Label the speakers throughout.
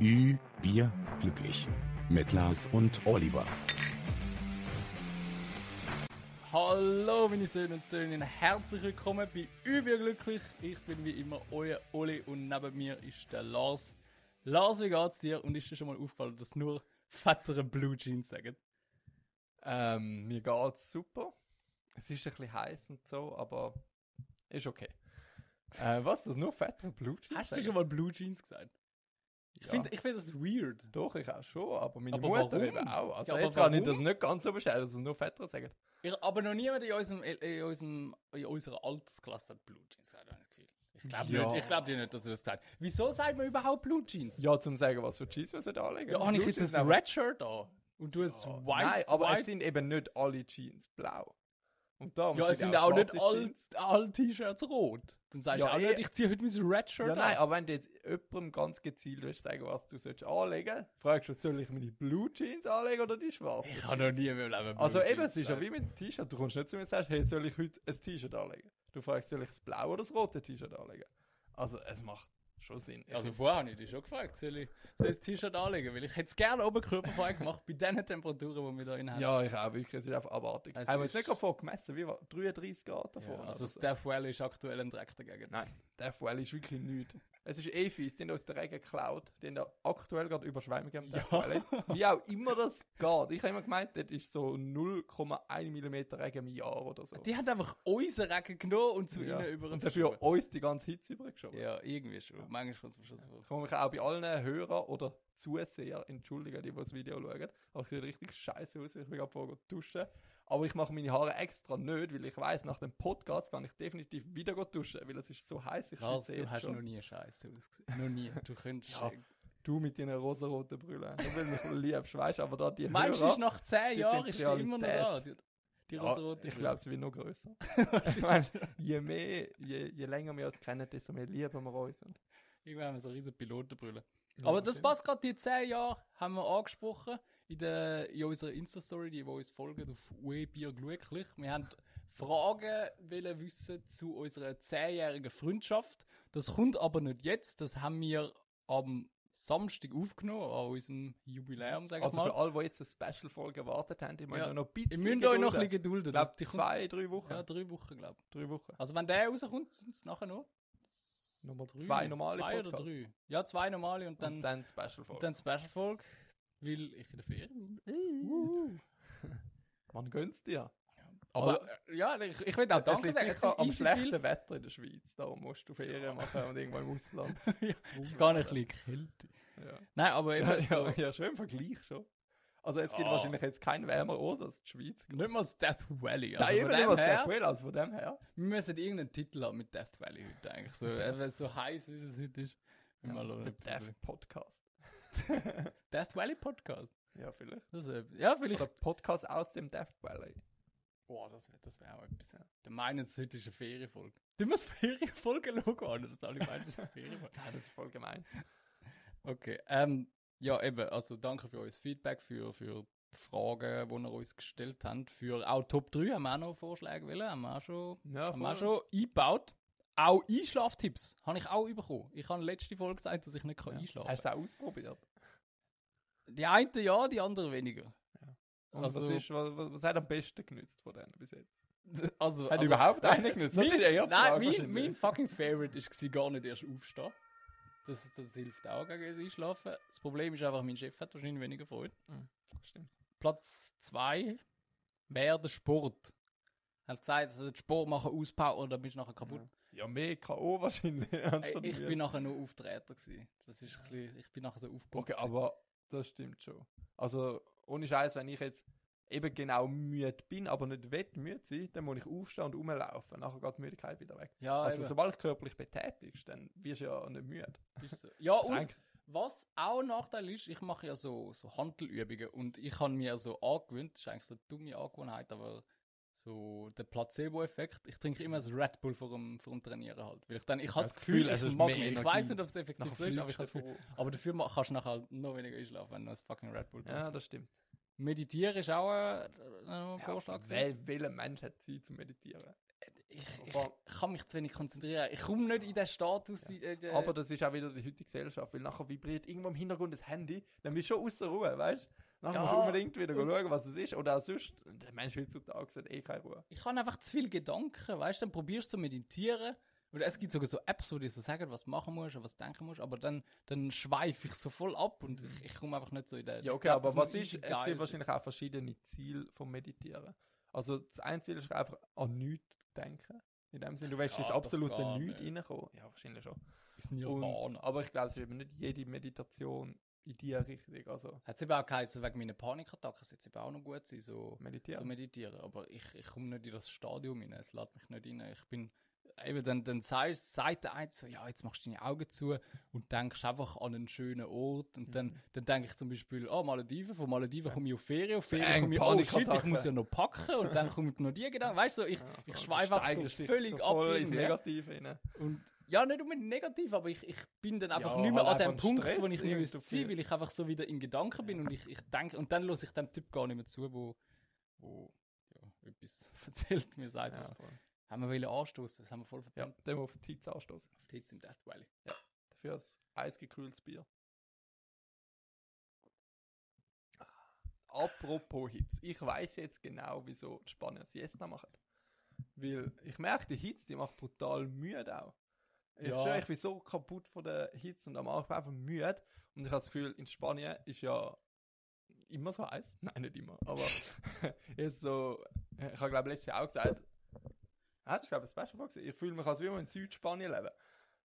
Speaker 1: Ü, Bier, glücklich. Mit Lars und Oliver.
Speaker 2: Hallo meine Söhne und Söhne, herzlich willkommen bei Überglücklich. Ich bin wie immer euer Oli und neben mir ist der Lars. Lars, wie geht's dir? Und ist dir schon mal aufgefallen, dass nur fettere Blue Jeans sagen?
Speaker 3: Ähm, mir geht's super. Es ist ein bisschen heiß und so, aber ist okay. Äh, was, das nur fettere Blue Jeans?
Speaker 2: Hast du
Speaker 3: sagen?
Speaker 2: schon mal Blue Jeans gesagt? Ich
Speaker 3: Ja.
Speaker 2: finde ich find das weird.
Speaker 3: Doch, ich auch schon, aber meine
Speaker 2: Aber
Speaker 3: Mutter
Speaker 2: warum?
Speaker 3: eben auch. Also
Speaker 2: Ja, aber
Speaker 3: jetzt kann ich das
Speaker 2: warum?
Speaker 3: nicht ganz so bestellen, dass es nur fettere sagen.
Speaker 2: Ich, aber noch niemand in, unserem, in, unserem, in unserer Altersklasse hat Blue Jeans gesagt, habe ich das Gefühl. Ich glaube
Speaker 3: Ja.
Speaker 2: nicht, ich glaub dir nicht, dass er das sagt. Wieso sagt man überhaupt Blue Jeans?
Speaker 3: Ja, zum sagen, was für Cheese wir sollten anlegen.
Speaker 2: Ja, habe ich
Speaker 3: Blue
Speaker 2: jetzt
Speaker 3: Jeans
Speaker 2: ein
Speaker 3: nehmen.
Speaker 2: Red Shirt an und du ein White,
Speaker 3: Nein, aber
Speaker 2: White
Speaker 3: es sind eben nicht alle Jeans blau. Und darum
Speaker 2: Ja, es sind auch nicht
Speaker 3: schwarze
Speaker 2: alle,
Speaker 3: Jeans.
Speaker 2: alle T-Shirts rot. Dann sagst du
Speaker 3: Ja,
Speaker 2: auch
Speaker 3: eh.
Speaker 2: nicht, ich ziehe heute mein Red Shirt
Speaker 3: Ja, nein,
Speaker 2: an.
Speaker 3: aber wenn du jetzt jemandem ganz gezielt willst sagen, was du sollst anlegen, fragst du, soll ich meine Blue Jeans anlegen oder die schwarze?
Speaker 2: Ich habe noch nie in meinem Leben Blue
Speaker 3: Also eben,
Speaker 2: Jeans
Speaker 3: es ist ja
Speaker 2: gesagt.
Speaker 3: wie mit dem T-Shirt. Du kommst nicht zu mir und sagst, hey, soll ich heute ein T-Shirt anlegen? Du fragst, soll ich das blaue oder das rote T-Shirt anlegen? Also es macht schon Sinn. Ich-
Speaker 2: Also vorher habe ich dich schon gefragt, soll ich, soll ich das T-Shirt anlegen? Weil ich hätte es gerne oben körperfrei gemacht, bei diesen Temperaturen, die wir da drin haben.
Speaker 3: ja, ich auch wirklich, es ist einfach abartig.
Speaker 2: Also Es
Speaker 3: Haben wir
Speaker 2: ist-
Speaker 3: jetzt nicht gerade vorher gemessen, wie war 33 Grad davor?
Speaker 2: Ja,
Speaker 3: oder
Speaker 2: also
Speaker 3: so?
Speaker 2: Steph Well ist aktuell ein Dreck dagegen.
Speaker 3: Nein, der Fall ist wirklich nichts. Es ist eh fies, die haben uns den Regen geklaut, die haben ja aktuell gerade Überschwemmung am
Speaker 2: Ja.
Speaker 3: Valley. Wie auch immer das geht. Ich habe immer gemeint, das ist so 0,1 mm Regen im Jahr oder so.
Speaker 2: Die hat einfach unseren Regen genommen und zu ihnen über
Speaker 3: Und dafür uns die ganze Hitze übergeschoben.
Speaker 2: Ja, irgendwie schon. Manchmal kommt es zum Schluss vor.
Speaker 3: Ich kann mich auch bei allen Hörern oder Zuseher entschuldigen, die, die das Video schauen. Aber ich sehe richtig scheiße aus, ich bin gerade vorher duschen. Aber ich mache meine Haare extra nicht, weil ich weiß, nach dem Podcast kann ich definitiv wieder go duschen, weil es ist so heiß. Ich
Speaker 2: Lars,
Speaker 3: schwitze
Speaker 2: du
Speaker 3: jetzt
Speaker 2: hast
Speaker 3: schon.
Speaker 2: noch nie scheiße ausgesehen. Noch nie. Du könntest...
Speaker 3: Ja. Du mit deinen rosaroten Brille. Du bist mich liebst, weißt du, aber da die
Speaker 2: Meinst du,
Speaker 3: Hörer,
Speaker 2: ist nach 10
Speaker 3: die
Speaker 2: Jahren
Speaker 3: sind
Speaker 2: ist die immer noch da? Die,
Speaker 3: Realität.
Speaker 2: die
Speaker 3: ja,
Speaker 2: rosarote
Speaker 3: Ich
Speaker 2: Brille.
Speaker 3: glaube, es wird noch größer. ich meine, je mehr, je, je länger wir uns kennen, desto mehr lieben wir uns. Und-
Speaker 2: Irgendwann haben wir so riesen Pilotenbrille.
Speaker 3: Ja,
Speaker 2: Aber das
Speaker 3: natürlich.
Speaker 2: passt gerade, die 10 Jahre haben wir angesprochen in, der, in unserer Insta-Story, die, die uns folgen auf Webier glücklich. Wir haben Fragen wollen wissen zu unserer 10-jährigen Freundschaft. Das kommt aber nicht jetzt, das haben wir am Samstag aufgenommen, an unserem Jubiläum, sagen wir
Speaker 3: Also für
Speaker 2: mal.
Speaker 3: alle, die jetzt eine Special-Folge erwartet haben, ich meine,
Speaker 2: Ja.
Speaker 3: noch ein bisschen
Speaker 2: Ihr müsst euch noch ein bisschen
Speaker 3: gedulden.
Speaker 2: gedulden.
Speaker 3: Ich glaube,
Speaker 2: das- die kommt-
Speaker 3: zwei, drei Wochen.
Speaker 2: ja, drei Wochen, glaube ich.
Speaker 3: Drei Wochen.
Speaker 2: Also wenn der rauskommt, sind es nachher noch
Speaker 3: Nummer
Speaker 2: drei.
Speaker 3: zwei normale
Speaker 2: Zwei oder
Speaker 3: Podcasts.
Speaker 2: drei. Ja, zwei normale und dann...
Speaker 3: und dann Special-Folge.
Speaker 2: Dann Special-Folge, weil ich in der Ferien bin.
Speaker 3: Wuhu. Man gönnt's dir.
Speaker 2: Aber äh, ja, ich, ich will auch
Speaker 3: Das
Speaker 2: Danke
Speaker 3: liegt
Speaker 2: sagen. Es
Speaker 3: sicher
Speaker 2: sind
Speaker 3: am
Speaker 2: easy
Speaker 3: schlechten
Speaker 2: viel-
Speaker 3: Wetter in der Schweiz. Darum musst du Ferien machen und irgendwann im Ausland.
Speaker 2: ja, ich kann ein bisschen Kälte.
Speaker 3: Ja.
Speaker 2: Nein, aber eben
Speaker 3: Ja,
Speaker 2: so,
Speaker 3: ja, ja, schön Vergleich schon. Also es gibt
Speaker 2: Ah.
Speaker 3: wahrscheinlich jetzt keinen wärmer Ort als die Schweiz.
Speaker 2: nicht mal das Death Valley. Also
Speaker 3: Nein, eben
Speaker 2: von
Speaker 3: nicht
Speaker 2: dem
Speaker 3: mal
Speaker 2: her,
Speaker 3: der Schwell, also von dem her.
Speaker 2: Wir müssen irgendeinen Titel haben mit Death Valley heute eigentlich. So, eben so heiß, wie es heute ist. Wenn wir mal
Speaker 3: der
Speaker 2: schauen, ob es so-
Speaker 3: Death Podcast.
Speaker 2: Death Valley Podcast.
Speaker 3: Ja, vielleicht.
Speaker 2: Das ist, äh, ja,
Speaker 3: Oder
Speaker 2: vielleicht.
Speaker 3: Podcast aus dem Death Valley.
Speaker 2: Boah, das wäre das wär auch etwas. Der meinen, es heute ist eine Ferienfolge. Du musst Ferienfolge-Logo an, dass alle meinen, es ist eine Ferienfolge.
Speaker 3: Nein, das ist voll gemein.
Speaker 2: Okay, ähm, ja eben, also danke für euer Feedback, für, für die Fragen, die ihr uns gestellt habt, für auch Top 3 haben wir auch noch Vorschläge wollen, haben wir auch schon,
Speaker 3: Ja,
Speaker 2: haben wir auch schon eingebaut. Auch Einschlaftipps habe ich auch bekommen. Ich habe letzte Folge gesagt, dass ich nicht kann einschlafen
Speaker 3: Hast du es auch ausprobiert?
Speaker 2: Die einen ja, die anderen weniger.
Speaker 3: Und
Speaker 2: Also-
Speaker 3: was, ist, was, was, was hat am besten genützt von denen bis jetzt?
Speaker 2: Also,
Speaker 3: Hat
Speaker 2: also,
Speaker 3: überhaupt einer genützt? Das
Speaker 2: mein,
Speaker 3: ist eher die Frage
Speaker 2: Nein, mein,
Speaker 3: wahrscheinlich.
Speaker 2: mein fucking Favorite war gar nicht erst aufstehen. Das, das hilft auch gegen das Einschlafen. Das Problem ist einfach, mein Chef hat wahrscheinlich weniger Freude.
Speaker 3: Stimmt.
Speaker 2: Platz 2 wäre der Sport. Er hat gesagt, also Sport machen, ausbauen oder bist du nachher kaputt.
Speaker 3: Ja, mehr K.O. wahrscheinlich. anstatt
Speaker 2: Ey, ich
Speaker 3: wir.
Speaker 2: bin nachher nur auftreten gewesen. Das ist ein bisschen, ich bin nachher so aufgepumpt.
Speaker 3: Okay, aber das stimmt schon. Also, ohne Scheiß, wenn ich jetzt eben genau müde bin, aber nicht wett müde sein, dann muss ich aufstehen und rumlaufen. Nachher geht die Müdigkeit wieder weg.
Speaker 2: ja, Ah,
Speaker 3: also,
Speaker 2: eben.
Speaker 3: sobald du körperlich betätigst, dann wirst du ja nicht müde.
Speaker 2: ist so. ja
Speaker 3: Das
Speaker 2: Ah, und
Speaker 3: eigentlich-
Speaker 2: was auch ein Nachteil ist, ich mache ja so, so Handelübungen und ich habe mir so angewöhnt, das ist eigentlich so eine dumme Angewohnheit, aber so der Placebo-Effekt. Ich trinke immer das Red Bull vor dem, vor dem Trainieren halt. Weil ich dann, ich habe
Speaker 3: das
Speaker 2: das Gefühl,
Speaker 3: Gefühl, also es
Speaker 2: ich
Speaker 3: ist
Speaker 2: mag
Speaker 3: mehr
Speaker 2: mich. Ich
Speaker 3: Energie.
Speaker 2: weiß nicht, ob es effektiv
Speaker 3: Nachher
Speaker 2: so ist, aber ich habe
Speaker 3: fliegst
Speaker 2: das
Speaker 3: du
Speaker 2: Gefühl. Aber dafür ma- kannst du nachher halt noch weniger einschlafen, wenn du das fucking Red Bull trinkst.
Speaker 3: Ja, das stimmt.
Speaker 2: Meditieren ist auch ein, ein Vorschlag. gewesen.
Speaker 3: wel, welcher Mensch hat Zeit zum Meditieren?
Speaker 2: Ich, ich,
Speaker 3: Aber-
Speaker 2: kann mich zu wenig konzentrieren. Ich komme nicht in den Status. die- Äh, die-
Speaker 3: Aber das ist auch wieder die heutige Gesellschaft, weil nachher vibriert irgendwo im Hintergrund das Handy, dann bist du schon außer Ruhe, weißt du? Nachher
Speaker 2: Ja.
Speaker 3: musst du unbedingt wieder schauen, was es ist. Oder auch sonst, der Mensch heutzutage hat eh keine Ruhe.
Speaker 2: ich habe einfach zu viel Gedanken, weißt du, dann probierst du zu meditieren. Oder es gibt sogar so Apps, wo dir so sagen, was du machen musst und was du denken musst, aber dann, dann schweife ich so voll ab und ich, ich komme einfach nicht so in den.
Speaker 3: Ja,
Speaker 2: ich
Speaker 3: okay,
Speaker 2: glaub, das
Speaker 3: aber was
Speaker 2: muss
Speaker 3: ist,
Speaker 2: easy
Speaker 3: es
Speaker 2: geil
Speaker 3: gibt
Speaker 2: sein.
Speaker 3: wahrscheinlich auch verschiedene Ziele vom Meditieren. Also das eine Ziel ist einfach an nichts denken. In dem Sinne, du
Speaker 2: Das
Speaker 3: willst ins
Speaker 2: geht doch
Speaker 3: absolute
Speaker 2: gar
Speaker 3: Nichts
Speaker 2: nicht.
Speaker 3: reinkommen. Ja, wahrscheinlich schon.
Speaker 2: Ist Nirvana.
Speaker 3: Und, aber ich glaube, es ist eben nicht jede Meditation in die Richtung. Also
Speaker 2: Hat es eben auch geheißen, wegen meiner Panikattacken, es jetzt eben auch noch gut sein, so,
Speaker 3: meditieren.
Speaker 2: so meditieren. Aber ich, ich komme nicht in das Stadium rein, es lädt mich nicht rein. Ich bin, eben, dann, dann sagst, sagt der eine so, ja, jetzt machst du deine Augen zu und denkst einfach an einen schönen Ort. Und
Speaker 3: Mhm.
Speaker 2: dann, dann denke ich zum Beispiel, ah, Malediven, von Malediven komme ich auf Ferien, auf Ferien
Speaker 3: Bang,
Speaker 2: komme ich, oh shit, ich
Speaker 3: Panikattacke.
Speaker 2: muss ja noch packen. Und dann kommt noch die Gedanken, weißt du, so, ich, ich schweife einfach
Speaker 3: Steigerst
Speaker 2: so
Speaker 3: dich
Speaker 2: völlig
Speaker 3: so
Speaker 2: ab.
Speaker 3: voll ins
Speaker 2: irgendwie.
Speaker 3: Negative rein.
Speaker 2: Und ja, nicht unbedingt negativ, aber ich, ich bin dann einfach
Speaker 3: Ja,
Speaker 2: nicht mehr
Speaker 3: halt
Speaker 2: an dem
Speaker 3: einfach
Speaker 2: Punkt,
Speaker 3: Stress
Speaker 2: wo ich nicht
Speaker 3: irgendwie
Speaker 2: müsste sein,
Speaker 3: dafür.
Speaker 2: weil ich einfach so wieder in Gedanken bin und ich, ich denke, und dann lasse ich dem Typ gar nicht mehr zu, wo, wo ja, etwas erzählt mir sagt,
Speaker 3: Ja,
Speaker 2: was
Speaker 3: voll.
Speaker 2: haben wir wollen anstoßen, das haben wir voll
Speaker 3: ja,
Speaker 2: verpennt.
Speaker 3: dem auf die Tiz anstoßen.
Speaker 2: Auf die Hitze im Death Valley.
Speaker 3: Für ein eisgekühltes Bier. Apropos Hitze. Ich weiß jetzt genau, wieso die Spanier es jetzt noch machen. Weil ich merke, die Hitze, die macht brutal müde auch. Ich,
Speaker 2: Ja.
Speaker 3: schwör, ich bin so kaputt von der Hitze und am Abend bin ich einfach müde. Und ich habe das Gefühl, in Spanien ist ja immer so heiß. Nein, nicht immer. Aber jetzt so, ich habe glaube letztes Jahr auch gesagt, Ah, das war glaube ich ein Special Box. Ich fühle mich, als würde man in Südspanien leben.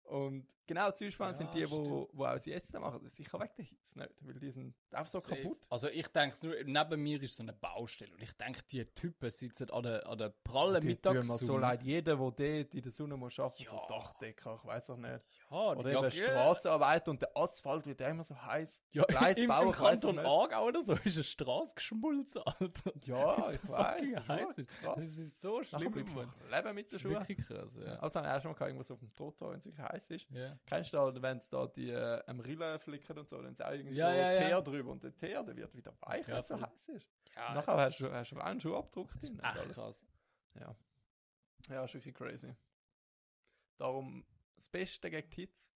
Speaker 3: Und genau Südspanien
Speaker 2: Ja,
Speaker 3: sind die, wo, wo auch sie jetzt machen. Sicher wegen der Hitze nicht, weil die sind einfach so
Speaker 2: Safe.
Speaker 3: kaputt.
Speaker 2: Also ich denke es nur, neben mir ist so eine Baustelle und ich denke, die Typen sitzen an der, an der prallen
Speaker 3: mir
Speaker 2: Mittagssonne.
Speaker 3: so leid. Jeder, der dort in der Sonne muss arbeiten muss,
Speaker 2: Ja.
Speaker 3: so Dachdecker, ich weiß auch nicht.
Speaker 2: Ja,
Speaker 3: Oder
Speaker 2: ja,
Speaker 3: eben
Speaker 2: ja.
Speaker 3: Straßenarbeit und der Asphalt wird immer so heiß.
Speaker 2: Ja, im,
Speaker 3: Gleisbauer
Speaker 2: im
Speaker 3: weiss ich
Speaker 2: Kanton
Speaker 3: nicht.
Speaker 2: Aargau oder so ist eine Straße geschmolzen, Alter.
Speaker 3: Ja,
Speaker 2: Das ist
Speaker 3: ich
Speaker 2: so
Speaker 3: weiß.
Speaker 2: fucking
Speaker 3: ja,
Speaker 2: heiß.
Speaker 3: krass.
Speaker 2: Das ist so
Speaker 3: Nachher
Speaker 2: schlimm,
Speaker 3: bleibst du
Speaker 2: Mann.
Speaker 3: einfach Leben mit den
Speaker 2: Das ist
Speaker 3: Schuhen.
Speaker 2: wirklich krass, ja.
Speaker 3: Also, habe ich auch schon mal gehabt, irgendwas auf dem Trottoir, wenn es wirklich heiß ist.
Speaker 2: Ja,
Speaker 3: Kennst du da, wenn es da die äh, Amrille flickern und so, dann ist auch irgendwie
Speaker 2: Ja,
Speaker 3: so
Speaker 2: ja, ja.
Speaker 3: Teer drüber und der Teer, der wird wieder weich,
Speaker 2: Ja,
Speaker 3: wenn es so
Speaker 2: voll.
Speaker 3: heiß ist.
Speaker 2: ja
Speaker 3: Nachher hast du, hast du auch einen Schuhabdruck drin. und
Speaker 2: Ach
Speaker 3: alles.
Speaker 2: krass.
Speaker 3: Ja, ist wirklich crazy. Darum, das Beste gegen die Hitze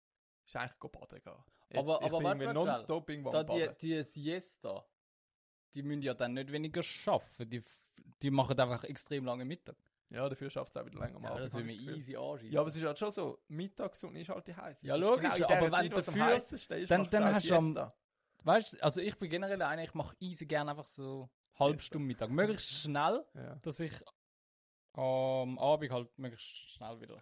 Speaker 3: ist eigentlich go baden gehen.
Speaker 2: Aber-
Speaker 3: ich
Speaker 2: aber
Speaker 3: bin
Speaker 2: warte,
Speaker 3: irgendwie
Speaker 2: warte,
Speaker 3: nonstop irgendwo
Speaker 2: Da
Speaker 3: am
Speaker 2: die,
Speaker 3: Baden.
Speaker 2: die Siesta, die müssen ja dann nicht weniger schaffen. Die, f- die machen einfach extrem lange Mittag.
Speaker 3: Ja, dafür schaffst du es auch wieder länger am
Speaker 2: Ja,
Speaker 3: Abend,
Speaker 2: das
Speaker 3: hab
Speaker 2: will mir
Speaker 3: ich Gefühl.
Speaker 2: easy anschießen.
Speaker 3: Ja, aber es ist halt schon so, Mittagssonne ist halt die heiße.
Speaker 2: Ja,
Speaker 3: Es ist
Speaker 2: logisch,
Speaker 3: in
Speaker 2: aber
Speaker 3: der
Speaker 2: wenn
Speaker 3: Zeit, wo es am
Speaker 2: dafür-
Speaker 3: heißesten ist,
Speaker 2: dann-
Speaker 3: machst
Speaker 2: dann
Speaker 3: auch
Speaker 2: hast du am-
Speaker 3: Siesta.
Speaker 2: weißt du, also ich bin generell einer, ich mache easy gerne einfach so halbe
Speaker 3: Siesta.
Speaker 2: Stunde Mittag. Möglichst schnell,
Speaker 3: Ja.
Speaker 2: dass ich am Abend halt möglichst schnell wieder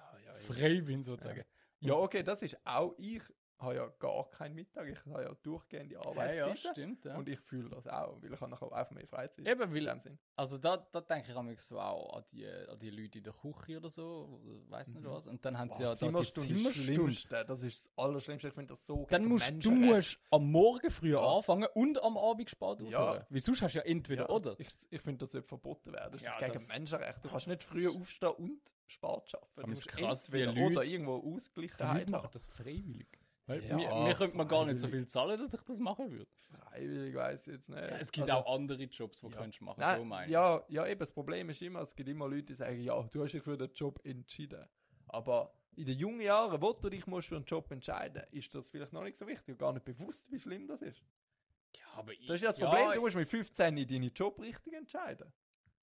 Speaker 2: frei bin, sozusagen.
Speaker 3: Ja, okay, das ist auch ich. habe ja gar keinen Mittag, ich habe ja durchgehende
Speaker 2: Ja, ja,
Speaker 3: Arbeitszeiten.
Speaker 2: stimmt. Ja.
Speaker 3: Und ich fühle das auch, weil ich habe nachher einfach mehr Freizeit.
Speaker 2: Eben,
Speaker 3: In
Speaker 2: weil
Speaker 3: dem Sinn.
Speaker 2: Also da, da denke ich am so auch an die, an die Leute in der Küche oder so, weiß nicht
Speaker 3: Mhm.
Speaker 2: was. Und dann haben sie ja
Speaker 3: Boah,
Speaker 2: da die
Speaker 3: ist das
Speaker 2: Zimmerstunde.
Speaker 3: Schlimmste. Das ist das Allerschlimmste. Ich finde das so
Speaker 2: Dann
Speaker 3: gegen
Speaker 2: musst du
Speaker 3: Menschenrechte.
Speaker 2: musst am Morgen früh
Speaker 3: Ja.
Speaker 2: anfangen und am Abend spät aufhören.
Speaker 3: Ja.
Speaker 2: Weil sonst hast du ja entweder
Speaker 3: ja,
Speaker 2: oder.
Speaker 3: Ich, ich finde, das sollte verboten werden. Das
Speaker 2: Ja,
Speaker 3: ist gegen
Speaker 2: das-
Speaker 3: Menschenrechte. Du
Speaker 2: das-
Speaker 3: kannst nicht früher aufstehen und spät arbeiten. Du
Speaker 2: allem
Speaker 3: musst
Speaker 2: ist krass, die
Speaker 3: entweder
Speaker 2: Leute-
Speaker 3: oder irgendwo
Speaker 2: Die Leute
Speaker 3: Ausgleichheit
Speaker 2: machen
Speaker 3: haben.
Speaker 2: das freiwillig. Weil
Speaker 3: Ja,
Speaker 2: mir, mir könnte man gar nicht so viel
Speaker 3: freiwillig.
Speaker 2: zahlen, dass ich das machen würde.
Speaker 3: Freiwillig weiß ich jetzt nicht.
Speaker 2: Ja, es gibt
Speaker 3: Also-
Speaker 2: auch andere Jobs, die
Speaker 3: Ja.
Speaker 2: könntest du machen,
Speaker 3: Nein,
Speaker 2: so meine ich.
Speaker 3: ja, ja, eben, das Problem ist immer, es gibt immer Leute, die sagen, ja, du hast dich für den Job entschieden. Aber in den jungen Jahren, wo du dich musst für einen Job entscheiden ist das vielleicht noch nicht so wichtig und gar nicht bewusst, wie schlimm das ist.
Speaker 2: Ja, aber ich,
Speaker 3: Das ist ja das
Speaker 2: ja,
Speaker 3: Problem, du musst mit 15 in deine Jobrichtung entscheiden.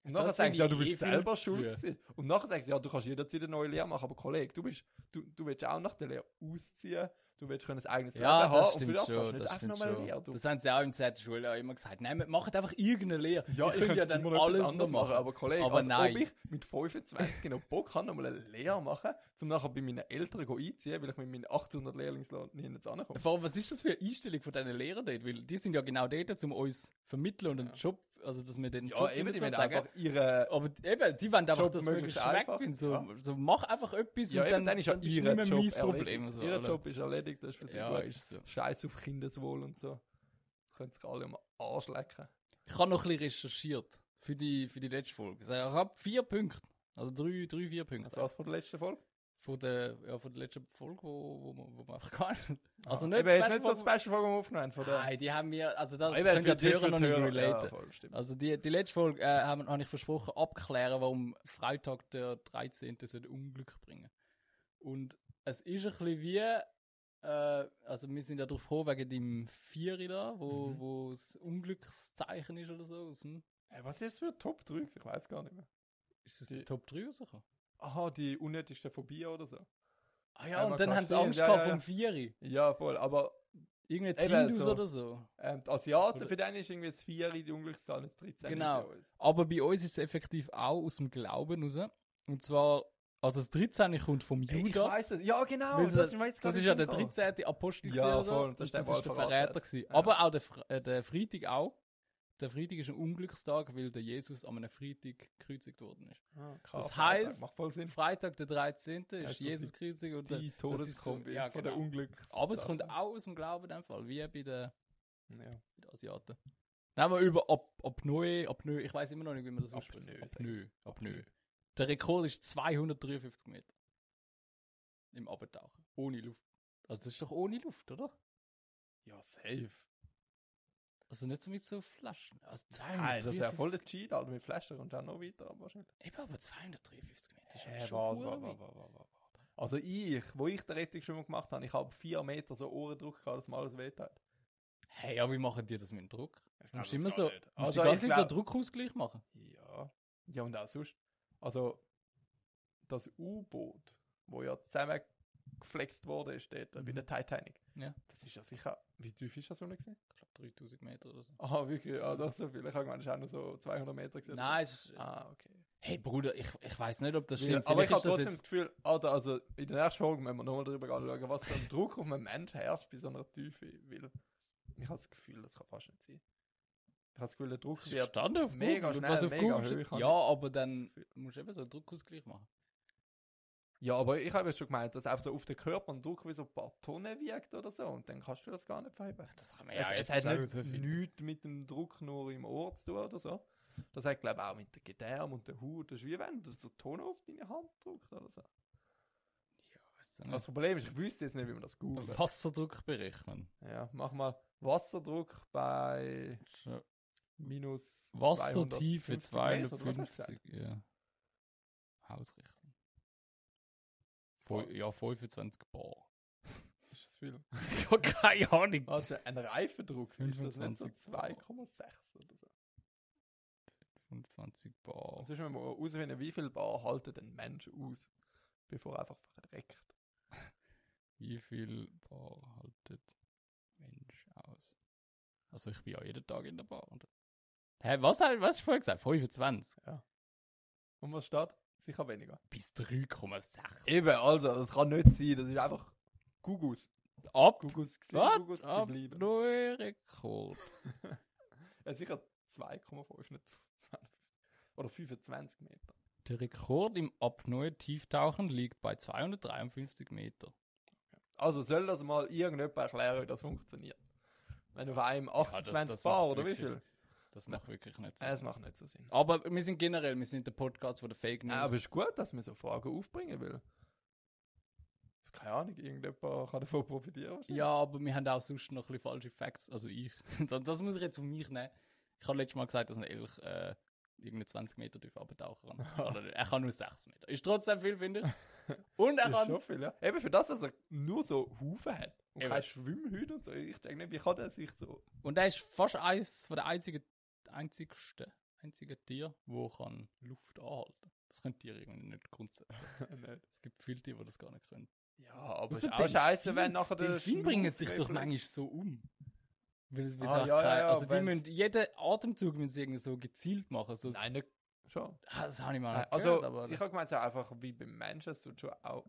Speaker 3: Und nachher
Speaker 2: Das
Speaker 3: sagst
Speaker 2: finde
Speaker 3: du, ja,
Speaker 2: ich
Speaker 3: du bist
Speaker 2: eh viel
Speaker 3: selber
Speaker 2: zu
Speaker 3: schuld.
Speaker 2: früh.
Speaker 3: gewesen. Und nachher sagst du, ja, du kannst jederzeit eine neue Lehre machen, aber Kollege, du, bist, du, du willst auch nach der Lehre ausziehen, du willst können ein eigenes
Speaker 2: ja,
Speaker 3: Leben
Speaker 2: das
Speaker 3: haben und für
Speaker 2: stimmt
Speaker 3: das kannst du
Speaker 2: schon.
Speaker 3: nicht
Speaker 2: Das,
Speaker 3: einfach
Speaker 2: stimmt
Speaker 3: nochmal eine
Speaker 2: schon.
Speaker 3: Lehre. Du
Speaker 2: das haben sie auch in der 10. Schule auch immer gesagt. Nein, macht einfach irgendeine Lehre.
Speaker 3: Ja, ich
Speaker 2: könnt
Speaker 3: könnte
Speaker 2: ja dann
Speaker 3: immer noch etwas
Speaker 2: alles noch
Speaker 3: anderes
Speaker 2: machen.
Speaker 3: aber Kollege,
Speaker 2: Aber
Speaker 3: als
Speaker 2: nein.
Speaker 3: ob ich mit 25 noch Bock habe, nochmal eine Lehre machen, um nachher bei meinen Eltern go einziehen, weil ich mit meinen 800 Lehrlingsleuten nicht jetzt ankomme.
Speaker 2: Vor allem, was ist das für eine Einstellung von diesen Lehrern dort? Weil die sind ja genau dort, um uns vermitteln und einen
Speaker 3: Ja.
Speaker 2: Job, also dass wir den
Speaker 3: Ja,
Speaker 2: Job
Speaker 3: eben, die
Speaker 2: benutzen,
Speaker 3: werden
Speaker 2: sagen.
Speaker 3: einfach ihre...
Speaker 2: Aber die- eben, die wollen einfach,
Speaker 3: Job
Speaker 2: dass
Speaker 3: möglichst
Speaker 2: möglichst weg
Speaker 3: einfach,
Speaker 2: bin. So,
Speaker 3: ja.
Speaker 2: so, mach einfach etwas
Speaker 3: Ja,
Speaker 2: und
Speaker 3: eben,
Speaker 2: dann,
Speaker 3: dann, ist ja
Speaker 2: dann nicht
Speaker 3: ihr
Speaker 2: mehr
Speaker 3: Job
Speaker 2: mein
Speaker 3: erledigt.
Speaker 2: Problem. So,
Speaker 3: ihr
Speaker 2: oder?
Speaker 3: Job ist erledigt, das ist für sie
Speaker 2: ja,
Speaker 3: gut.
Speaker 2: ist so.
Speaker 3: Scheiß auf Kindeswohl und so. Das können sich alle am Arsch lecken.
Speaker 2: Ich habe noch ein bisschen recherchiert für die, für die letzte Folge. Ich habe vier Punkte. Also drei, drei vier Punkte.
Speaker 3: Das war's von der letzten Folge.
Speaker 2: Von der, ja, von der letzten Folge, wo, wo, man- wo man einfach kann. Also nicht,
Speaker 3: Ah. Eben, jetzt nicht so
Speaker 2: Special
Speaker 3: die
Speaker 2: Folge-
Speaker 3: Special Folge, die wir aufgenommen haben. Von der, Ah,
Speaker 2: Nein, die haben wir, also das
Speaker 3: Eben,
Speaker 2: können
Speaker 3: für
Speaker 2: ja
Speaker 3: die-
Speaker 2: die Hörer
Speaker 3: für
Speaker 2: noch
Speaker 3: die
Speaker 2: nicht
Speaker 3: Hörer, ja,
Speaker 2: relaten.
Speaker 3: voll, stimmt.
Speaker 2: Also die, die letzte Folge äh, habe hab ich versprochen abklären, warum Freitag der 13. soll Unglück bringen. Und es ist ein bisschen wie, äh, also wir sind ja drauf gekommen wegen dem Vieri da, wo,
Speaker 3: Mhm.
Speaker 2: wo das Unglückszeichen ist oder so. Aus dem,
Speaker 3: Äh, was ist das für ein Top 3? Ich weiß gar nicht mehr.
Speaker 2: ist das
Speaker 3: Die-
Speaker 2: die Top 3 oder so?
Speaker 3: Aha, die unnötigste Phobie oder so.
Speaker 2: Ah ja,
Speaker 3: Ja, man
Speaker 2: und dann
Speaker 3: kann
Speaker 2: haben sie
Speaker 3: sehen,
Speaker 2: Angst
Speaker 3: ja,
Speaker 2: gehabt
Speaker 3: ja,
Speaker 2: vom
Speaker 3: ja.
Speaker 2: Vieri.
Speaker 3: Ja, voll. Aber
Speaker 2: Irgendein
Speaker 3: Eben,
Speaker 2: Tindus
Speaker 3: so.
Speaker 2: oder so.
Speaker 3: ähm, die Asiaten,
Speaker 2: Oder-
Speaker 3: für den ist irgendwie das 4 die Unglückszahl, das 13
Speaker 2: Genau.
Speaker 3: bei uns.
Speaker 2: Aber bei uns ist es effektiv auch aus dem Glauben raus. Und zwar, also das 13. kommt vom
Speaker 3: Ey, Ich
Speaker 2: Judas.
Speaker 3: weiß es. Ja, genau.
Speaker 2: Weil
Speaker 3: Das,
Speaker 2: das-
Speaker 3: ist mir jetzt gar
Speaker 2: Das
Speaker 3: nicht genau.
Speaker 2: ist ja der
Speaker 3: eingefallen.
Speaker 2: 13. Apostel.
Speaker 3: Ja,
Speaker 2: gewesen oder so.
Speaker 3: voll, das
Speaker 2: Und
Speaker 3: ist der,
Speaker 2: das
Speaker 3: der
Speaker 2: ist der
Speaker 3: verraten
Speaker 2: Verräter.
Speaker 3: hat.
Speaker 2: gewesen.
Speaker 3: Ja.
Speaker 2: Aber auch der, Fr- äh, der Freitag auch. Der Freitag ist ein Unglückstag, weil der Jesus an einem Freitag gekreuzigt worden ist.
Speaker 3: Ah, krass,
Speaker 2: Das
Speaker 3: ja,
Speaker 2: heißt,
Speaker 3: macht voll Sinn.
Speaker 2: Freitag der 13. ist
Speaker 3: Also
Speaker 2: Jesus
Speaker 3: die-
Speaker 2: gekreuzigt. Und der,
Speaker 3: Die
Speaker 2: das ist so-
Speaker 3: Todeskombi
Speaker 2: ja,
Speaker 3: von der
Speaker 2: genau.
Speaker 3: Unglück.
Speaker 2: aber es kommt auch aus dem Glauben in dem Fall, wie bei den,
Speaker 3: Ja.
Speaker 2: bei den Asiaten. Nehmen wir über Ap Apnoe, Apnoe, ich weiß immer noch nicht, wie man das ausspricht.
Speaker 3: Apnoe, sagt
Speaker 2: Apnoe, Apnoe. Der Rekord ist 253 Meter. Im Abentauchen. Ohne Luft. Also das ist doch ohne Luft, oder?
Speaker 3: Ja, safe.
Speaker 2: Also nicht so mit so Flaschen. Also
Speaker 3: Nein, das ist ja voll der
Speaker 2: 253.
Speaker 3: Cheat, Alter. Mit Flaschen und dann noch weiter aber wahrscheinlich.
Speaker 2: Eben, aber 253 Meter ist
Speaker 3: Hä,
Speaker 2: halt
Speaker 3: warte,
Speaker 2: schon
Speaker 3: warte,
Speaker 2: warte,
Speaker 3: warte, warte, warte, warte. Also ich, wo ich den Rettungsschwimmer gemacht habe, ich habe vier Meter so Ohrendruck gehabt, dass mir alles wehtat.
Speaker 2: Hey, ja, wie machen die das mit dem Druck? Du musst immer
Speaker 3: das
Speaker 2: so,
Speaker 3: gar nicht.
Speaker 2: musst
Speaker 3: Also
Speaker 2: die ganze
Speaker 3: ich
Speaker 2: Zeit
Speaker 3: glaub-
Speaker 2: so Druckausgleich machen.
Speaker 3: Ja. Ja, und auch sonst. Also, das U-Boot, wo ja zusammengeflext worden ist dort, äh, bei
Speaker 2: Mhm.
Speaker 3: der Titanic.
Speaker 2: Ja.
Speaker 3: Das ist ja sicher... Wie tief ist das unten gesehen?
Speaker 2: Ich glaube 3000 Meter oder so.
Speaker 3: Ah, wirklich? Ja, doch so viel. Ich habe gemeint, es ist auch nur so 200 Meter gesehen.
Speaker 2: Nein, es ist, äh,
Speaker 3: Ah, okay.
Speaker 2: hey Bruder, ich, ich weiß nicht, ob das
Speaker 3: Weil-
Speaker 2: stimmt.
Speaker 3: aber ich
Speaker 2: Vielleicht
Speaker 3: habe
Speaker 2: ist das
Speaker 3: trotzdem das
Speaker 2: jetzt-
Speaker 3: Gefühl, Alter, also in der nächsten Folge müssen wir nochmal drüber schauen, was für ein Druck auf einen Mensch herrscht bei so einer Tiefe. Weil ich habe das Gefühl, das kann fast nicht sein. Ich habe das Gefühl, der Druck
Speaker 2: Das ist gestanden auf
Speaker 3: mega
Speaker 2: Google und
Speaker 3: schnell,
Speaker 2: was auf
Speaker 3: mega
Speaker 2: Google
Speaker 3: hoch,
Speaker 2: steht-
Speaker 3: habe
Speaker 2: Ja, aber dann
Speaker 3: das Gefühl.
Speaker 2: musst du eben so einen Druckausgleich machen.
Speaker 3: Ja, aber ich habe ja schon gemeint, dass einfach so auf den Körper ein Druck wie so ein paar Tonnen wiegt oder so und dann kannst du das gar nicht verheben.
Speaker 2: Das kann man
Speaker 3: es, es hat nicht, nichts mit dem Druck nur im Ohr zu tun oder so. Das hat, glaube ich, auch mit den Gedärmen und der Haut. Das ist wie wenn du so Tonnen auf deine Hand drückst oder so. Das Problem ist, ich wüsste jetzt nicht, wie man das googelt.
Speaker 2: Wasserdruck berechnen.
Speaker 3: Ja, mach mal Wasserdruck bei minus
Speaker 2: Wassertiefe
Speaker 3: 250 Meter, oder was hast du
Speaker 2: 250, ja. Ausrichten. Feu- Ja, 25 Bar.
Speaker 3: gesagt? Ist das viel?
Speaker 2: Ich habe keine Ahnung.
Speaker 3: Also ein Reifendruck ist das also nicht so
Speaker 2: 25 Bar.
Speaker 3: 2,6 oder so.
Speaker 2: 25 Bar.
Speaker 3: Also müssen wir mal herausfinden, wie viel Bar haltet ein Mensch aus, bevor er einfach verreckt.
Speaker 2: Wie viel Bar haltet Mensch aus? Also ich bin ja jeden Tag in der Bar. Und Hä, was, hab- was hast du vorhin gesagt? 25?
Speaker 3: Und was steht? Sicher weniger.
Speaker 2: Bis 3,6.
Speaker 3: Eben, also, das kann nicht sein. Das ist einfach Gugus.
Speaker 2: Ab,
Speaker 3: Gugus gesehen, Gugus
Speaker 2: Gott, ab,
Speaker 3: geblieben.
Speaker 2: neuer Rekord.
Speaker 3: Ja, sicher 2,5, nicht 52. Oder 25 Meter.
Speaker 2: Der Rekord im Apnoe-Tieftauchen liegt bei 253 Meter.
Speaker 3: Also soll das mal irgendjemand erklären, wie das funktioniert. Wenn auf einem
Speaker 2: das-
Speaker 3: 28
Speaker 2: das
Speaker 3: Bar
Speaker 2: macht
Speaker 3: oder wie
Speaker 2: wirklich
Speaker 3: viel?
Speaker 2: Das macht wirklich nicht
Speaker 3: Äh,
Speaker 2: Sinn.
Speaker 3: Es macht nicht so Sinn.
Speaker 2: Aber wir sind generell, wir sind der Podcast von der Fake News.
Speaker 3: Nein, Ah, aber es ist gut, dass man so Fragen aufbringen will. Keine Ahnung, irgendjemand kann davon profitieren. wahrscheinlich.
Speaker 2: ja, aber wir haben auch sonst noch ein bisschen falsche Facts. Also ich. So, das muss ich jetzt von mich nehmen. Ich habe letztes Mal gesagt, dass ein Elch äh, irgendeine 20 Meter tief abtauchen kann. Oder er kann nur 6 Meter. Ist trotzdem viel, finde ich. Und er
Speaker 3: Das ist
Speaker 2: kann.
Speaker 3: schon viel, ja. Eben für das, dass er nur so Haufen hat und
Speaker 2: Eben.
Speaker 3: keine Schwimmhüte und so. Ich denke nicht, wie kann er sich so...
Speaker 2: Und er ist fast eins von der einzigen, einzigsten, einzigen Tier, wo kann Luft anhalten. Das können Tiere irgendwie nicht grundsätzlich.
Speaker 3: Nicht.
Speaker 2: Es gibt viele Tiere, die das gar nicht können.
Speaker 3: ja, aber es
Speaker 2: Außer
Speaker 3: ist auch scheiße, wenn nachher der
Speaker 2: Delfine bringen sich
Speaker 3: Schnurrbefleck-
Speaker 2: doch manchmal so um. Weil, weil
Speaker 3: Ah,
Speaker 2: sie
Speaker 3: ja,
Speaker 2: auch keine,
Speaker 3: ja, ja,
Speaker 2: also die
Speaker 3: wenn's-
Speaker 2: müssen jeden Atemzug müssen sie irgendwie so gezielt machen. So,
Speaker 3: Nein, nicht schon.
Speaker 2: Ah, das habe ich mal
Speaker 3: Nein,
Speaker 2: nicht
Speaker 3: also
Speaker 2: gehört, aber
Speaker 3: ich habe gemeint, so einfach wie beim Menschen, es tut schon au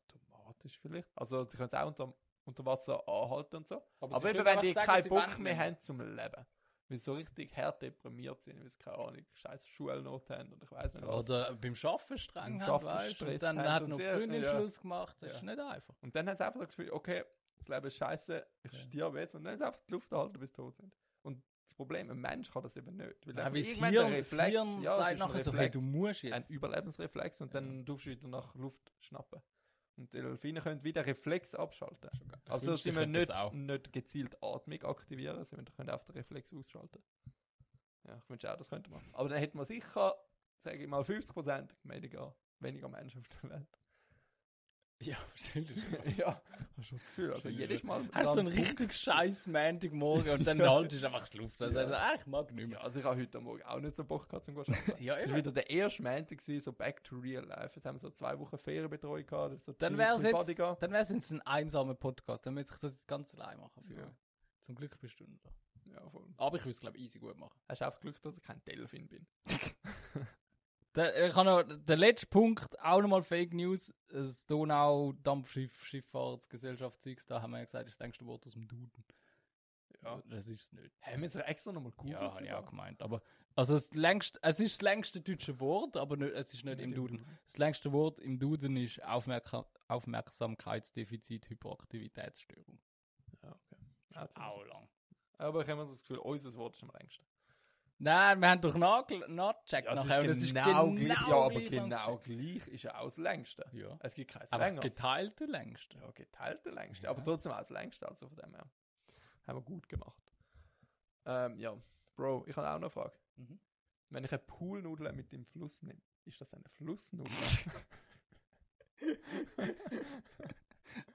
Speaker 3: automatisch vielleicht. Also sie können es auch unter, unter Wasser anhalten und so.
Speaker 2: Aber
Speaker 3: Aber,
Speaker 2: sie
Speaker 3: eben
Speaker 2: können
Speaker 3: wenn
Speaker 2: einfach
Speaker 3: die
Speaker 2: sagen,
Speaker 3: keinen
Speaker 2: sie
Speaker 3: Bock
Speaker 2: wollen
Speaker 3: mehr
Speaker 2: nicht.
Speaker 3: haben zum Leben, weil sie so richtig hart deprimiert sind, weil sie keine Ahnung, scheiß Schulnot haben und ich weiß nicht was.
Speaker 2: oder beim Schaffen streng
Speaker 3: Beim
Speaker 2: haben,
Speaker 3: Schaffen
Speaker 2: weißt, du,
Speaker 3: Stress
Speaker 2: und dann
Speaker 3: haben
Speaker 2: hat
Speaker 3: und
Speaker 2: noch die
Speaker 3: sehr-
Speaker 2: Freundin
Speaker 3: ja.
Speaker 2: Schluss gemacht, das
Speaker 3: Ja.
Speaker 2: ist nicht einfach.
Speaker 3: Und dann haben sie einfach das Gefühl, okay, das Leben ist scheiße, ich
Speaker 2: Ja.
Speaker 3: stirb jetzt und dann haben sie einfach die Luft anhalten, bis sie tot sind. Und das Problem, ein Mensch kann das eben nicht. Weil
Speaker 2: Nein,
Speaker 3: einfach
Speaker 2: weil das
Speaker 3: irgendwann der
Speaker 2: Hirn, das
Speaker 3: Reflex-
Speaker 2: Hirn
Speaker 3: ja, es
Speaker 2: sagt
Speaker 3: ist ein
Speaker 2: nachher so, hey,
Speaker 3: Reflex,
Speaker 2: du musst
Speaker 3: ein
Speaker 2: jetzt.
Speaker 3: Überlebensreflex und dann darfst du wieder nach Luft schnappen. Und die Delfine können wieder Reflex abschalten.
Speaker 2: Ich
Speaker 3: Also
Speaker 2: wünschte,
Speaker 3: sie
Speaker 2: ich
Speaker 3: müssen
Speaker 2: könnte das
Speaker 3: nicht,
Speaker 2: auch.
Speaker 3: nicht gezielt Atmung aktivieren, sie müssen- können einfach den Reflex ausschalten. Ja, ich wünsche auch, das könnte man. Aber dann hätte man sicher, sage ich mal, 50% weniger, weniger Menschen auf der Welt.
Speaker 2: Ja, wahrscheinlich.
Speaker 3: ja, hast du schon das Gefühl. Also
Speaker 2: Wahrscheinlich
Speaker 3: jedes
Speaker 2: schon.
Speaker 3: Mal...
Speaker 2: Hast du so
Speaker 3: dann-
Speaker 2: einen richtig scheiß Montagmorgen und dann halt ist einfach die Luft. Also,
Speaker 3: Ja.
Speaker 2: ah, ich mag nicht
Speaker 3: Ja,
Speaker 2: mehr.
Speaker 3: also ich habe heute Morgen auch nicht so Bock gehabt zum Arbeiten.
Speaker 2: Ja,
Speaker 3: Es
Speaker 2: eben.
Speaker 3: war wieder der erste Montag, gewesen, so back to real life. Jetzt haben wir so zwei Wochen Ferienbetreuung gehabt. So
Speaker 2: Dann
Speaker 3: Teams
Speaker 2: wär's
Speaker 3: mit
Speaker 2: jetzt-
Speaker 3: Buddy gehabt.
Speaker 2: Dann wäre es jetzt ein einsamer Podcast, dann müsste ich das jetzt ganz allein machen. Für
Speaker 3: Ja.
Speaker 2: euch. Zum Glück bist du nicht da.
Speaker 3: Ja, voll.
Speaker 2: Aber ich würde es, glaube ich, easy gut machen.
Speaker 3: Hast du einfach Glück, dass ich kein Delfin bin.
Speaker 2: Der, ich habe noch den letzten Punkt, auch nochmal Fake News. Das Donau-Dampfschiff, Schifffahrtsgesellschaft, Zeugs, da haben wir ja gesagt, das ist das längste Wort aus dem Duden.
Speaker 3: Ja.
Speaker 2: Das ist es nicht.
Speaker 3: Haben wir jetzt extra nochmal gegoogelt?
Speaker 2: ja, habe ich
Speaker 3: sogar?
Speaker 2: auch gemeint. Aber, also es, längst, es ist das längste deutsche Wort, aber nicht, es ist nicht im Duden. Das längste Wort im Duden ist Aufmerka Aufmerksamkeitsdefizit, Hyperaktivitätsstörung.
Speaker 3: Ja, okay. Ja, zum-
Speaker 2: Auch lang.
Speaker 3: Aber ich habe immer so das Gefühl, unser Wort ist am längsten.
Speaker 2: Nein, wir haben doch nachgel- nachgecheckt nachher und es ist genau,
Speaker 3: gleich- Ja, aber
Speaker 2: gleich
Speaker 3: genau
Speaker 2: nachgecheckt.
Speaker 3: gleich ist ja auch das längste.
Speaker 2: Ja.
Speaker 3: Es gibt kein
Speaker 2: Aber
Speaker 3: längeres.
Speaker 2: geteilte längste.
Speaker 3: Ja, geteilte längste.
Speaker 2: Ja.
Speaker 3: Aber trotzdem auch das längste. Also von dem her. Haben wir gut gemacht. Ähm, ja. Bro, ich habe auch noch eine Frage.
Speaker 2: Mhm.
Speaker 3: Wenn ich eine Poolnudel mit dem Fluss nehme, ist das eine Flussnudel?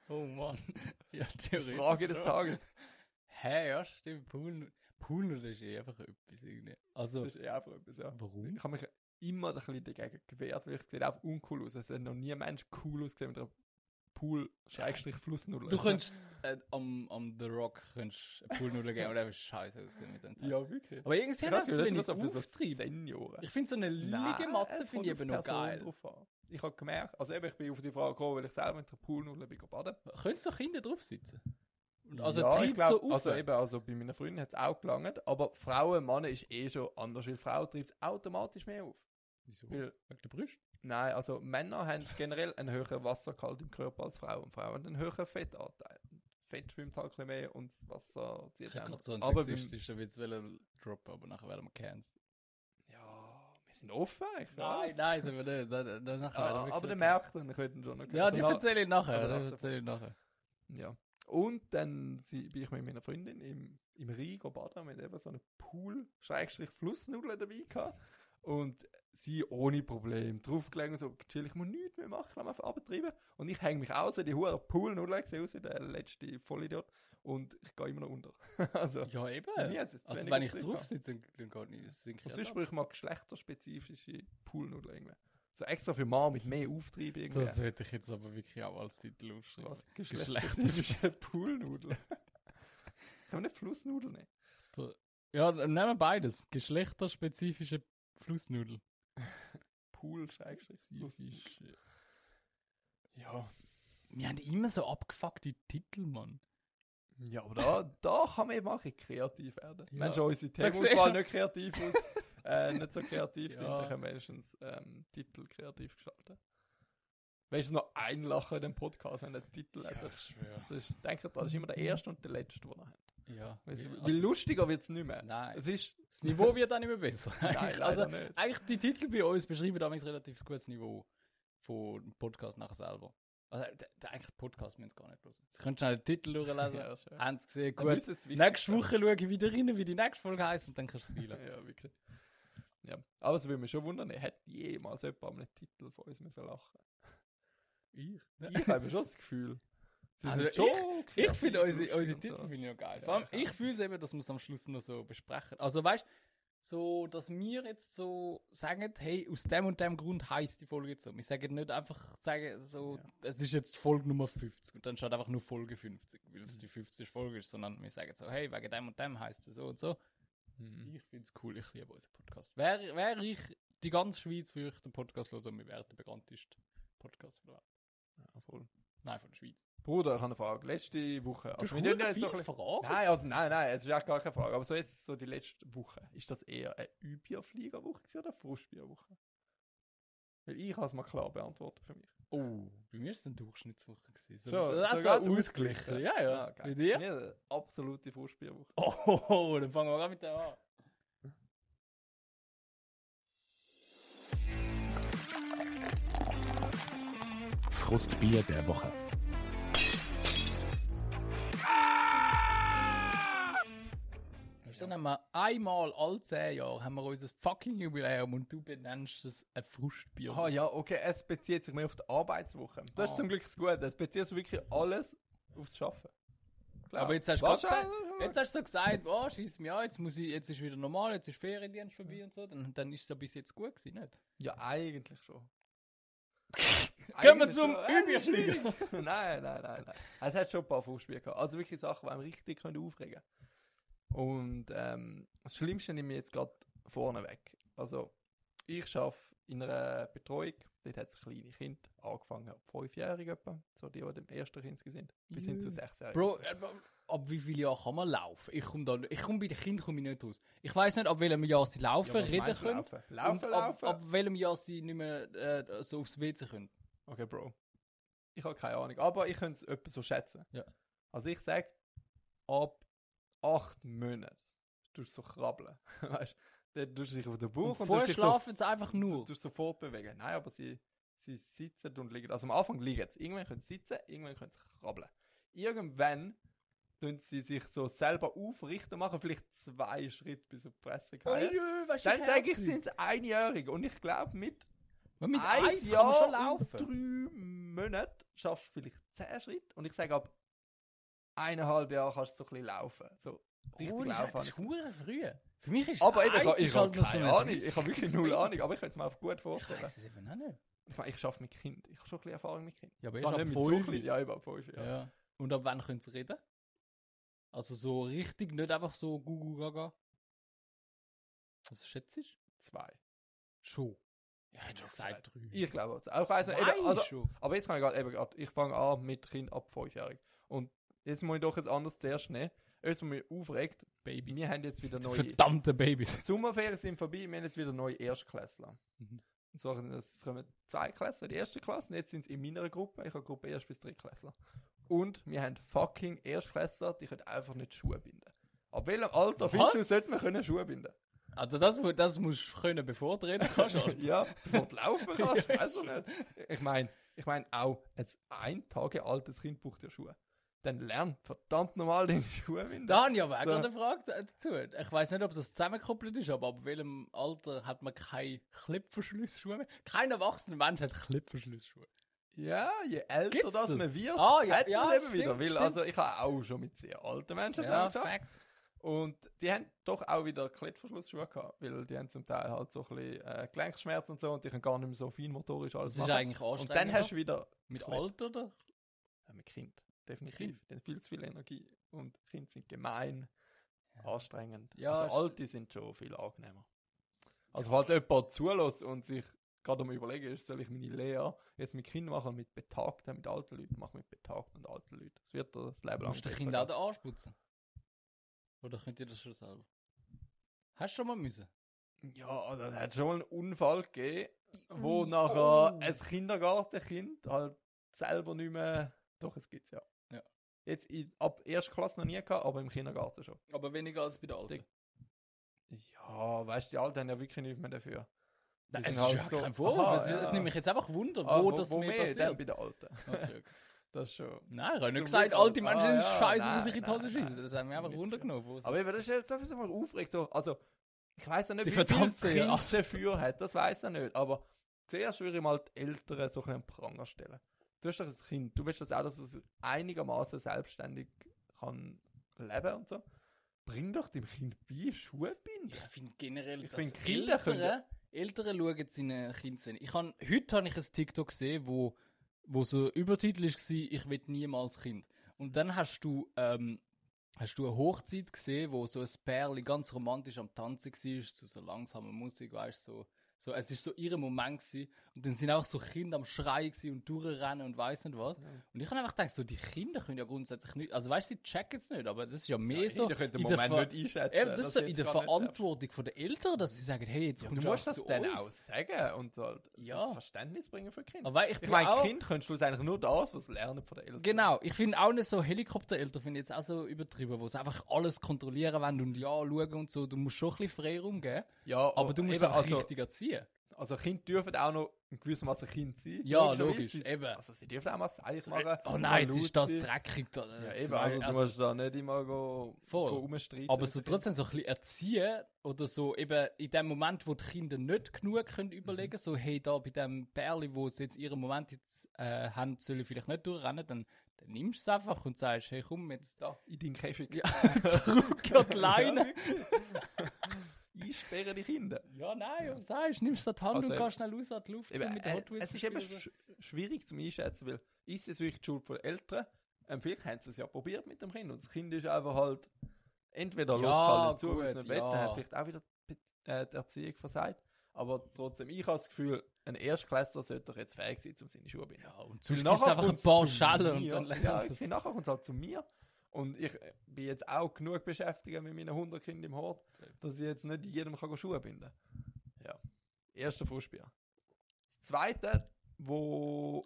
Speaker 2: Oh Mann. ja, theoretisch.
Speaker 3: Frage des
Speaker 2: schon.
Speaker 3: Tages.
Speaker 2: Hä, ja, stimmt. Pool, Pool ist eh einfach etwas irgendwie. Also,
Speaker 3: Das ist eher einfach etwas, ja.
Speaker 2: warum?
Speaker 3: Ich habe mich immer ein bisschen dagegen gewehrt, weil ich sehe einfach uncool aus. Es hat noch nie ein Mensch cool ausgesehen mit einer Pool-Flussnudel.
Speaker 2: Du könntest äh, am, am The Rock könntest eine Poolnudel geben, aber der ist scheiße aussehen mit den
Speaker 3: Ja, wirklich.
Speaker 2: Aber irgendwie hat
Speaker 3: Krass,
Speaker 2: das
Speaker 3: weil
Speaker 2: wenig
Speaker 3: das ist was für so
Speaker 2: Auftrieb.
Speaker 3: Senioren.
Speaker 2: Ich finde so eine Liegematte
Speaker 3: es
Speaker 2: finde ich
Speaker 3: kommt
Speaker 2: eben
Speaker 3: auf
Speaker 2: noch
Speaker 3: die Person
Speaker 2: geil.
Speaker 3: drauf an. Ich habe gemerkt, also eben, ich bin auf die Frage gekommen, weil ich selber mit der Poolnudel bin baden.
Speaker 2: Können so Kinder drauf sitzen? Und Also
Speaker 3: Ja, ich
Speaker 2: treibt
Speaker 3: glaub,
Speaker 2: so auf.
Speaker 3: Also eben, also bei meiner Freundin hat es auch gelangt, aber Frauen, Mann ist eh schon anders, weil Frauen treibt es automatisch mehr auf.
Speaker 2: Wieso?
Speaker 3: Weil,
Speaker 2: Wegen der Brust?
Speaker 3: nein, also Männer haben generell einen höheren Wassergehalt im Körper als Frauen. Und Frauen haben einen höheren Fettanteil. Fett schwimmt halt ein bisschen mehr und das Wasser zieht
Speaker 2: Ich hätte gerade so einen
Speaker 3: Aber beim,
Speaker 2: sexistischen Witz wollen droppen, aber nachher werden wir cancelled.
Speaker 3: ja, wir sind offen, ich
Speaker 2: Nein,
Speaker 3: weiß.
Speaker 2: nein, sind wir nicht. Da- da- da- nachher werden
Speaker 3: Ah,
Speaker 2: wir
Speaker 3: aber
Speaker 2: wirklich gecancelt.
Speaker 3: dann merkt ihr, ich könnte schon noch
Speaker 2: Ja, die
Speaker 3: na-
Speaker 2: erzähle ich nachher.
Speaker 3: Also
Speaker 2: die
Speaker 3: nach-
Speaker 2: erzähle ich nachher.
Speaker 3: Ja. Und dann sie, bin ich mit meiner Freundin im, im Rhein go baden mit eben so einer Pool-Flussnudel dabei gehabt. Und sie ohne Problem draufgelegen und so, chill, ich muss nichts mehr machen, lass mich einfach abtreiben. Und ich hänge mich aus, die hure Pool-Nudel sehe aus wie der letzte Vollidiot. Und ich gehe immer noch unter. also,
Speaker 2: Ja, eben.
Speaker 3: mir hat's jetzt zu
Speaker 2: also
Speaker 3: wenig
Speaker 2: wenn ich
Speaker 3: Auftrieb
Speaker 2: drauf
Speaker 3: gehabt.
Speaker 2: sitze, dann geht nicht. Das sind
Speaker 3: Und
Speaker 2: kreativ.
Speaker 3: sonst brauche ich mal geschlechterspezifische Pool-Nudeln irgendwie. So extra für Mann mit mehr Auftrieb irgendwie.
Speaker 2: Das hätte ich jetzt aber wirklich auch als Titel aufschreiben.
Speaker 3: Was? Geschlechterspezifische Pool-Nudeln. Kann man nicht Flussnudeln nehmen?
Speaker 2: Ja, dann nehmen wir beides. Geschlechterspezifische Flussnudel.
Speaker 3: Pool, Schrägstrich, Flussnudel. Ja.
Speaker 2: Wir haben immer so abgefuckte Titel, Mann.
Speaker 3: Ja, aber da, da kann man eben auch ein bisschen kreativ werden.
Speaker 2: Ja.
Speaker 3: Wenn schon unsere
Speaker 2: Man
Speaker 3: Themenauswahl
Speaker 2: sieht-
Speaker 3: nicht kreativ ist, äh, nicht so kreativ sind,
Speaker 2: Ja.
Speaker 3: dann können wir wenigstens ähm, Titel kreativ gestalten. Weißt du, noch ein Lachen in dem Podcast, wenn der Titel ja. also,
Speaker 2: schwöre. Mhm.
Speaker 3: das ist, denkt, das ist immer der erste und der letzte, den wir haben.
Speaker 2: Ja.
Speaker 3: Weil, es-
Speaker 2: also,
Speaker 3: weil Also, lustiger wird es nicht mehr.
Speaker 2: nein.
Speaker 3: Es ist,
Speaker 2: Das Niveau wird auch nicht mehr besser.
Speaker 3: nein,
Speaker 2: Eigentlich.
Speaker 3: leider
Speaker 2: also,
Speaker 3: nicht.
Speaker 2: eigentlich die Titel bei uns beschreiben damals relativ gutes Niveau vom Podcast nachher selber. Also, der, der eigentlich Podcast müssen sie gar nicht hören. Sie können schnell den Titel durchlesen.
Speaker 3: Ja, schön.
Speaker 2: Haben sie gesehen,
Speaker 3: Dann
Speaker 2: gut.
Speaker 3: wissen sie, wie-
Speaker 2: Nächste Woche schaue ich wieder rein, wie die nächste Folge heisst und dann kannst du es teilen.
Speaker 3: Ja, wirklich. Ja. Aber es würde mich schon wundern, hat jemals jemand an einem Titel von uns müssen lachen
Speaker 2: Ich?
Speaker 3: Ich habe schon das Gefühl. Sie
Speaker 2: Also
Speaker 3: sind
Speaker 2: ich-
Speaker 3: schon
Speaker 2: Ich finde
Speaker 3: kreativ,
Speaker 2: unsere,
Speaker 3: lustig
Speaker 2: unsere
Speaker 3: und
Speaker 2: Titel
Speaker 3: so.
Speaker 2: finde ich noch geil.
Speaker 3: Ja,
Speaker 2: Vor allem,
Speaker 3: ich auch.
Speaker 2: ich fühle es eben, dass wir es am Schluss noch so besprechen. Also weißt so, dass wir jetzt so sagen, hey, aus dem und dem Grund heißt die Folge jetzt so. Wir sagen nicht einfach, sagen so, es ist jetzt Folge Nummer 50 und dann steht einfach nur Folge 50, weil es die 50. Folge ist, sondern wir sagen so, hey, wegen dem und dem heißt es so und so.
Speaker 3: Mhm.
Speaker 2: Ich finde es cool, ich liebe unseren Podcast. Wäre wär ich die ganze Schweiz, würde ich den Podcast hören und wir wären der bekannteste Podcast von der Welt.
Speaker 3: Ja, voll.
Speaker 2: Nein, von der Schweiz.
Speaker 3: Bruder, ich habe eine Frage. Letzte Woche.
Speaker 2: Du
Speaker 3: Also, wir
Speaker 2: hast
Speaker 3: tun ja
Speaker 2: verdammt
Speaker 3: jetzt so ein
Speaker 2: viele
Speaker 3: bisschen-
Speaker 2: Fragen.
Speaker 3: Nein, also nein, nein, es ist echt gar keine Frage. Aber so jetzt, so die letzte Woche, ist das eher eine Übierfliegerwoche gewesen oder eine Frustbierwoche? Weil ich habe es mal klar beantwortet für mich.
Speaker 2: Oh, bei mir ist es eine Durchschnittswoche gewesen. So,
Speaker 3: Schon, so
Speaker 2: also
Speaker 3: ganz
Speaker 2: ausgeglichen. Ja, ja.
Speaker 3: Ah, geil.
Speaker 2: Bei dir?
Speaker 3: Mir eine absolute Frustbierwoche.
Speaker 2: Oh, ho, ho, dann fangen wir gerade mit dem an.
Speaker 1: Krustbier der Woche.
Speaker 2: Dann haben wir einmal alle zehn Jahre haben wir unser fucking Jubiläum und du benennst es ein Frustbier.
Speaker 3: Ah ja, okay, es bezieht sich mehr auf die Arbeitswoche. Das
Speaker 2: Ah.
Speaker 3: ist zum Glück das Gute. Es bezieht sich wirklich alles aufs Schaffen. Klar.
Speaker 2: Aber jetzt hast du
Speaker 3: Was?
Speaker 2: gerade gesagt- jetzt hast du so gesagt, oh, schieß mich an, jetzt, muss ich, jetzt ist wieder normal, jetzt ist Feriendienst vorbei und so, dann, dann ist es ja bis jetzt gut gewesen, nicht?
Speaker 3: Ja, eigentlich schon.
Speaker 2: Gehen wir
Speaker 3: Eigentlich
Speaker 2: zum
Speaker 3: schon. Äh,
Speaker 2: Überflieger.
Speaker 3: schwierig. nein, nein, nein, nein. Es hat schon ein paar Fußspiele gehabt. Also wirklich Sachen, die einem richtig können aufregen Und ähm, das Schlimmste nehme ich jetzt gerade vorne weg. Also, ich arbeite in einer Betreuung. Dort hat es kleine Kinder angefangen, ab 5-Jährigen etwa. So die, die dem ersten Kind sind. Bis hin zu 16-Jährigen.
Speaker 2: Bro, äh, ab wie viel Jahr kann man laufen? Ich komme da, ich komme bei den Kindern komme ich nicht raus. Ich weiß nicht, ab welchem Jahr sie
Speaker 3: Ja,
Speaker 2: laufen,
Speaker 3: was
Speaker 2: reden
Speaker 3: meinst du,
Speaker 2: können.
Speaker 3: Laufen, laufen.
Speaker 2: und
Speaker 3: laufen.
Speaker 2: Ab, ab welchem Jahr sie nicht mehr äh, so aufs WC können.
Speaker 3: Okay, Bro. Ich habe keine Ahnung, aber ich könnte es etwa so schätzen.
Speaker 2: Ja.
Speaker 3: Also ich sage, ab acht Monaten tust du so krabbeln. weißt du, dann tust du dich auf den Bauch
Speaker 2: Und,
Speaker 3: und,
Speaker 2: vorher
Speaker 3: tust dich
Speaker 2: schlafen sie einfach
Speaker 3: so,
Speaker 2: nur.
Speaker 3: tust du sofort bewegen. Nein, aber sie, sie sitzen und liegen. Also am Anfang liegen sie. Irgendwann können sie sitzen, irgendwann können sie krabbeln. Irgendwann tun sie sich so selber aufrichten und machen vielleicht zwei Schritte bis auf die Fresse.
Speaker 2: Oh,
Speaker 3: fallen.
Speaker 2: jö, weißt du,
Speaker 3: Dann sage ich,
Speaker 2: herzig.
Speaker 3: sind es einjährige und ich glaube mit
Speaker 2: Weil Mit
Speaker 3: ein
Speaker 2: eins kann man
Speaker 3: Jahr
Speaker 2: schon
Speaker 3: und
Speaker 2: laufen.
Speaker 3: drei Monate schaffst du vielleicht 10 Schritte und ich sage ab eineinhalb Jahren kannst du so ein bisschen laufen. So richtig
Speaker 2: Holy shit,
Speaker 3: laufen.
Speaker 2: das
Speaker 3: habe
Speaker 2: ist
Speaker 3: ich-
Speaker 2: hure früh. Für mich ist
Speaker 3: aber
Speaker 2: eins
Speaker 3: eben, ich, habe-
Speaker 2: ist
Speaker 3: ich habe
Speaker 2: halt noch so
Speaker 3: keine
Speaker 2: ein-
Speaker 3: Ahnung, ich habe wirklich null Ahnung, aber ich kann es mir auch gut
Speaker 2: Ich
Speaker 3: vorstellen.
Speaker 2: weiß es eben auch nicht.
Speaker 3: Ich meine, ich arbeite mit Kind, ich habe schon ein bisschen Erfahrung mit Kind.
Speaker 2: Ja, aber
Speaker 3: Zwar
Speaker 2: erst ab
Speaker 3: nicht mit so
Speaker 2: fünf.
Speaker 3: klein, ja, über fünf, ja.
Speaker 2: Ja. Und ab wann können sie reden? Also so richtig, nicht einfach so gugu gaga. Was schätzt du?
Speaker 3: zwei.
Speaker 2: Schon. Ja, ich hätte schon gesagt drei.
Speaker 3: Ich glaube, also, ich weiss nicht,
Speaker 2: Zwei
Speaker 3: eben, also,
Speaker 2: schon.
Speaker 3: aber jetzt kann ich gerade eben, gerade- ich fange an mit Kind ab fünfjährig und jetzt muss ich doch jetzt anders zuerst nehmen. Etwas, was mich aufregt,
Speaker 2: Babys.
Speaker 3: wir haben jetzt wieder
Speaker 2: Die
Speaker 3: neue
Speaker 2: Verdammte Babys.
Speaker 3: Die Sommerferien sind vorbei, wir haben jetzt wieder neue Erstklässler.
Speaker 2: Mhm.
Speaker 3: Und so sind das, es kommen zwei Klässler, die erste Klasse, und jetzt sind es in meiner Gruppe, ich habe Gruppe Erst- bis Drittklässler. Und wir haben fucking Erstklässler, die können einfach nicht Schuhe binden. Ab welchem Alter findest du,
Speaker 2: Was?
Speaker 3: sollte man können Schuhe binden?
Speaker 2: Also das, mu- das musst du können, bevor du reden kannst. Also, Alter.
Speaker 3: ja, bevor du laufen kannst,
Speaker 2: Ja,
Speaker 3: weißt du
Speaker 2: ist
Speaker 3: nicht. Ich meine, ich mein, auch ein ein Tage altes Kind braucht ja Schuhe. Dann lernt verdammt normal deine Schuhe binden.
Speaker 2: da habe ich aber auch
Speaker 3: Da-
Speaker 2: gerade eine Frage da- dazu. Ich weiß nicht, ob das zusammengekoppelt ist, aber ab welchem Alter hat man keine Klippverschlussschuhe mehr? Kein erwachsener Mensch hat Klippverschlussschuhe.
Speaker 3: Ja, je älter
Speaker 2: Gibt's
Speaker 3: das
Speaker 2: das?
Speaker 3: man wird,
Speaker 2: Ah, ja,
Speaker 3: hat man
Speaker 2: ja,
Speaker 3: eben
Speaker 2: stimmt,
Speaker 3: wieder. Weil,
Speaker 2: stimmt.
Speaker 3: also ich habe auch schon mit sehr alten Menschen ja, geschafft.
Speaker 2: Facts.
Speaker 3: Und die haben doch auch wieder Klettverschlussschuhe gehabt, weil die haben zum Teil halt so ein bisschen äh, Gelenkschmerzen und so und die können gar nicht mehr so feinmotorisch alles
Speaker 2: Das ist
Speaker 3: machen.
Speaker 2: eigentlich
Speaker 3: Und
Speaker 2: anstrengend.
Speaker 3: dann hast du wieder
Speaker 2: mit
Speaker 3: Klett.
Speaker 2: Alter oder?
Speaker 3: ja, mit Kind, definitiv.
Speaker 2: Kind.
Speaker 3: Die haben viel zu viel Energie und Kinder sind gemein, anstrengend.
Speaker 2: Ja,
Speaker 3: also
Speaker 2: ist-
Speaker 3: alte sind schon viel angenehmer. Also falls jemand zulässt und sich gerade am überlegen ist, soll ich meine Lehre jetzt mit Kindern machen, mit Betagten, mit alten Leuten, mach mit Betagten und alten Leuten. Das wird dir das Leben lang
Speaker 2: Musst du den
Speaker 3: besser
Speaker 2: Kind auch
Speaker 3: gehen.
Speaker 2: den Arsch putzen? Oder könnt ihr das schon selber? Hast du schon mal müssen?
Speaker 3: Ja, also es hat schon mal einen Unfall gegeben, wo nachher
Speaker 2: Mm. Oh.
Speaker 3: ein Kindergartenkind halt selber nicht mehr... Doch, es gibt's ja.
Speaker 2: Ja.
Speaker 3: Jetzt in, ab Erstklasse noch nie gehabt, aber im Kindergarten schon.
Speaker 2: Aber weniger als bei der Alten.
Speaker 3: Dick. Ja, weißt du, die Alten haben ja wirklich nichts mehr dafür. Die
Speaker 2: Nein,
Speaker 3: sind
Speaker 2: es ist
Speaker 3: halt
Speaker 2: ja
Speaker 3: so-
Speaker 2: kein Vorwurf.
Speaker 3: Aha,
Speaker 2: es,
Speaker 3: ja.
Speaker 2: es nimmt mich jetzt einfach Wunder, Also, wo,
Speaker 3: Ah,
Speaker 2: das mir
Speaker 3: mehr?
Speaker 2: passiert. Also
Speaker 3: Dann bei den Alten.
Speaker 2: Okay, okay.
Speaker 3: Das ist schon.
Speaker 2: Nein, ich habe nicht
Speaker 3: Zum
Speaker 2: gesagt,
Speaker 3: Glück,
Speaker 2: alte
Speaker 3: aber-
Speaker 2: Menschen
Speaker 3: ah,
Speaker 2: sind
Speaker 3: ja,
Speaker 2: scheiße,
Speaker 3: nein,
Speaker 2: die sich in die Hose
Speaker 3: nein, nein.
Speaker 2: schießen. Das haben wir
Speaker 3: Zum
Speaker 2: einfach
Speaker 3: Glück,
Speaker 2: Wunder genommen. Wo es-
Speaker 3: Aber eben, das ist jetzt sowieso mal aufregend. So. Also, ich weiß ja nicht,
Speaker 2: Die
Speaker 3: wie viel das
Speaker 2: verdammte
Speaker 3: Kind
Speaker 2: Rache.
Speaker 3: dafür hat, das weiß ich nicht. Aber zuerst würde ich mal die Eltern so ein bisschen am Pranger stellen. Du hast doch ein Kind, du willst das auch, dass es einigermaßen selbstständig kann leben und so. Bring doch dem Kind bei, Schuhe binden.
Speaker 2: ich finde generell,
Speaker 3: Ich
Speaker 2: dass
Speaker 3: find, Kinder können
Speaker 2: Eltern,
Speaker 3: ja-
Speaker 2: Eltern schauen seinen Kindern zu wenig. Ich han, heute habe ich ein TikTok gesehen, wo, wo so Übertitel war, ich will niemals Kind. Und dann hast du, ähm, hast du eine Hochzeit gesehen, wo so ein Pärli ganz romantisch am Tanzen war, zu so langsamer Musik, weißt du, so. So, es ist so ihr Moment gewesen. Und dann sind auch so Kinder am Schreien gewesen und durchrennen und weiss nicht was. Und ich habe einfach gedacht, so, die Kinder können ja grundsätzlich nicht, also weißt du, sie checken es nicht, aber das ist ja mehr
Speaker 3: Ja,
Speaker 2: so.
Speaker 3: die können den
Speaker 2: in der
Speaker 3: Moment
Speaker 2: Ver-
Speaker 3: nicht einschätzen.
Speaker 2: Eben, das
Speaker 3: dass
Speaker 2: ist so in
Speaker 3: sie Äh, jetzt
Speaker 2: der
Speaker 3: gar nicht darf.
Speaker 2: Verantwortung von der Eltern, dass sie sagen, hey, jetzt
Speaker 3: Ja,
Speaker 2: kommst
Speaker 3: du musst
Speaker 2: einfach
Speaker 3: das
Speaker 2: zu
Speaker 3: dann
Speaker 2: uns.
Speaker 3: auch sagen und halt
Speaker 2: Ja.
Speaker 3: so das Verständnis bringen für Kinder.
Speaker 2: Aber ich,
Speaker 3: ich
Speaker 2: bin
Speaker 3: meine,
Speaker 2: auch,
Speaker 3: Kind kannst du eigentlich nur das, was sie lernen von den Eltern.
Speaker 2: Genau, ich finde auch nicht so Helikoptereltern, finde ich jetzt auch so übertrieben, wo sie einfach alles kontrollieren wollen und ja, schauen und so. Du musst schon ein bisschen Freiraum geben,
Speaker 3: Ja,
Speaker 2: aber du musst
Speaker 3: eben,
Speaker 2: auch
Speaker 3: also,
Speaker 2: richtig erziehen.
Speaker 3: Also Kinder dürfen auch noch in gewissem Maße Kind sein.
Speaker 2: Ja,
Speaker 3: Logischerweise.
Speaker 2: logisch,
Speaker 3: Sie-
Speaker 2: eben.
Speaker 3: Also sie dürfen auch mal Seich machen.
Speaker 2: Oh nein,
Speaker 3: mal
Speaker 2: jetzt ist
Speaker 3: laut
Speaker 2: das
Speaker 3: sein.
Speaker 2: dreckig. Da,
Speaker 3: Ja,
Speaker 2: zum
Speaker 3: eben, also du
Speaker 2: Beispiel.
Speaker 3: musst da nicht immer go,
Speaker 2: Voll.
Speaker 3: go rumstreiten.
Speaker 2: Aber
Speaker 3: mit
Speaker 2: so
Speaker 3: den Kindern.
Speaker 2: trotzdem so ein bisschen erziehen oder so eben in dem Moment, wo die Kinder nicht genug
Speaker 3: Mhm.
Speaker 2: können überlegen können, so hey, da bei dem Bärli, wo sie jetzt ihren Moment jetzt äh, haben, soll ich vielleicht nicht durchrennen, dann, dann nimmst du es einfach und sagst, hey komm, jetzt
Speaker 3: Da, in deinen Käfig.
Speaker 2: ja, zurück an die Leine.
Speaker 3: Einsperren die Kinder.
Speaker 2: Ja, nein, und sagst, nimmst du die Hand
Speaker 3: Also
Speaker 2: und
Speaker 3: eben-
Speaker 2: gehst schnell raus an die Luft so
Speaker 3: Eben,
Speaker 2: mit der
Speaker 3: äh,
Speaker 2: Hot Wheels
Speaker 3: es ist eben
Speaker 2: verspielen.
Speaker 3: sch schwierig zum Einschätzen, weil ist es wirklich die Schuld von Eltern? Ähm, vielleicht haben sie es ja probiert mit dem Kind und das Kind ist einfach halt entweder
Speaker 2: Ja,
Speaker 3: lässt es halt zu,
Speaker 2: gut,
Speaker 3: weil es nicht will, dann
Speaker 2: ja.
Speaker 3: hat vielleicht auch wieder die, Be- äh, die Erziehung versagt. Aber trotzdem, ich habe das Gefühl, ein Erstklässler sollte doch jetzt fähig sein, um seine Schuhe zu binden.
Speaker 2: Ja, und
Speaker 3: Weil
Speaker 2: sonst gibt's einfach ein
Speaker 3: kommt's
Speaker 2: paar
Speaker 3: zu
Speaker 2: Schellen und
Speaker 3: mir.
Speaker 2: dann lernt
Speaker 3: Ja,
Speaker 2: es.
Speaker 3: okay, nachher kommt es halt zu mir. Und ich äh, bin jetzt auch genug beschäftigt mit meinen 100 Kindern im Hort, dass ich jetzt nicht jedem kann Schuhe binden kann. Ja. Erster Fußspiel. Das zweite, wo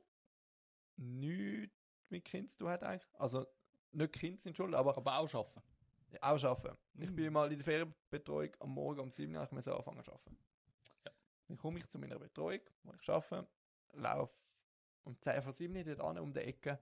Speaker 3: nichts mit Kind zu tun hat eigentlich. Also nicht Kind sind schuld, aber
Speaker 2: Aber auch schaffen.
Speaker 3: auch arbeiten. Ich
Speaker 2: Mhm.
Speaker 3: bin mal in der Ferienbetreuung am Morgen um 7 Uhr, ich muss anfangen zu arbeiten. Dann komme ich zu meiner Betreuung, wo ich arbeite, laufe um 10 vor 7 Uhr dort an, um die Ecke.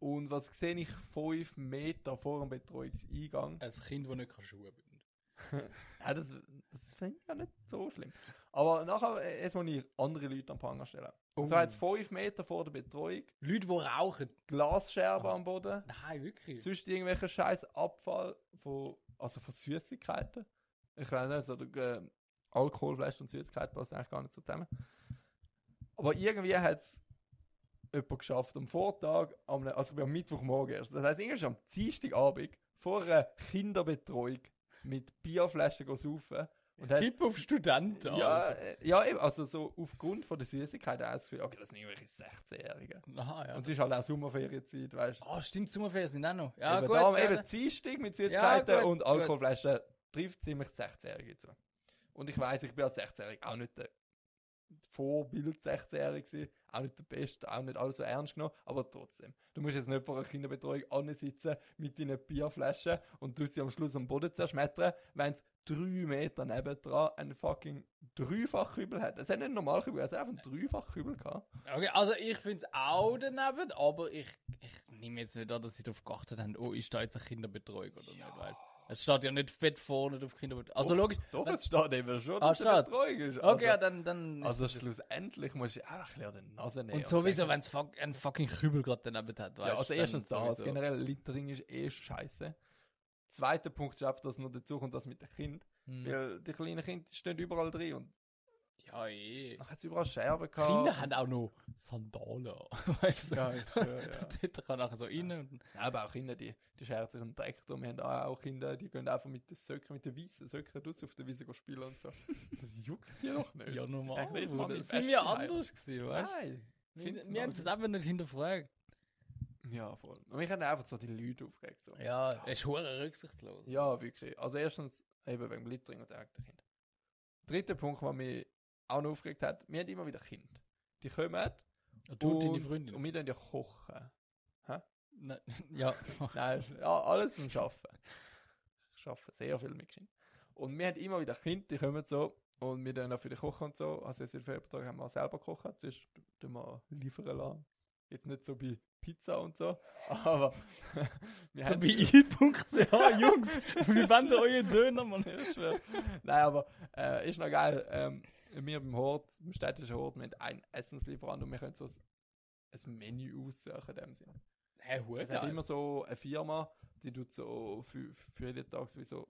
Speaker 3: Und was sehe ich 5 Meter vor dem Betreuungseingang?
Speaker 2: Ein Kind, das nicht kann Schuhe binden
Speaker 3: Ja, das, das finde ich ja nicht so schlimm. Aber nachher, äh, jetzt muss ich andere Leute am Pranger stellen. Und zwar
Speaker 2: Oh.
Speaker 3: jetzt 5 Meter vor der Betreuung,
Speaker 2: Leute, die rauchen.
Speaker 3: Glasscherben
Speaker 2: Ah.
Speaker 3: am Boden,
Speaker 2: Nein, wirklich.
Speaker 3: sonst irgendwelcher scheiß Abfall von, also von Süßigkeiten. Ich weiß nicht, so, der, äh, Alkohol, Fleisch und Süßigkeiten passen eigentlich gar nicht so zusammen. Aber irgendwie hat es jemand geschafft am Vortag, am, also ich bin am Mittwochmorgen erst. Das heisst, irgendwie schon am Dienstagabend vor einer Kinderbetreuung mit Bierflaschen go saufen und hat
Speaker 2: Tipp auf Studenten.
Speaker 3: ja,
Speaker 2: Alter.
Speaker 3: äh, ja, eben, also so aufgrund von der Süßigkeit auch das Gefühl, okay, das sind irgendwelche 16-Jährigen.
Speaker 2: Aha, ja.
Speaker 3: Und es ist halt auch Sommerferienzeit, weißt du.
Speaker 2: Ah, stimmt, Sommerferien sind auch noch. Ja,
Speaker 3: eben
Speaker 2: gut.
Speaker 3: darum,
Speaker 2: ja,
Speaker 3: eben
Speaker 2: ne.
Speaker 3: Dienstag mit Süßigkeiten
Speaker 2: Ja, gut,
Speaker 3: und
Speaker 2: gut.
Speaker 3: Alkoholflaschen trifft ziemlich 16-Jährige zu. Und ich weiß ich bin als 16-Jähriger auch nicht der Vorbild 16-Jähriger gewesen, auch nicht der Beste, auch nicht alles so ernst genommen, aber trotzdem. Du musst jetzt nicht vor einer Kinderbetreuung ansitzen mit deinen Bierflaschen und du sie am Schluss am Boden zerschmettern, wenn es drei Meter nebendran einen fucking Dreifachkübel hat. Es hat nicht einen Normalkübel, es hat einfach einen Dreifachkübel gehabt.
Speaker 2: Okay, also ich finde es auch daneben, aber ich, ich nehme jetzt nicht an, dass sie darauf geachtet haben, oh, ist da jetzt eine Kinderbetreuung oder nicht, weil es steht ja nicht fett vorne drauf Kinderbetreuung. Also logisch.
Speaker 3: Doch,
Speaker 2: Wenn-
Speaker 3: es steht eben schon,
Speaker 2: Ah,
Speaker 3: dass es eine
Speaker 2: steht's?
Speaker 3: Betreuung ist.
Speaker 2: Okay,
Speaker 3: Also-
Speaker 2: ja, dann, dann
Speaker 3: Also schlussendlich musst du auch ein bisschen an den Nase nehmen.
Speaker 2: Und sowieso,
Speaker 3: denken,
Speaker 2: wenn es fuck, ein fucking Kübel gerade daneben hat, weißt
Speaker 3: Ja, also
Speaker 2: dann
Speaker 3: erstens das,
Speaker 2: sowieso.
Speaker 3: generell Littering ist eh scheiße. Zweiter Punkt ist einfach, dass noch dazu kommt, das mit den Kindern.
Speaker 2: Hm.
Speaker 3: Weil die kleinen Kinder stehen überall drin und
Speaker 2: Ja, eh.
Speaker 3: dann hat es überall Scherben gehabt.
Speaker 2: Kinder haben auch noch Sandalen. an, weißt du?
Speaker 3: Ja, ich schwöre, ja.
Speaker 2: Dort kann nachher so rein und.
Speaker 3: Nein, aber auch Kinder, die, die scheren sich einen Dreck drum. Wir haben auch Kinder, die gehen einfach mit den Söcken, mit den weißen Söcken raus auf der Wiese gehen spielen und so. Das juckt dir doch nicht.
Speaker 2: Ja, normal.
Speaker 3: denke, jedes Mal
Speaker 2: Bruder.
Speaker 3: mit
Speaker 2: Sind wir
Speaker 3: Wespen
Speaker 2: anders gewesen, weißt du?
Speaker 3: Nein. Kinder
Speaker 2: Wir,
Speaker 3: sind
Speaker 2: wir haben
Speaker 3: anders.
Speaker 2: das Leben nicht hinterfragt.
Speaker 3: Ja, voll. Und mich haben einfach so die Leute aufgeregt. So.
Speaker 2: Ja, es ist hure rücksichtslos.
Speaker 3: Ja, wirklich. Also erstens eben wegen dem Littering und der eigenen Kind. Dritter Punkt, der mich auch noch aufgeregt hat, wir haben immer wieder Kinder. Die kommen
Speaker 2: Und du und deine Freundin.
Speaker 3: und wir dann ja kochen.
Speaker 2: Nein, ja.
Speaker 3: Nein, ist- ja, alles beim Schaffen. Ich arbeite sehr viel mit Kindern. Und wir haben immer wieder Kinder, die kommen so und wir dann auch für die kochen und so. Also jetzt in den Tag haben wir selber gekocht, sonst tun wir liefern lassen. Jetzt nicht so bei Pizza und so, aber wir
Speaker 2: So bei i.ch, Jungs, wir wenden euren Döner, Mann.
Speaker 3: Ich schwör. Nein, aber äh, ist noch geil. Ähm, wir beim Hort, im städtischen Hort, wir haben einen Essenslieferant und wir können so ein, ein Menü aussuchen in dem Sinne.
Speaker 2: Hä, hure
Speaker 3: Es hat
Speaker 2: geil.
Speaker 3: immer so eine Firma, die tut so für, für jeden Tag wie so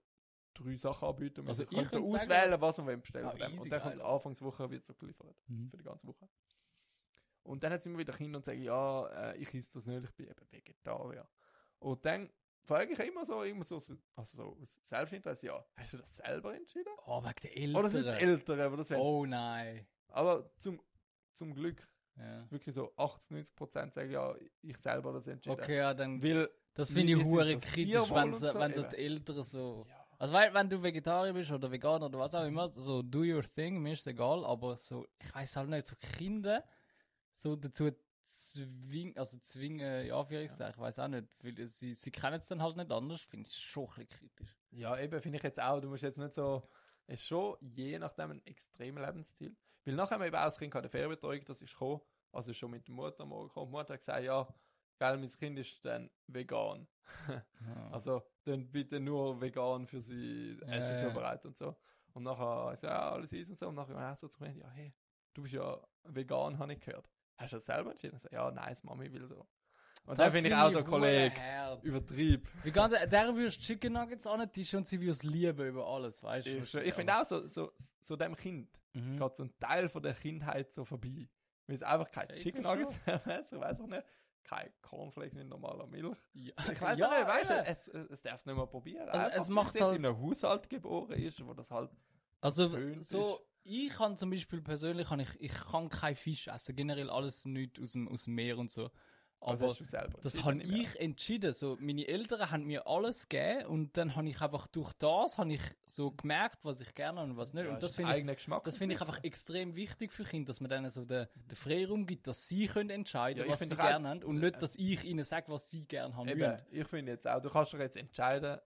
Speaker 3: drei Sachen anbieten. Und
Speaker 2: Also
Speaker 3: also können
Speaker 2: ich
Speaker 3: so
Speaker 2: könnte sagen,
Speaker 3: auswählen, was man bestellen
Speaker 2: Ah,
Speaker 3: von dem.
Speaker 2: easy,
Speaker 3: Und dann kommt
Speaker 2: geil.
Speaker 3: Anfangswoche wird so geliefert.
Speaker 2: Mhm.
Speaker 3: Für die ganze Woche. Und dann hat es immer wieder Kinder und sagen, ja, äh, ich esse das nicht, ich bin eben Vegetarier. Und dann frage ich immer so, immer so, so- also so aus Selbstinteresse, ja, hast du das selber entschieden?
Speaker 2: Oh, wegen der
Speaker 3: Oder sind es die
Speaker 2: Eltern.
Speaker 3: Älteren, die das wollen?
Speaker 2: Oh nein.
Speaker 3: Aber zum, zum Glück,
Speaker 2: Ja.
Speaker 3: wirklich so 80, 90 Prozent sagen, ja, ich selber habe das entschieden.
Speaker 2: Okay, ja, dann.
Speaker 3: Weil,
Speaker 2: Das finde ich
Speaker 3: wir sind
Speaker 2: hure
Speaker 3: so
Speaker 2: kritisch,
Speaker 3: Tierwohl
Speaker 2: wenn,
Speaker 3: und
Speaker 2: so,
Speaker 3: so,
Speaker 2: wenn
Speaker 3: eben.
Speaker 2: da die Eltern so.
Speaker 3: ja,
Speaker 2: Also, weil, wenn du Vegetarier bist oder Veganer oder was auch immer, so do your thing, mir ist egal, aber so, ich weiß halt nicht, so Kinder so dazu zwingen, also zwingen, ja, Anführungszeichen, ich weiß auch nicht, weil sie, sie kennen es dann halt nicht anders, finde ich schon ein bisschen kritisch.
Speaker 3: Ja, eben, finde ich jetzt auch. Du musst jetzt nicht so ist schon je nachdem ein extremer Lebensstil. Weil nachher haben wir eben auch das Kind gehabt, der Ferienbetreuung, das ist gekommen, also ist schon mit der Mutter am morgen gekommen. Die Mutter hat gesagt, ja, geil, mein Kind ist dann vegan.
Speaker 2: Also,
Speaker 3: Also dann bitte nur vegan für sie
Speaker 2: Ja,
Speaker 3: Essen
Speaker 2: ja.
Speaker 3: zubereiten und so. Und nachher ist ja alles easy und so. Und nachher war ich so zu mir, ja, hey, du bist ja vegan, habe ich gehört. Hast du das selber entschieden? Ich so, ja, nice, Mami will so. Und da finde ich auch so, Kollege, übertrieb.
Speaker 2: Wie ganz, der würdest Chicken Nuggets antischen und sie würdest lieben über alles, weißt du?
Speaker 3: Ich, ich finde auch so, so, so dem Kind
Speaker 2: Mhm.
Speaker 3: geht so ein Teil von der Kindheit so vorbei. Weil es einfach kein
Speaker 2: Ja, ich
Speaker 3: Chicken
Speaker 2: bin
Speaker 3: Nuggets mehr essen, weiß ich nicht. Kein Cornflakes mit normaler Milch.
Speaker 2: Ja.
Speaker 3: Ich weiß
Speaker 2: ja,
Speaker 3: auch nicht, weißt du,
Speaker 2: eben.
Speaker 3: es, es darf es nicht mehr probieren.
Speaker 2: Also es
Speaker 3: weil
Speaker 2: macht
Speaker 3: sie jetzt
Speaker 2: halt-
Speaker 3: in einem Haushalt geboren ist, wo das halt
Speaker 2: Also
Speaker 3: Schön
Speaker 2: so, ich kann zum Beispiel persönlich, kann ich, ich kann keinen Fisch essen, generell alles nichts aus dem, aus dem Meer und so.
Speaker 3: Also
Speaker 2: Aber
Speaker 3: hast du selber
Speaker 2: das
Speaker 3: entschieden,
Speaker 2: habe
Speaker 3: nicht mehr.
Speaker 2: ich entschieden. So, meine Eltern haben mir alles gegeben und dann habe ich einfach durch das habe ich so gemerkt, was ich gerne und was nicht.
Speaker 3: Ja,
Speaker 2: und das
Speaker 3: ist ein
Speaker 2: finde ich,
Speaker 3: eigener Geschmack.
Speaker 2: das finde ich einfach extrem wichtig für Kinder, dass man denen so den, den Freiraum gibt, dass sie können entscheiden,
Speaker 3: Ja, ich
Speaker 2: was sie
Speaker 3: finde doch auch-
Speaker 2: gerne haben und nicht, dass ich ihnen sage, was sie gerne haben
Speaker 3: Eben,
Speaker 2: wollen.
Speaker 3: ich finde jetzt auch, du kannst doch jetzt entscheiden,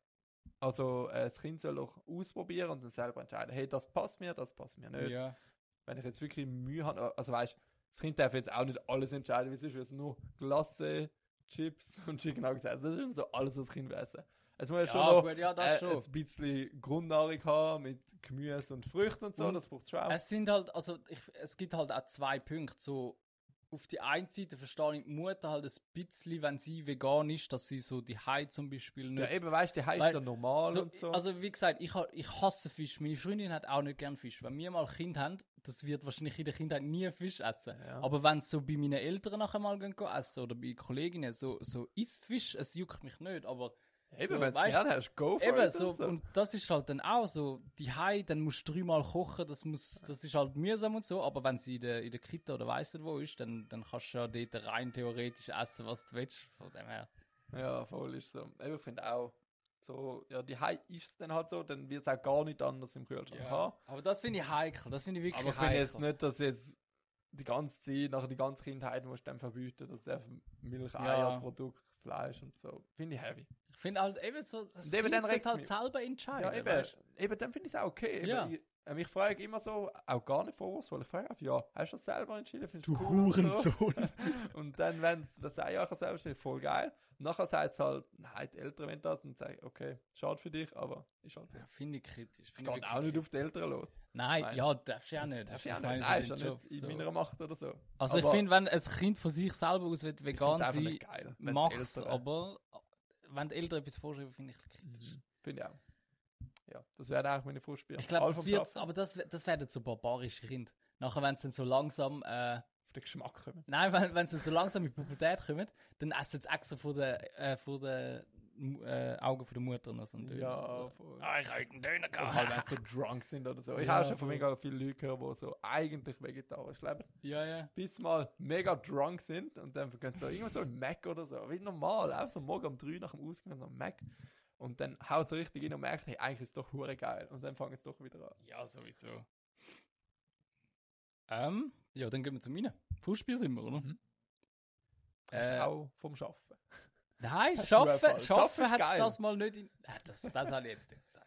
Speaker 3: also äh, das Kind soll auch ausprobieren und dann selber entscheiden, hey, das passt mir, das passt mir nicht.
Speaker 2: Ja.
Speaker 3: Wenn ich jetzt wirklich Mühe habe, also weißt das Kind darf jetzt auch nicht alles entscheiden, wie es ist, weil es nur Glasse, Chips und Chicken Nuggets essen. Das ist schon so alles, was das Kind will essen. Es muss ja,
Speaker 2: Ja,
Speaker 3: schon noch
Speaker 2: gut, ja, das
Speaker 3: äh,
Speaker 2: schon.
Speaker 3: ein bisschen Grundnahrung haben mit Gemüse und Früchten und so,
Speaker 2: Und
Speaker 3: das braucht es schon auch.
Speaker 2: Es sind halt, also ich, es gibt halt auch zwei Punkte. So, auf die einen Seite verstehe ich die Mutter halt ein bisschen, wenn sie vegan ist, dass sie so die Hai zum Beispiel nicht.
Speaker 3: ja, eben, weißt du, der heißt
Speaker 2: Weil-
Speaker 3: ja normal
Speaker 2: so,
Speaker 3: und so.
Speaker 2: Also wie gesagt, ich, ha- ich hasse Fisch. Meine Freundin hat auch nicht gern Fisch. Wenn wir mal Kind haben, das wird wahrscheinlich in der Kindheit nie Fisch essen.
Speaker 3: Ja.
Speaker 2: Aber wenn es so bei meinen Eltern nachher mal gehen, gehen essen oder bei Kolleginnen, so, so isst Fisch, es juckt mich nicht, aber
Speaker 3: Eben,
Speaker 2: so,
Speaker 3: wenn du es
Speaker 2: weißt-
Speaker 3: gerne hast, go for
Speaker 2: Eben,
Speaker 3: it. also.
Speaker 2: so,
Speaker 3: und so.
Speaker 2: und das ist halt dann auch so, die Hai, dann musst du dreimal kochen, das muss, das ist halt mühsam und so, aber wenn sie in der, in der Kita oder weiss nicht wo ist, dann, dann kannst du ja dort rein theoretisch essen, was du willst, von dem her.
Speaker 3: Ja, voll ist so. Eben, Ich finde auch, so, ja, die Hai ist es dann halt so, dann wird es auch gar nicht anders im Kühlschrank haben.
Speaker 2: Aber das finde ich heikel, das finde ich wirklich
Speaker 3: Aber ich finde
Speaker 2: heikel.
Speaker 3: jetzt nicht, dass jetzt die ganze Zeit, nachher die ganze Kindheit musst du dann verbieten, dass einfach Milch, Eier,
Speaker 2: Ja.
Speaker 3: Produkt, Fleisch und so. Finde ich heavy.
Speaker 2: Ich finde halt eben so, das
Speaker 3: Und eben
Speaker 2: Kind
Speaker 3: dann
Speaker 2: sollte
Speaker 3: regt's
Speaker 2: halt
Speaker 3: mich.
Speaker 2: selber entscheiden.
Speaker 3: Ja, eben,
Speaker 2: weißt du?
Speaker 3: eben dann finde ich es auch okay. Eben,
Speaker 2: Ja.
Speaker 3: Ich, ähm, ich frage immer so, auch gar nicht vorwurfsvoll, ich frage einfach, ja, hast du das selber entschieden? Findest
Speaker 2: Du
Speaker 3: cool und so?
Speaker 2: Hurensohn.
Speaker 3: Und dann, wenn es das ein Jahr selber steht, voll geil. Nachher sagt es halt, nein, die Eltern wollen das und sagen, okay, schade für dich, aber ist halt so.
Speaker 2: Ja, finde ich kritisch.
Speaker 3: Ich
Speaker 2: Find
Speaker 3: gehe
Speaker 2: wirklich
Speaker 3: auch nicht
Speaker 2: kritisch.
Speaker 3: auf die Eltern los.
Speaker 2: Nein,
Speaker 3: Nein.
Speaker 2: ja, darfst du ja
Speaker 3: Das
Speaker 2: nicht.
Speaker 3: darf
Speaker 2: Ich
Speaker 3: ich auch
Speaker 2: meine,
Speaker 3: nicht.
Speaker 2: es
Speaker 3: Nein,
Speaker 2: ist
Speaker 3: ist ja
Speaker 2: dein Job,
Speaker 3: nicht in
Speaker 2: so.
Speaker 3: meiner Macht oder so.
Speaker 2: Also ich
Speaker 3: Aber
Speaker 2: finde, wenn ein Kind von sich selber aus will
Speaker 3: ich find's
Speaker 2: vegan
Speaker 3: einfach
Speaker 2: sein,
Speaker 3: nicht geil, wenn die
Speaker 2: mach's,
Speaker 3: Eltern-
Speaker 2: aber äh, wenn die Eltern etwas vorschreiben, finde ich kritisch.
Speaker 3: Mhm. Finde ich auch. Ja, das wäre eigentlich meine Frustbier.
Speaker 2: Ich glaube, das wird, aber das, wär- das werden so barbarische Kinder. Nachher, wenn sie dann so langsam, äh,
Speaker 3: auf den Geschmack kommen.
Speaker 2: nein, wenn, wenn sie dann so langsam in die Pubertät kommen, dann essen sie extra vor den, äh, vor den Mu- äh, Augen von der Mutter noch so einen Döner.
Speaker 3: Ja,
Speaker 2: Oder-
Speaker 3: voll.
Speaker 2: Ah, ich habe einen Döner
Speaker 3: Und
Speaker 2: gehabt.
Speaker 3: halt, wenn sie so drunk sind oder so. Ich
Speaker 2: Ja,
Speaker 3: habe schon von
Speaker 2: voll.
Speaker 3: mega vielen Leuten gehört, die so eigentlich vegetarisch leben,
Speaker 2: ja, ja.
Speaker 3: bis mal mega drunk sind und dann gehen sie so irgendwo so im Mac oder so, wie normal, einfach so morgen um drei nach dem Ausgang am Mac und dann haut sie richtig hin und merkt, hey, eigentlich ist es doch hure geil und dann fangen sie doch wieder an.
Speaker 2: Ja, sowieso. Ähm, ja, dann gehen wir zu meinen. Fußspiel sind wir, oder?
Speaker 3: Mhm. Das ist
Speaker 2: Äh,
Speaker 3: auch vom Schaffen.
Speaker 2: Nein,
Speaker 3: Per
Speaker 2: schaffen,
Speaker 3: Zufall. Schaffen
Speaker 2: schaffen
Speaker 3: ist
Speaker 2: hat es
Speaker 3: geil.
Speaker 2: das mal nicht in. Ah, Das, das habe ich jetzt nicht gesagt.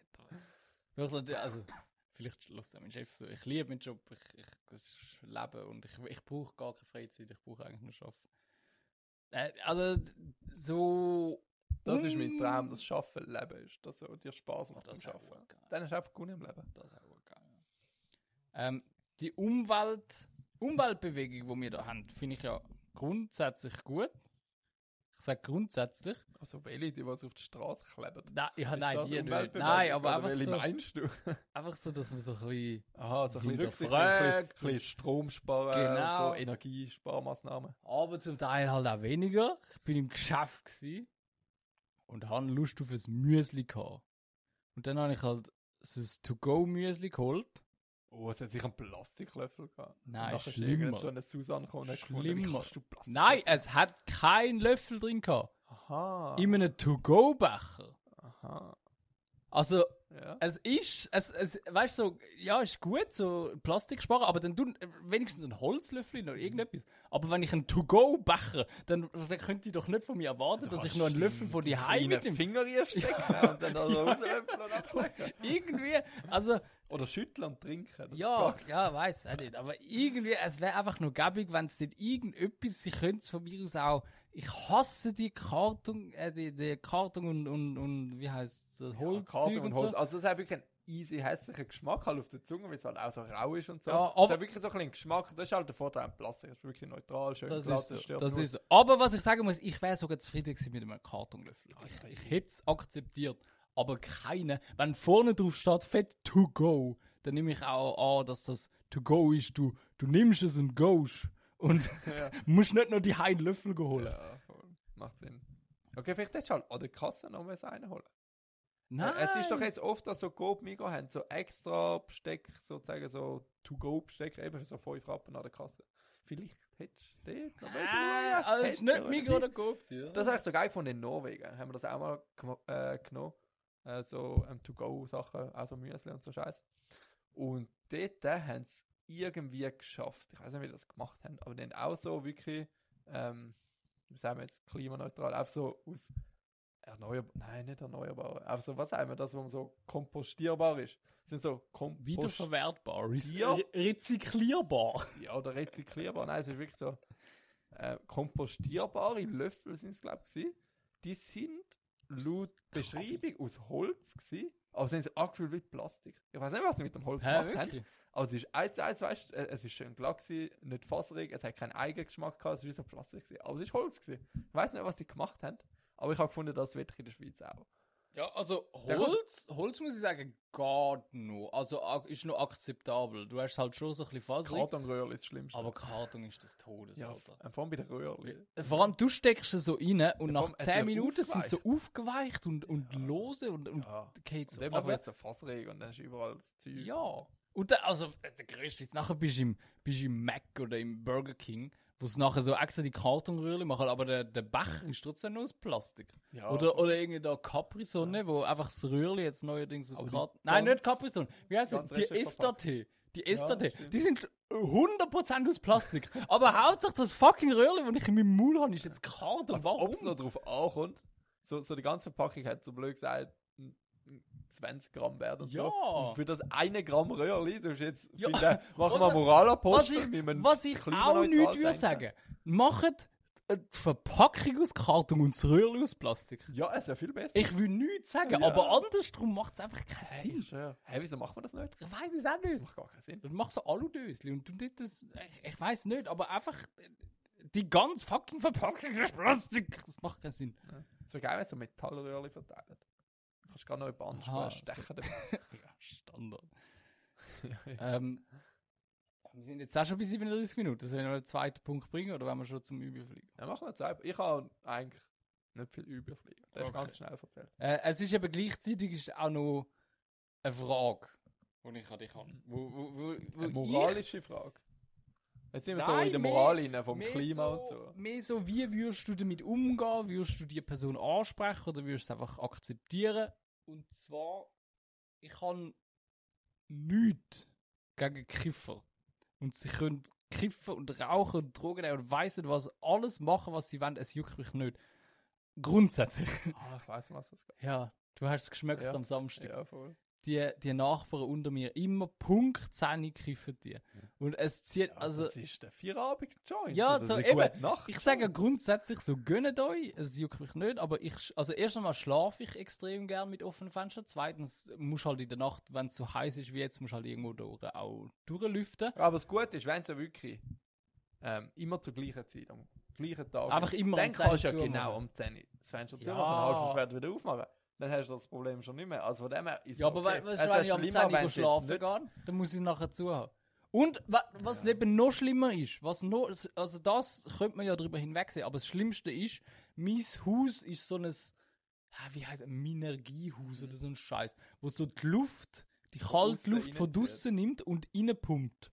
Speaker 2: aber Wirklich, also, vielleicht lässt auch mein Chef so. Ich liebe meinen Job, ich, ich, das ist Leben und ich, ich brauche gar keine Freizeit, ich brauche eigentlich nur Schaffen. Äh, also, so.
Speaker 3: Das ist mein
Speaker 2: Mm.
Speaker 3: Traum, das Schaffen Leben ist, dass so dir Spaß macht
Speaker 2: das
Speaker 3: zum
Speaker 2: ist auch
Speaker 3: Schaffen.
Speaker 2: geil.
Speaker 3: Dann ist einfach gut im Leben.
Speaker 2: Das ist auch gut gegangen. Ähm, die Umwelt, Umweltbewegung, die wir da haben, finde ich ja grundsätzlich gut. Ich sage grundsätzlich.
Speaker 3: Also welche, die was auf die Straße kleben.
Speaker 2: Nein, ja,
Speaker 3: Ist
Speaker 2: Ah, nein,
Speaker 3: das
Speaker 2: die nicht.
Speaker 3: Umweltbewegung
Speaker 2: Nein,
Speaker 3: oder
Speaker 2: aber einfach
Speaker 3: welche
Speaker 2: so,
Speaker 3: meinst du?
Speaker 2: einfach so, dass man so ein bisschen.
Speaker 3: Aha, so ein bisschen Rücksicht, nehmen, ein bisschen,
Speaker 2: Hinterfragt.
Speaker 3: bisschen Strom sparen,
Speaker 2: Genau.
Speaker 3: so Energiesparmaßnahmen.
Speaker 2: Aber zum Teil halt auch weniger. Ich bin im Geschäft gsi und habe Lust auf ein Müsli gehabt. Und dann habe ich halt so ein To-Go-Müsli geholt.
Speaker 3: Oh, es hat sich einen Plastiklöffel gehabt.
Speaker 2: Nein,
Speaker 3: Nachher ist
Speaker 2: schlimmer.
Speaker 3: irgend so eine Susanne gekommen und hat gefunden, wie
Speaker 2: Schlimmer.
Speaker 3: kannst du Plastik?
Speaker 2: Nein, es hat keinen Löffel drin gehabt.
Speaker 3: Aha.
Speaker 2: In einem To-Go-Becher.
Speaker 3: Aha.
Speaker 2: Also,
Speaker 3: Ja.
Speaker 2: es ist, es, es, weißt du, so, ja, ist gut, so Plastik sparen, aber dann du äh, wenigstens ein Holzlöffel oder irgendetwas. Aber wenn ich einen To-Go-Becher, dann, dann könnt ihr doch nicht von mir erwarten, dass ich noch einen Löffel von die Heim
Speaker 3: Kleinen
Speaker 2: mitnehme.
Speaker 3: Finger reinstecken und dann da so
Speaker 2: Ja.
Speaker 3: rauslöffeln und abschlecken.
Speaker 2: Irgendwie, also
Speaker 3: Oder schütteln und trinken. das
Speaker 2: ja,
Speaker 3: geht.
Speaker 2: ja, weiß auch nicht. Aber irgendwie, es wäre einfach nur gäbig, wenn es denn irgendetwas, sie könnte es von mir aus auch. Ich hasse die Karton, äh, die, die Karton und, und, und wie heißt es,
Speaker 3: Ja,
Speaker 2: Holz.
Speaker 3: Karton und Holz.
Speaker 2: So.
Speaker 3: Also, es hat wirklich einen easy hässlichen Geschmack halt auf der Zunge, weil es halt auch so rau ist und so.
Speaker 2: Ja,
Speaker 3: es
Speaker 2: aber-
Speaker 3: hat wirklich so ein bisschen Geschmack. Das ist halt der Vorteil am Plastik. Es ist wirklich neutral, schön
Speaker 2: Das
Speaker 3: glatt,
Speaker 2: ist, so,
Speaker 3: stört
Speaker 2: das
Speaker 3: nur-
Speaker 2: ist so. Aber was ich sagen muss, ich wäre sogar zufrieden gewesen mit einem Kartonlöffel.
Speaker 3: Ah,
Speaker 2: Ich,
Speaker 3: eh.
Speaker 2: ich hätte es akzeptiert. Aber keine. Wenn vorne drauf steht, fett to go, dann nehme ich auch an, dass das to go ist. Du, du nimmst es und goes. Und musst nicht nur die einen Löffel holen.
Speaker 3: Ja, voll. Macht Sinn. Okay, vielleicht hättest du halt an der Kasse noch mal einen holen.
Speaker 2: Nein.
Speaker 3: Äh, Es ist doch jetzt oft, dass so Go-Migo haben, so extra Besteck, sozusagen so To-Go-Besteck, eben für so 5 Rappen an der Kasse. Vielleicht hättest du dort noch
Speaker 2: Ah, also es ist nicht Migros oder Coop.
Speaker 3: Das habe ich so geil gefunden in Norwegen. Haben wir das auch mal gemo- äh, genommen. Äh, so ähm, To-Go-Sachen, also Müsli und so Scheiß. Und dort äh, haben sie irgendwie geschafft. Ich weiß nicht, wie die das gemacht haben, aber dann auch so wirklich, ähm, wie sagen wir jetzt, klimaneutral, einfach so aus erneuerbar, nein, nicht erneuerbar, einfach so, was sagen wir, das, was so kompostierbar ist. Sind so kompostierbar
Speaker 2: Wiederverwertbar, rec-
Speaker 3: Ja.
Speaker 2: re- rezyklierbar.
Speaker 3: oder rezyklierbar, nein, es ist wirklich so äh, kompostierbare Löffel sind es, glaube ich, gewesen. die sind laut Beschreibung aus Holz gewesen, aber sie haben sie angefühlt wie Plastik. Ich weiß nicht, was sie mit dem Holz
Speaker 2: Hä,
Speaker 3: gemacht haben.
Speaker 2: wirklich?
Speaker 3: Aber es ist eins zu eins, weißt du, äh, es ist schön glatt gewesen, nicht faserig, es hat keinen eigenen Geschmack gehabt, es war wie so Plastik gewesen. Aber es ist Holz gewesen. Ich weiß nicht, was die gemacht haben, aber ich habe gefunden, das wird in der Schweiz auch.
Speaker 2: Ja, also
Speaker 3: Der kommt-
Speaker 2: Holz, Holz muss ich sagen, geht noch. Also ak- ist noch akzeptabel. Du hast halt schon so ein bisschen faserig,
Speaker 3: Kartonröhrli ist das Schlimmste.
Speaker 2: aber Karton ist des Todes,
Speaker 3: ja,
Speaker 2: Alter.
Speaker 3: äh, vor allem bei den Röhrli.
Speaker 2: äh, Vor allem, du steckst es so rein und
Speaker 3: Ja, vor
Speaker 2: nach
Speaker 3: allem, es
Speaker 2: 10
Speaker 3: wird
Speaker 2: Minuten sind sie so aufgeweicht und, und lose und, und
Speaker 3: Ja.
Speaker 2: geht
Speaker 3: Und
Speaker 2: so
Speaker 3: dann machen
Speaker 2: runter.
Speaker 3: wir jetzt so faserig und dann ist überall das Zeug.
Speaker 2: Ja. Und dann, also, äh, der größte Witz, nachher bist du im, bist du im Mac oder im Burger King, wo es nachher so extra die Kartonröhrchen machen, aber der, der Becher ist trotzdem nur aus Plastik.
Speaker 3: Ja.
Speaker 2: Oder, oder irgendwie da Capri-Sonne, wo einfach das Röhrchen jetzt neuerdings aus
Speaker 3: Aber die
Speaker 2: Karton... Nein, nicht
Speaker 3: ganz-
Speaker 2: Capri-Sonne. Wie heißt
Speaker 3: ganz
Speaker 2: es? Die
Speaker 3: restlich verpackt.
Speaker 2: Esther-Tee. Die Esther-Tee.
Speaker 3: stimmt.
Speaker 2: die sind 100% aus Plastik. aber hauptsächlich das fucking Röhrchen, das ich in meinem Maul habe, ist jetzt Karton.
Speaker 3: Ob es Also,
Speaker 2: Warum?
Speaker 3: noch drauf ankommt, so, so die ganze Verpackung hat so blöd gesagt, n- n- 20 Gramm werden und
Speaker 2: Ja.
Speaker 3: so. Und für das eine Gramm Röhrli, du hast jetzt,
Speaker 2: Ja.
Speaker 3: finde, machen wir
Speaker 2: Oder- Was
Speaker 3: Moralapostel.
Speaker 2: ich,
Speaker 3: wie man
Speaker 2: was ich auch
Speaker 3: klimaneutral
Speaker 2: nicht würde
Speaker 3: denken.
Speaker 2: sagen. Macht äh, die Verpackung aus Karton und das Röhrchen aus Plastik.
Speaker 3: Ja, es wäre viel besser.
Speaker 2: Ich will nichts sagen,
Speaker 3: Ja. Äh,
Speaker 2: aber andersrum macht es einfach keinen
Speaker 3: Hey,
Speaker 2: Sinn.
Speaker 3: schön. Hey, wieso macht man das nicht?
Speaker 2: Ich weiß es auch nicht.
Speaker 3: Das macht gar keinen Sinn.
Speaker 2: Dann mach so Aludösli und du nicht das. Ich, ich weiß nicht, aber einfach äh, die ganz fucking Verpackung ist Plastik. Das macht keinen Sinn.
Speaker 3: Es wäre geil, wenn es so Metallröhrli verteilt. Du kannst gar noch jemanden
Speaker 2: Aha,
Speaker 3: ansprechen, stechen. damit.
Speaker 2: Ja, Standard. ähm, wir sind jetzt auch schon bei 37 Minuten. Sollen wir noch einen zweiten Punkt bringen oder wollen wir schon zum Überfliegen?
Speaker 3: Ja, machen wir zwei. Ich habe eigentlich nicht viel überfliegen. Das ist
Speaker 2: Okay.
Speaker 3: ganz schnell erzählt.
Speaker 2: Äh, es ist eben gleichzeitig ist auch noch eine Frage, die ich an dich habe. Wo, wo, wo, wo
Speaker 3: Eine
Speaker 2: ich-
Speaker 3: moralische Frage. Jetzt sind wir so
Speaker 2: Nein,
Speaker 3: in der
Speaker 2: mehr-
Speaker 3: Moral rein, vom
Speaker 2: Mehr
Speaker 3: Klima
Speaker 2: so,
Speaker 3: und so.
Speaker 2: Mehr so, wie würdest du damit umgehen? Würdest du die Person ansprechen oder würdest du es einfach akzeptieren? Und zwar, ich habe nichts gegen Kiffer. Und sie können kiffen und rauchen und Drogen nehmen und weiss nicht was, alles machen, was sie wollen, es juckt mich nicht. Grundsätzlich.
Speaker 3: Ah, ich weiß, was das geht.
Speaker 2: Ja, du hast es geschmeckt
Speaker 3: Ja.
Speaker 2: am Samstag
Speaker 3: Ja, voll.
Speaker 2: die, die Nachbarn unter mir immer Punkt 10 kiffen die. Und es zieht, also,
Speaker 3: das ist der Also Feierabend-Joint.
Speaker 2: Ja,
Speaker 3: oder
Speaker 2: so
Speaker 3: der
Speaker 2: eben.
Speaker 3: Gute-Nacht-Joint.
Speaker 2: ich sage grundsätzlich so, gönnt euch, es juckt mich nicht, aber ich, sch- also erst einmal schlafe ich extrem gern mit offenen Fenstern, zweitens musst halt in der Nacht, wenn es so heiß ist wie jetzt, musst halt irgendwo durch, auch durchlüften.
Speaker 3: Aber das Gute ist, wenn es ja wirklich ähm, immer zur gleichen Zeit, am gleichen Tag.
Speaker 2: Einfach immer
Speaker 3: Dann
Speaker 2: um 10
Speaker 3: kannst du ja
Speaker 2: zumachen.
Speaker 3: genau um 10 Uhr das Fenster
Speaker 2: Ja.
Speaker 3: zumachen und eine halbe Stunde später wieder aufmachen. Dann hast du das Problem schon nicht mehr. Also von dem her ist
Speaker 2: Ja, aber
Speaker 3: okay. Also
Speaker 2: okay. weißt
Speaker 3: Es
Speaker 2: du, wenn
Speaker 3: wäre
Speaker 2: ich am
Speaker 3: schlimmer,
Speaker 2: 10
Speaker 3: wenn
Speaker 2: Uhr
Speaker 3: es jetzt
Speaker 2: schlafen
Speaker 3: nicht-
Speaker 2: gehe, dann muss ich es nachher zuhaben. Und wa was eben noch schlimmer ist, was noch, also das könnte man ja drüber hinwegsehen, aber das Schlimmste ist, mein Haus ist so ein, ah, wie heißt es, ein Minergiehaus oder so ein Scheiß, wo so die Luft, die kalte
Speaker 3: aussen
Speaker 2: Luft von
Speaker 3: reinzieht.
Speaker 2: draußen nimmt und reinpumpt.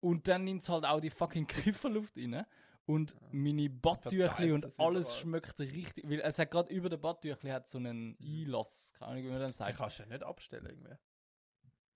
Speaker 2: Und dann nimmt es halt auch die fucking Kifferluft rein. Und meine Badtüchli
Speaker 3: Verteilt
Speaker 2: und
Speaker 3: es
Speaker 2: alles
Speaker 3: überall.
Speaker 2: schmeckt richtig, weil es hat gerade über den Badtüchli hat so
Speaker 3: Mhm.
Speaker 2: einen Einlass, keine Ahnung, wie man das
Speaker 3: Dann
Speaker 2: sagt.
Speaker 3: kannst du ja nicht abstellen irgendwie.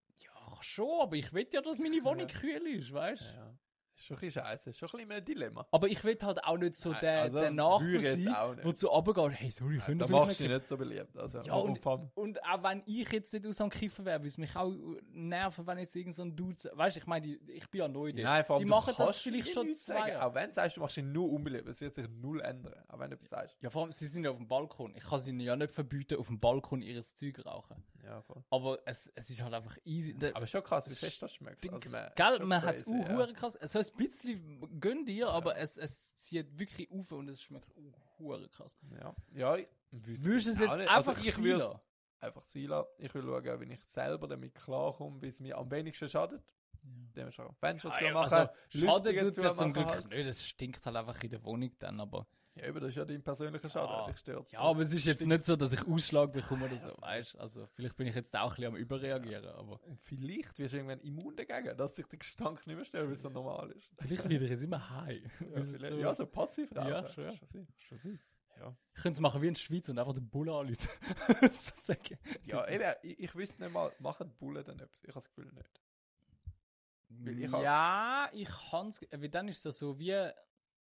Speaker 2: Ach schon, aber ich will ja, dass meine Wohnung kühl ist, weißt du?
Speaker 3: Ja. Ist schon ein bisschen scheiße, ist schon ein bisschen ein Dilemma.
Speaker 2: Aber ich will halt auch nicht so
Speaker 3: Nein,
Speaker 2: der,
Speaker 3: also das
Speaker 2: der Nachbar
Speaker 3: würde ich jetzt auch
Speaker 2: sein,
Speaker 3: nicht.
Speaker 2: der zu runtergeht, hey, sorry, könnt ihr
Speaker 3: Da
Speaker 2: vielleicht
Speaker 3: machst du
Speaker 2: nicht-
Speaker 3: dich nicht so beliebt. Also,
Speaker 2: Ja,
Speaker 3: und,
Speaker 2: und- Und auch wenn ich jetzt nicht aus am Kiffen wäre, würde es mich auch nerven, wenn jetzt irgend so ein Dude... Weißt du, ich meine, die- ich bin ja neu dort.
Speaker 3: Nein, vor allem,
Speaker 2: die
Speaker 3: du
Speaker 2: machen das
Speaker 3: kannst
Speaker 2: vielleicht
Speaker 3: eh
Speaker 2: schon
Speaker 3: nichts
Speaker 2: zwei
Speaker 3: sagen.
Speaker 2: Jahre.
Speaker 3: Auch wenn du sagst, du machst ihn nur unbeliebt, es wird sich null ändern. Auch wenn du etwas sagst.
Speaker 2: Ja, vor allem, sie sind ja auf dem Balkon. Ich kann sie ja nicht verbieten, auf dem Balkon ihres Zeug rauchen.
Speaker 3: Ja, voll.
Speaker 2: Aber es, es ist halt einfach easy. Da,
Speaker 3: Aber schon krass, wie fest das schmeckt. Also, man,
Speaker 2: Gell,
Speaker 3: schon
Speaker 2: man hat es
Speaker 3: crazy,
Speaker 2: auch hure krass. Also ein bisschen gönn dir, aber es, es zieht wirklich auf und es schmeckt auch hure krass.
Speaker 3: ja. ja, ich wüsste
Speaker 2: Würdest du es
Speaker 3: auch
Speaker 2: jetzt
Speaker 3: nicht.
Speaker 2: einfach
Speaker 3: also, ich
Speaker 2: sein
Speaker 3: würde
Speaker 2: lassen?
Speaker 3: einfach sein lassen. Ich will schauen, wenn ich selber damit klarkomme, wie es mir am wenigsten schadet. Dementsprechend Fenster
Speaker 2: Ah,
Speaker 3: zu
Speaker 2: ja,
Speaker 3: machen,
Speaker 2: also,
Speaker 3: Lüftungen
Speaker 2: Schaden tut es ja zum
Speaker 3: zumachen
Speaker 2: Glück
Speaker 3: halt.
Speaker 2: nicht. Es stinkt halt einfach in der Wohnung dann, aber...
Speaker 3: Ja, aber das ist ja dein persönlicher Schaden,
Speaker 2: Ja.
Speaker 3: dich stört.
Speaker 2: Ja, aber es ist jetzt nicht so, dass ich Ausschlag bekomme oder so, weißt Also vielleicht bin ich jetzt auch ein bisschen am Überreagieren, aber...
Speaker 3: Und vielleicht wirst du irgendwann immun dagegen, dass sich der Gestank nicht mehr stört, weil es so normal ist.
Speaker 2: Vielleicht wieder ist immer high.
Speaker 3: Ja, vielleicht- ja so passiv
Speaker 2: Ja,
Speaker 3: rauchen,
Speaker 2: schon, ja.
Speaker 3: kann sein.
Speaker 2: Schon sein.
Speaker 3: Ja.
Speaker 2: Ich könnte es machen wie in der Schweiz und einfach den Bullen anrufen. so sagen.
Speaker 3: Ja, eben, ich, ich wüsste nicht mal, machen die Bullen dann etwas? Ich habe das Gefühl nicht. Weil ich hab-
Speaker 2: ja, ich kann es. Weil dann ist es ja so wie.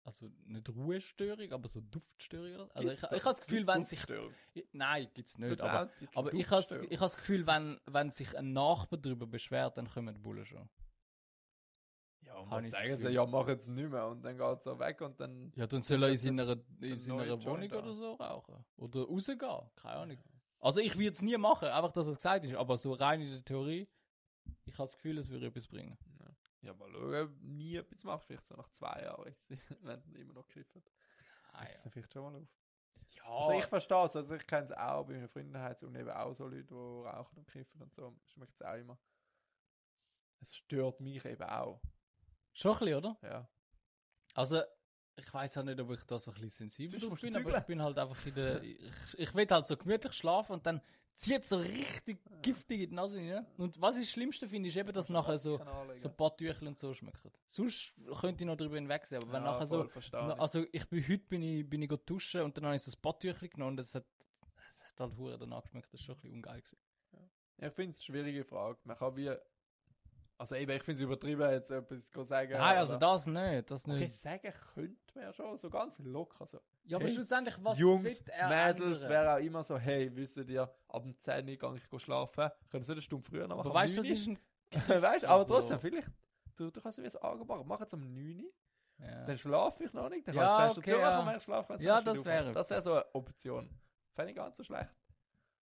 Speaker 2: Also nicht Ruhestörung, aber so Duftstörung. Oder? so. Also ich,
Speaker 3: Gibt's
Speaker 2: ich
Speaker 3: da-
Speaker 2: habe das Gefühl,
Speaker 3: gibt's
Speaker 2: wenn sich.
Speaker 3: Duftstörung?
Speaker 2: Ich- Nein, gibt es nicht.
Speaker 3: Das
Speaker 2: Aber,
Speaker 3: Auto hat
Speaker 2: aber
Speaker 3: schon
Speaker 2: ich habe
Speaker 3: Duftstörung.
Speaker 2: das Gefühl, wenn, wenn sich ein Nachbar darüber beschwert, dann kommen die Bullen schon.
Speaker 3: Ja, und
Speaker 2: hab
Speaker 3: dann
Speaker 2: ich das
Speaker 3: sagen sie,
Speaker 2: Gefühl.
Speaker 3: ja, machen es nicht mehr und dann geht es auch weg und dann...
Speaker 2: Ja, dann soll er in seiner,
Speaker 3: ein
Speaker 2: in seiner
Speaker 3: neuer
Speaker 2: Wohnung
Speaker 3: Joint an.
Speaker 2: oder so rauchen. Oder rausgehen. Keine Ahnung. Also ich würde es nie machen, einfach dass er gesagt ist. Aber so rein in der Theorie, ich habe das Gefühl, es würde etwas bringen.
Speaker 3: Ja, mal schauen, ob nie etwas machst, vielleicht so nach zwei Jahren, wenn sie immer noch kiffen.
Speaker 2: Ah,
Speaker 3: Ist dann vielleicht schon mal auf.
Speaker 2: ja.
Speaker 3: Also ich verstehe es, also ich kenne es auch, bei meinen Freunden hat es und eben auch so Leute, die rauchen und kiffen und so, schmeckt es auch immer. Es stört mich eben auch,
Speaker 2: Schon ein bisschen, oder?
Speaker 3: ja.
Speaker 2: Also, ich weiß auch nicht, ob ich da so ein bisschen sensibel
Speaker 3: Sonst
Speaker 2: drauf
Speaker 3: musst du
Speaker 2: bin, aber
Speaker 3: zügeln.
Speaker 2: ich bin halt einfach in der. Ich, ich will halt so gemütlich schlafen und dann zieht so richtig giftig in die Nase rein. Und was ich das Schlimmste finde, ist eben, dass nachher so,
Speaker 3: Kann anlegen.
Speaker 2: so ein paar Tüchel und so schmecken. Sonst könnte ich noch drüber hinwegsehen, aber wenn
Speaker 3: Ja,
Speaker 2: nachher
Speaker 3: voll,
Speaker 2: so.
Speaker 3: verstehe ich.
Speaker 2: also, ich bin heute bin ich, bin ich go duschen und dann habe ich so ein paar Tüchel genommen und das hat, das hat halt Huren danach geschmeckt. Das ist schon ein bisschen ungeil gewesen.
Speaker 3: Ich finde es eine schwierige Frage. Man kann wie. Also eben, ich finde es übertrieben, jetzt etwas zu sagen.
Speaker 2: Nein, also
Speaker 3: aber-
Speaker 2: das nicht. Das nicht.
Speaker 3: Okay, sagen könnte man ja schon, so ganz locker. So.
Speaker 2: Ja, aber
Speaker 3: Hey,
Speaker 2: schlussendlich, was
Speaker 3: Jungs,
Speaker 2: will er
Speaker 3: Mädels,
Speaker 2: ändern?
Speaker 3: wäre auch immer so, hey, wisst ihr, ab dem 10 Uhr gehe ich go schlafen. Können Sie eine Stunde früher noch machen?
Speaker 2: Aber
Speaker 3: am
Speaker 2: weißt du, das
Speaker 3: 9 Uhr?
Speaker 2: ist ein.
Speaker 3: weißt, aber
Speaker 2: also-
Speaker 3: trotzdem, vielleicht. Du, du kannst mir das Angebot machen. Mach es am 9 Uhr,
Speaker 2: Ja.
Speaker 3: dann schlafe ich noch nicht. Dann
Speaker 2: Ja,
Speaker 3: kannst du das
Speaker 2: okay,
Speaker 3: Fenster zumachen
Speaker 2: ja.
Speaker 3: und wenn ich schlafe, kannst du
Speaker 2: Ja,
Speaker 3: erst wieder
Speaker 2: das
Speaker 3: aufmachen.
Speaker 2: wäre-
Speaker 3: Das wäre so eine Option. Fände ich gar nicht so schlecht.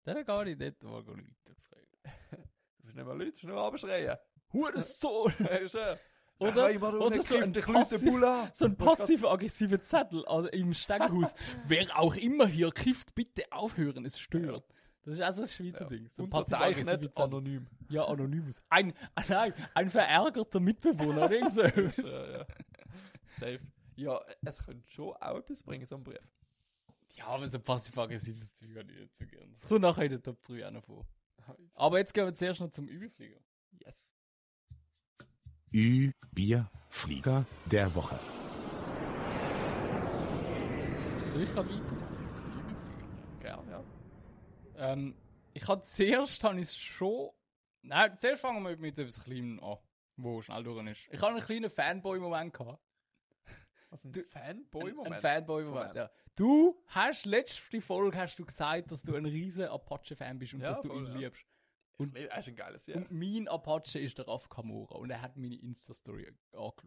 Speaker 2: Dann gehe ich nicht mal weiter fragen.
Speaker 3: Du bist nicht mehr Leute, du bist nur abschreien.
Speaker 2: Hurensohn!
Speaker 3: Schön.
Speaker 2: Oder-
Speaker 3: Ey, Mann,
Speaker 2: oder
Speaker 3: nicht
Speaker 2: so ein
Speaker 3: kiffen, ich lass den
Speaker 2: passiv-
Speaker 3: Bulle an.
Speaker 2: So ein
Speaker 3: Du hast grad-
Speaker 2: passiv-aggressiver Zettel an- im Steckhaus. Wer auch immer hier kifft, bitte aufhören, es stört. Das ist auch so ein Schweizer Ding. So ein passiv-aggressiver
Speaker 3: Unterzeichnet
Speaker 2: Zettel.
Speaker 3: anonym.
Speaker 2: Ja, anonymes. Ein, ah, nein, ein verärgerter Mitbewohner oder irgend so etwas.
Speaker 3: ja, ja. Safe. Ja, es könnte schon auch etwas bringen, so ein Brief.
Speaker 2: Ja, aber so ein passiv-aggressives Zeug habe ich nicht so gern. Das kommt nachher in der Top 3 auch noch vor. Aber jetzt gehen wir zuerst noch zum Überflieger.
Speaker 3: Yes.
Speaker 1: Ü, Bier, Flieger der Woche.
Speaker 2: Soll ich gerade weitermachen mit dem Überflieger?
Speaker 3: Gerne, ja.
Speaker 2: Ähm, ich habe zuerst habe ich es schon. Nein, zuerst fangen wir mit etwas Kleinem an, wo schnell durch ist. Ich habe einen kleinen Fanboy-Moment gehabt.
Speaker 3: Also ein
Speaker 2: Ein,
Speaker 3: Fanboy-Moment.
Speaker 2: ein Fanboy-Moment, ja. Du hast letzte Folge hast du gesagt, dass du ein riesen Apache-Fan bist und
Speaker 3: Ja,
Speaker 2: dass du
Speaker 3: voll,
Speaker 2: ihn
Speaker 3: ja.
Speaker 2: liebst.
Speaker 3: Und das ist ein geiles Jahr.
Speaker 2: Und mein Apache ist der Raf Kamora und er hat meine Insta-Story angeschaut.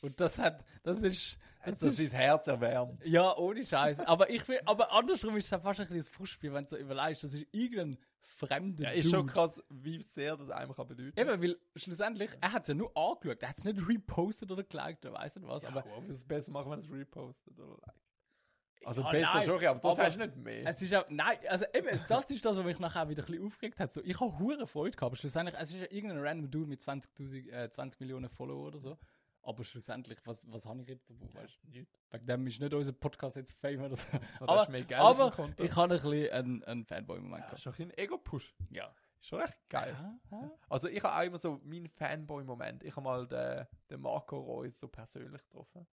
Speaker 2: Und das hat, das ist, das
Speaker 3: Das ist Herz erwärmt.
Speaker 2: Ja, ohne Scheiß. aber ich will, aber andersrum ist es ja fast ein bisschen ein Fußspiel, wenn du so überlegst, das ist irgendein fremder
Speaker 3: Ja, ist schon
Speaker 2: Dude.
Speaker 3: krass, wie sehr das einem kann bedeuten.
Speaker 2: Eben, weil schlussendlich, er hat es ja nur angeschaut, er hat es nicht repostet oder geliked oder weiss nicht was,
Speaker 3: Ja,
Speaker 2: aber
Speaker 3: aber ob es besser machen, wenn es repostet oder like. Also
Speaker 2: Ja,
Speaker 3: besser
Speaker 2: nein,
Speaker 3: schon, aber das
Speaker 2: aber-
Speaker 3: hast du nicht mehr.
Speaker 2: es ist ja, nein, also eben, das ist das, was mich nachher auch wieder ein bisschen aufgeregt hat. So, ich habe hure Freude gehabt, aber schlussendlich, es ist ja irgendein random Dude mit 20.000, äh, 20 Millionen Follower oder so, aber schlussendlich, was, was habe ich jetzt davon, weißt du?
Speaker 3: nichts.
Speaker 2: Wegen dem ist nicht unser Podcast jetzt Fame oder so.
Speaker 3: hast
Speaker 2: Aber,
Speaker 3: mehr Geld auf dem
Speaker 2: aber
Speaker 3: Konto.
Speaker 2: ich habe ein bisschen einen, einen Fanboy-Moment
Speaker 3: Das ist
Speaker 2: gehabt.
Speaker 3: schon ein Ego-Push.
Speaker 2: Ja.
Speaker 3: Ist schon echt geil.
Speaker 2: ja.
Speaker 3: Also ich habe auch immer so meinen Fanboy-Moment. Ich habe mal den, den Marco Reus so persönlich getroffen.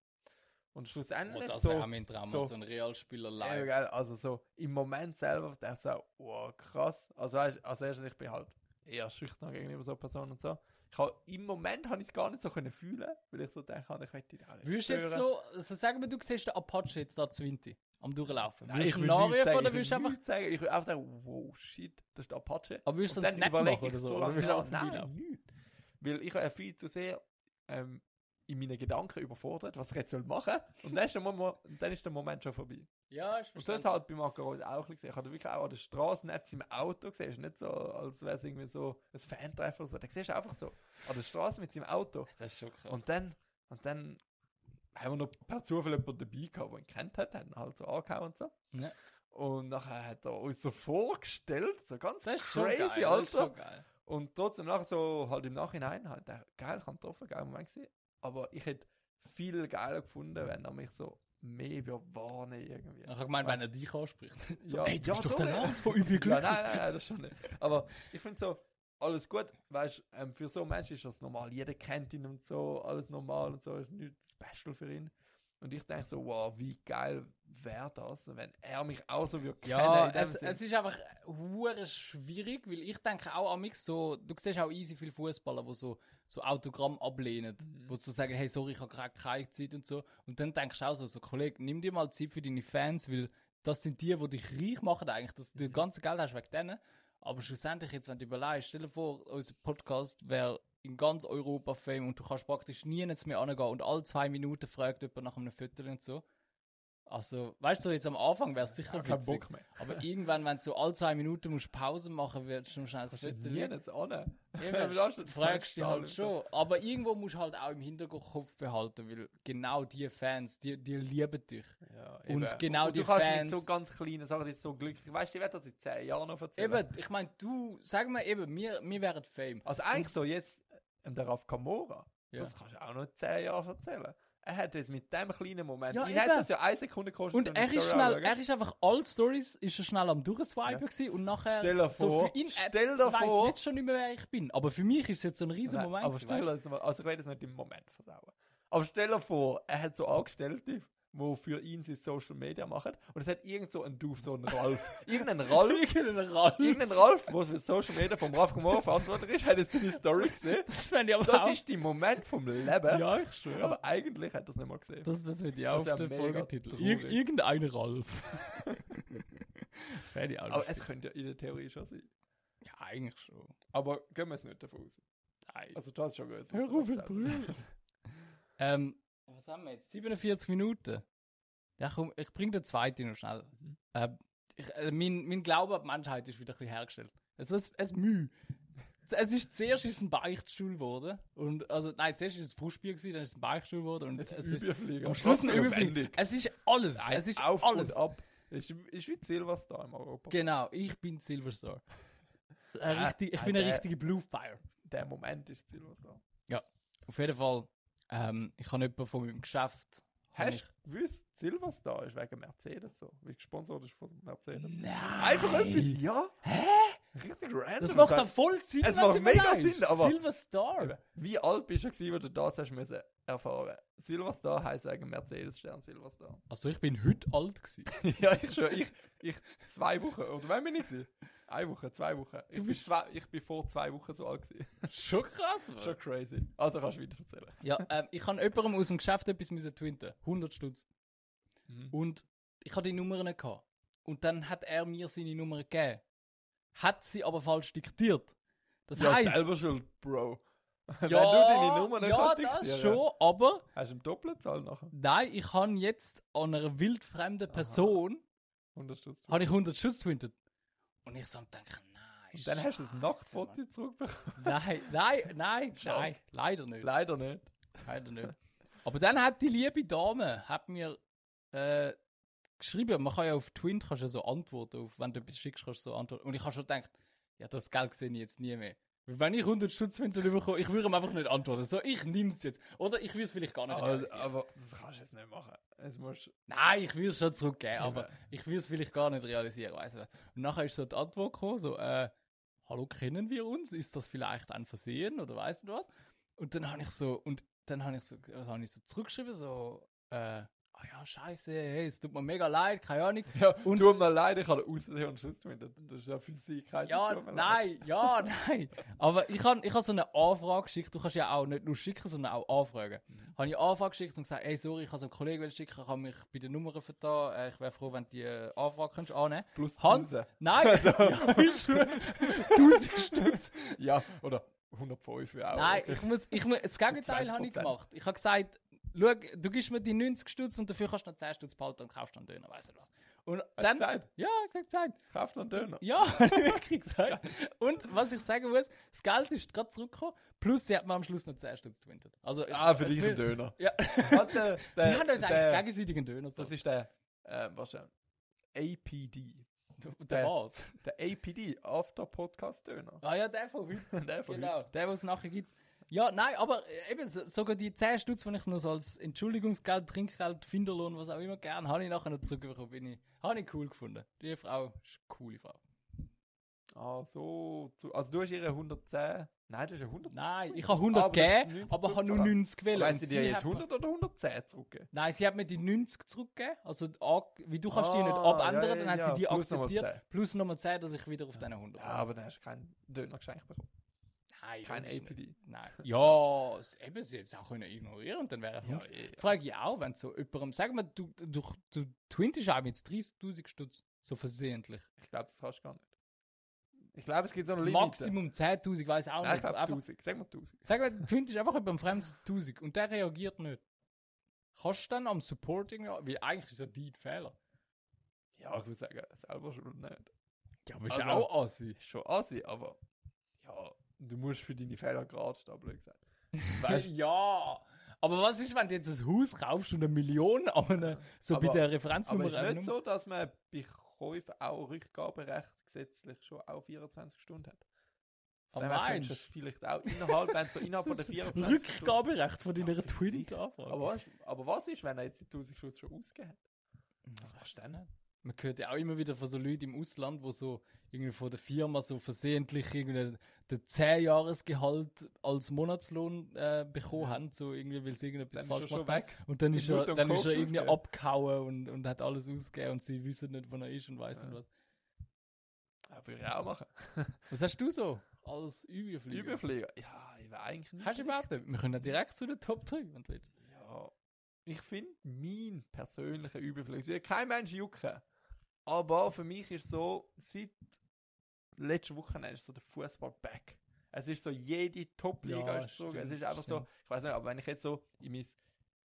Speaker 3: Und
Speaker 2: Oh,
Speaker 3: schlussendlich
Speaker 2: das
Speaker 3: so...
Speaker 2: wäre auch mein Traum,
Speaker 3: so-
Speaker 2: so, ein Realspieler
Speaker 3: Ja,
Speaker 2: live.
Speaker 3: geil. Also so im Moment selber also, dachte ich so, wow, krass. Also weißt, als erstes, ich bin halt eher schüchtern gegenüber so Personen und so. Ich hab, Im Moment habe ich es gar nicht so können fühlen, weil ich so denke, ah, ich möchte ihn auch nicht
Speaker 2: Würdest du
Speaker 3: stören.
Speaker 2: jetzt so, also sagen wir, du siehst den Apache jetzt da 20 am Durchlaufen.
Speaker 3: Nein,
Speaker 2: würdest
Speaker 3: ich
Speaker 2: du
Speaker 3: will
Speaker 2: ihn nachrufen
Speaker 3: nichts sagen,
Speaker 2: oder
Speaker 3: ich will
Speaker 2: würdest du einfach.
Speaker 3: nichts sagen. Ich will einfach sagen, wow, shit, das ist der Apache.
Speaker 2: Aber würdest du
Speaker 3: Und
Speaker 2: einen Snap
Speaker 3: überleg
Speaker 2: machen oder so?
Speaker 3: so
Speaker 2: Oder
Speaker 3: lange
Speaker 2: würdest du einfach
Speaker 3: nach, nein,
Speaker 2: vorbeilaufen?
Speaker 3: nichts. Weil ich war viel zu sehr ähm, in meinen Gedanken überfordert, was ich jetzt soll machen soll. Und dann ist, der Moment, dann ist der Moment schon vorbei.
Speaker 2: Ja, ist
Speaker 3: Und so ist es halt bei Marco Reus auch ein bisschen gesehen. Ich habe wirklich auch an der Straße nicht im Auto gesehen. Ist nicht so, als wäre es irgendwie so ein Fantreffen oder so. Den siehst du einfach so an der Straße mit seinem Auto.
Speaker 2: Das ist schon krass.
Speaker 3: Und dann, und dann haben wir noch per Zufall jemanden dabei gehabt, der ihn kennt hat, haben ihn halt so angehauen und so.
Speaker 2: Ja.
Speaker 3: Und nachher hat er uns so vorgestellt, so ganz
Speaker 2: das ist schon
Speaker 3: crazy,
Speaker 2: geil, Das ist
Speaker 3: Alter.
Speaker 2: schon geil.
Speaker 3: Und trotzdem nachher so, halt im Nachhinein, halt, äh, geil, kann getroffen, geil Moment gewesen. Aber ich hätte viel geiler gefunden, wenn er mich so mehr würde warnen irgendwie.
Speaker 2: Ich habe gemeint, wenn er dich anspricht. So,
Speaker 3: Ja,
Speaker 2: ey, du
Speaker 3: ja,
Speaker 2: bist doch der
Speaker 3: doch, ja.
Speaker 2: Lars von Übel
Speaker 3: Ja,
Speaker 2: Glück.
Speaker 3: nein, nein, nein, das schon nicht. Aber ich finde so, alles gut, weißt ähm, für so einen Menschen ist das normal. Jeder kennt ihn und so, alles normal und so, ist nichts special für ihn. Und ich denke so, wow, wie geil wäre das, wenn er mich auch so würde
Speaker 2: Ja,
Speaker 3: kennen. in dem
Speaker 2: es,
Speaker 3: Sinn.
Speaker 2: es ist einfach hure schwierig, weil ich denke auch an mich so, du siehst auch easy viele Fußballer, die so, so Autogramm ablehnen, wo sie so sagen, hey, sorry, ich habe gerade keine Zeit und so. Und dann denkst du auch so, so Kollege, nimm dir mal Zeit für deine Fans, weil das sind die, die dich reich machen eigentlich, dass du das ganze Geld hast wegen denen. Aber schlussendlich, jetzt, wenn du überlegst, stell dir vor, unser Podcast wäre in ganz Europa Fame und du kannst praktisch nie mehr angehen und alle zwei Minuten fragt jemand nach einem Viertel und so. Also, weißt du, so jetzt am Anfang wäre es sicher
Speaker 3: ich keinen
Speaker 2: witzig.
Speaker 3: Bock mehr.
Speaker 2: Aber irgendwann, wenn du so alle zwei Minuten musst Pause machen willst, du schnell das Viertel
Speaker 3: Nie jetzt an.
Speaker 2: Eben, fragst dich halt schon. Aber irgendwo musst du halt auch im Hinterkopf behalten, weil genau die Fans, die, die lieben dich.
Speaker 3: Ja,
Speaker 2: Und
Speaker 3: eben.
Speaker 2: genau
Speaker 3: und
Speaker 2: die
Speaker 3: du kannst
Speaker 2: Fans-
Speaker 3: mit so ganz kleinen Sachen, die so glücklich. Weißt du, ich werde das in 10 Jahren noch erzählen.
Speaker 2: Eben, ich meine, du, sag mal eben, wir, wir wären Fame.
Speaker 3: Also eigentlich so jetzt ähm, der Raf Kamora,
Speaker 2: Ja.
Speaker 3: das kannst du auch noch in 10 Jahren erzählen. Er hat jetzt mit dem kleinen Moment,
Speaker 2: Ja,
Speaker 3: ihn
Speaker 2: eben.
Speaker 3: hat das ja eine Sekunde gekostet.
Speaker 2: Und
Speaker 3: um die
Speaker 2: er ist
Speaker 3: Story
Speaker 2: schnell,
Speaker 3: anzuschauen.
Speaker 2: er ist einfach all Stories, ist er schnell am Durchswipen
Speaker 3: Ja.
Speaker 2: gewesen und nachher.
Speaker 3: Stell dir
Speaker 2: so
Speaker 3: vor,
Speaker 2: für ihn,
Speaker 3: stell dir
Speaker 2: ich weiß
Speaker 3: vor-
Speaker 2: jetzt schon nicht mehr, wer ich bin. Aber für mich ist es jetzt so ein riesen
Speaker 3: Nein,
Speaker 2: Moment.
Speaker 3: Aber
Speaker 2: gewesen,
Speaker 3: stell
Speaker 2: weißt
Speaker 3: dir jetzt mal, also ich werde jetzt nicht im Moment versauen. Aber stell dir vor, er hat so Angestellte, die für ihn sein Social Media machen und es hat irgend so ein Doof, so ein Ralf. Irgendein
Speaker 2: du?
Speaker 3: Ralf.
Speaker 2: Irgendein Ralf.
Speaker 3: Irgendein Ralf, der für Social Media vom Ralf Kamora verantwortlich ist, hat jetzt seine Story gesehen.
Speaker 2: Das fände ich aber
Speaker 3: Das
Speaker 2: auch.
Speaker 3: ist der Moment vom Leben.
Speaker 2: ja, ich schwöre.
Speaker 3: Aber eigentlich hat er das nicht mal gesehen.
Speaker 2: Das, das würde ich
Speaker 3: Das
Speaker 2: auch
Speaker 3: wär
Speaker 2: auf den
Speaker 3: mega
Speaker 2: Folgetitel.
Speaker 3: traurig.
Speaker 2: Ir irgendein Ralf. Fände ich auch
Speaker 3: Aber
Speaker 2: lustig.
Speaker 3: es könnte ja in der Theorie schon sein.
Speaker 2: Ja, eigentlich schon.
Speaker 3: Aber gehen wir es nicht davon aus.
Speaker 2: Nein.
Speaker 3: Also du hast schon gewusst. dass
Speaker 2: Hör
Speaker 3: du
Speaker 2: auf
Speaker 3: das
Speaker 2: mit
Speaker 3: selber-
Speaker 2: Brüllen. ähm, was haben wir jetzt? 47 Minuten. Ja komm, ich bring den zweiten noch schnell.
Speaker 3: Mhm.
Speaker 2: Ähm, ich, äh, mein, mein Glaube an die Menschheit ist wieder ein bisschen hergestellt. Also es, es Mühe. Es ist zuerst ist es ein Beichtstuhl geworden. Und, also, nein, zuerst ist es ein Fußspiel gewesen, dann ist es ein Beichtstuhl geworden. Und es ist
Speaker 3: Überflieger.
Speaker 2: am Schluss ein
Speaker 3: Was für
Speaker 2: Überflug.
Speaker 3: Wendung.
Speaker 2: Es ist alles. es ist
Speaker 3: auf
Speaker 2: alles.
Speaker 3: und ab. Ist, ist wie Silverstar in Europa.
Speaker 2: Genau, ich bin Äh, Silverstar. Ein
Speaker 3: Ah,
Speaker 2: richtig, ich
Speaker 3: ah,
Speaker 2: bin eine
Speaker 3: der-
Speaker 2: richtige Bluefire.
Speaker 3: Der Moment ist Silverstar.
Speaker 2: Auf jeden Fall, ähm, ich habe jemanden von meinem Geschäft. hab
Speaker 3: Hast du gewusst, Silverstar ist wegen Mercedes so? Weil gesponsert ist von
Speaker 2: ich-
Speaker 3: Mercedes.
Speaker 2: Nein!
Speaker 3: Einfach etwas, ja. Hä? Richtig random.
Speaker 2: Das macht
Speaker 3: Sag-
Speaker 2: doch voll Sinn,
Speaker 3: Es
Speaker 2: wenn
Speaker 3: macht
Speaker 2: du
Speaker 3: mega
Speaker 2: überlegst.
Speaker 3: Sinn, aber- Eben.
Speaker 2: Silverstar!
Speaker 3: Wie alt bist du gewesen, wo du das hast müssen erfahren? Silverstar heisst wegen Mercedes-Stern Silverstar.
Speaker 2: Also, ich bin heute alt gewesen.
Speaker 3: Ja, ich schon. Ich, ich zwei Wochen. Oder wann bin ich? Gewesen? Eine Woche, zwei Wochen. Ich, bin, zwei, ich bin vor zwei Wochen so alt. Gewesen.
Speaker 2: Schon krass, Mann.
Speaker 3: schon crazy. Also kannst du wieder erzählen.
Speaker 2: Ja, ähm, ich habe jemandem aus dem Geschäft etwas müssen twinten. 100 Stutz.
Speaker 3: Mhm.
Speaker 2: Und ich hatte die Nummern gehabt. Und dann hat er mir seine Nummer gegeben. Hat sie aber falsch diktiert. Das
Speaker 3: ja,
Speaker 2: heisst,
Speaker 3: selber schuld, Bro. Wenn du deine Nummer nicht
Speaker 2: ja,
Speaker 3: kannst
Speaker 2: das
Speaker 3: diktieren.
Speaker 2: schon, aber
Speaker 3: Hast du eine Doppelzahl nachher?
Speaker 2: nein, ich habe jetzt an einer wildfremden Person
Speaker 3: Unterstützt.
Speaker 2: habe ich 100 Schutz gewinnt. Und ich so am denken, nein.
Speaker 3: Und dann hast du das
Speaker 2: Scheiße, Mann.
Speaker 3: Nacktfoto zurückbekommen.
Speaker 2: Nein, nein, nein,
Speaker 3: Schade.
Speaker 2: nein, leider nicht.
Speaker 3: Leider nicht.
Speaker 2: Leider nicht. Aber dann hat die liebe Dame hat mir äh, geschrieben, man kann ja auf Twin kannst ja so antworten, auf, wenn du etwas schickst, kannst du so antworten. Und ich habe schon gedacht, ja, das Geld sehe ich jetzt nie mehr. Weil Wenn ich 100 Schutzwinter bekomme, ich würde ihm einfach nicht antworten. So, ich nehme es jetzt. Oder ich will es vielleicht gar nicht
Speaker 3: Aber,
Speaker 2: realisieren.
Speaker 3: Also, aber das kannst du jetzt nicht machen. Es musst
Speaker 2: Nein, ich will es schon zurückgeben, aber
Speaker 3: Eben.
Speaker 2: ich will es vielleicht gar nicht realisieren. Weißt du. Und nachher ist so die Antwort gekommen, so, äh, hallo, kennen wir uns? Ist das vielleicht ein Versehen oder weißt du was? Und dann habe ich so, und dann habe ich so, also habe ich so zurückgeschrieben, so, äh, ah ja, scheiße, hey, es tut mir mega leid, keine Ahnung.
Speaker 3: Ja, und tut mir leid, ich kann aussehen und Schuss tun. Das das ist ja Physik. heisst, es
Speaker 2: Ja,
Speaker 3: tut mir leid.
Speaker 2: nein, ja, nein. Aber ich habe ich hab so eine Anfrage geschickt. Du kannst ja auch nicht nur schicken, sondern auch anfragen.
Speaker 3: Mhm.
Speaker 2: Habe ich eine Anfrage geschickt und gesagt, ey, sorry, ich habe so einen Kollegen wollen schicken, ich habe mich bei den Nummern vertan. Äh, Ich wäre froh, wenn du die äh, Anfrage kannst annehmen
Speaker 3: Plus
Speaker 2: Hans-
Speaker 3: Zinsen.
Speaker 2: Nein!
Speaker 3: Also,
Speaker 2: Ja, ist schon-
Speaker 3: 1000 Stutz. Ja, oder 105 wäre auch.
Speaker 2: Nein,
Speaker 3: okay.
Speaker 2: ich muss, ich muss, das Gegenteil habe ich
Speaker 3: 20%.
Speaker 2: gemacht. Ich habe gesagt, schau, du gibst mir die 90 Stutz und dafür kannst du noch 10 Stutz behalten und kaufst dann Döner, weißt du was. Und
Speaker 3: Hast du
Speaker 2: dann,
Speaker 3: gesagt?
Speaker 2: ja, ich habe gesagt,
Speaker 3: Kauf noch einen Döner.
Speaker 2: Ja, hab ich wirklich gesagt. Und was ich sagen muss, das Geld ist gerade zurückgekommen, plus sie hat mir am Schluss noch 10 Stutz gewinnt. Also, ich-
Speaker 3: Ah, für dich
Speaker 2: ich
Speaker 3: ein
Speaker 2: will-
Speaker 3: Döner.
Speaker 2: Ja.
Speaker 3: Hat der- der-
Speaker 2: Wir haben uns
Speaker 3: der-
Speaker 2: eigentlich gegenseitig einen Döner
Speaker 3: Das
Speaker 2: gezahlt.
Speaker 3: ist der, äh, was ist der? APD.
Speaker 2: Und der
Speaker 3: der-
Speaker 2: war's.
Speaker 3: Der APD, After Podcast Döner.
Speaker 2: Ah ja, der von heute.
Speaker 3: Der von
Speaker 2: Genau,
Speaker 3: heute.
Speaker 2: der, was es nachher gibt. Ja, nein, aber äh, eben so- sogar die 10 Stutz, die ich noch so als Entschuldigungsgeld, Trinkgeld, Finderlohn, was auch immer gern, habe ich nachher noch zurückbekommen. Bin ich, habe ich cool gefunden. Die Frau ist eine coole Frau.
Speaker 3: Ah, so. Zu, also, du hast ihre 110. Nein, das ist ja 100.
Speaker 2: Nein, ich habe 100
Speaker 3: Aber das ist
Speaker 2: gegeben,
Speaker 3: 90
Speaker 2: aber habe nur
Speaker 3: zurückgegeben.
Speaker 2: 90 gewählt.
Speaker 3: Aber Haben sie
Speaker 2: Und
Speaker 3: dir jetzt
Speaker 2: hat mir-
Speaker 3: 100 oder 110 zurückgegeben?
Speaker 2: Nein, sie hat mir die 90 zurückgegeben. Also, die an- wie du kannst die nicht
Speaker 3: Ah,
Speaker 2: abändern,
Speaker 3: ja, ja,
Speaker 2: dann hat sie
Speaker 3: ja,
Speaker 2: die
Speaker 3: plus nochmal
Speaker 2: akzeptiert.
Speaker 3: 10.
Speaker 2: Plus nochmal 10, dass ich wieder auf diesen 100
Speaker 3: Ja,
Speaker 2: komme.
Speaker 3: aber dann hast du keinen Döner geschenkt bekommen.
Speaker 2: Nein,
Speaker 3: Kein
Speaker 2: logisch nicht.
Speaker 3: APD.
Speaker 2: Nein. Ja, es- eben, sie hätte es auch können ignorieren und dann wäre ich.
Speaker 3: Ja,
Speaker 2: Ja,
Speaker 3: eh.
Speaker 2: Frage ich auch, wenn so jemandem, sag mal, du, du, du twintest einem jetzt 30.000 Stutz, so versehentlich.
Speaker 3: Ich glaube, das kannst du gar nicht. Ich glaube, es gibt so
Speaker 2: Das
Speaker 3: eine Limite.
Speaker 2: Maximum 10.000, weiß auch
Speaker 3: Nein, ich
Speaker 2: nicht.
Speaker 3: glaube,
Speaker 2: Einfach,
Speaker 3: 1000. Sag mal 1000.
Speaker 2: sag mal, du twintest einfach jemandem fremdes 1.000 und der reagiert nicht. Kannst du dann am Support irgendwie, weil eigentlich ist ja dein Fehler.
Speaker 3: Ja, ich würde sagen, selber schon nicht.
Speaker 2: Ja, aber ist
Speaker 3: Also-
Speaker 2: ja auch assi.
Speaker 3: Ist schon assi, aber ja, du musst für deine Fehler gerade stehen, blöd gesagt. Weißt
Speaker 2: ja. Aber was ist, wenn du jetzt ein Haus kaufst und eine Million an einer, so bei der
Speaker 3: Aber- du, aber
Speaker 2: Referenznummer
Speaker 3: es ist nicht
Speaker 2: Nummer-
Speaker 3: so, dass man bei Käufen auch Rückgaberecht gesetzlich schon auch 24 Stunden hat.
Speaker 2: Ah,
Speaker 3: Dann könntest
Speaker 2: meinst
Speaker 3: du es vielleicht auch innerhalb, wenn so innerhalb von der
Speaker 2: Das
Speaker 3: 24 Stunden...
Speaker 2: Rückgaberecht von deiner Twinning-Anfrage.
Speaker 3: Aber was, aber was ist, wenn er jetzt die 1000 Stunden schon ausgegeben hat?
Speaker 2: was machst du denn? Man hört ja auch immer wieder von so Leuten im Ausland, wo so irgendwie von der Firma so versehentlich irgendwie den 10-Jahres-Gehalt als Monatslohn äh, bekommen haben, so irgendwie, weil sie irgendetwas
Speaker 3: Dann ist
Speaker 2: falsch
Speaker 3: er schon
Speaker 2: gemacht haben.
Speaker 3: weg.
Speaker 2: Und dann
Speaker 3: Die
Speaker 2: ist er,
Speaker 3: Mutter und
Speaker 2: dann ist er
Speaker 3: Koks
Speaker 2: irgendwie
Speaker 3: ausgegeben.
Speaker 2: abgehauen und, und hat alles ausgegeben und sie wissen nicht, wo er ist und weiss
Speaker 3: Ja.
Speaker 2: nicht was.
Speaker 3: Ja, würde ich auch machen.
Speaker 2: Was hast du so als Überflieger?
Speaker 3: Überflieger? Ja, ich wäre eigentlich nicht
Speaker 2: Hast du überhaupt nicht? Wir können ja direkt zu den Top 3, wenn du willst.
Speaker 3: Ja. Ich finde mein persönlicher Überfluss. Ich kein Mensch jucken. Aber für mich ist so, seit letzten Wochenende ist so der Fußball back. Es ist so, jede Top-Liga
Speaker 2: Ja,
Speaker 3: ist zurück. Es
Speaker 2: stimmt,
Speaker 3: ist einfach so,
Speaker 2: stimmt.
Speaker 3: ich weiß nicht, aber wenn ich jetzt so in mein,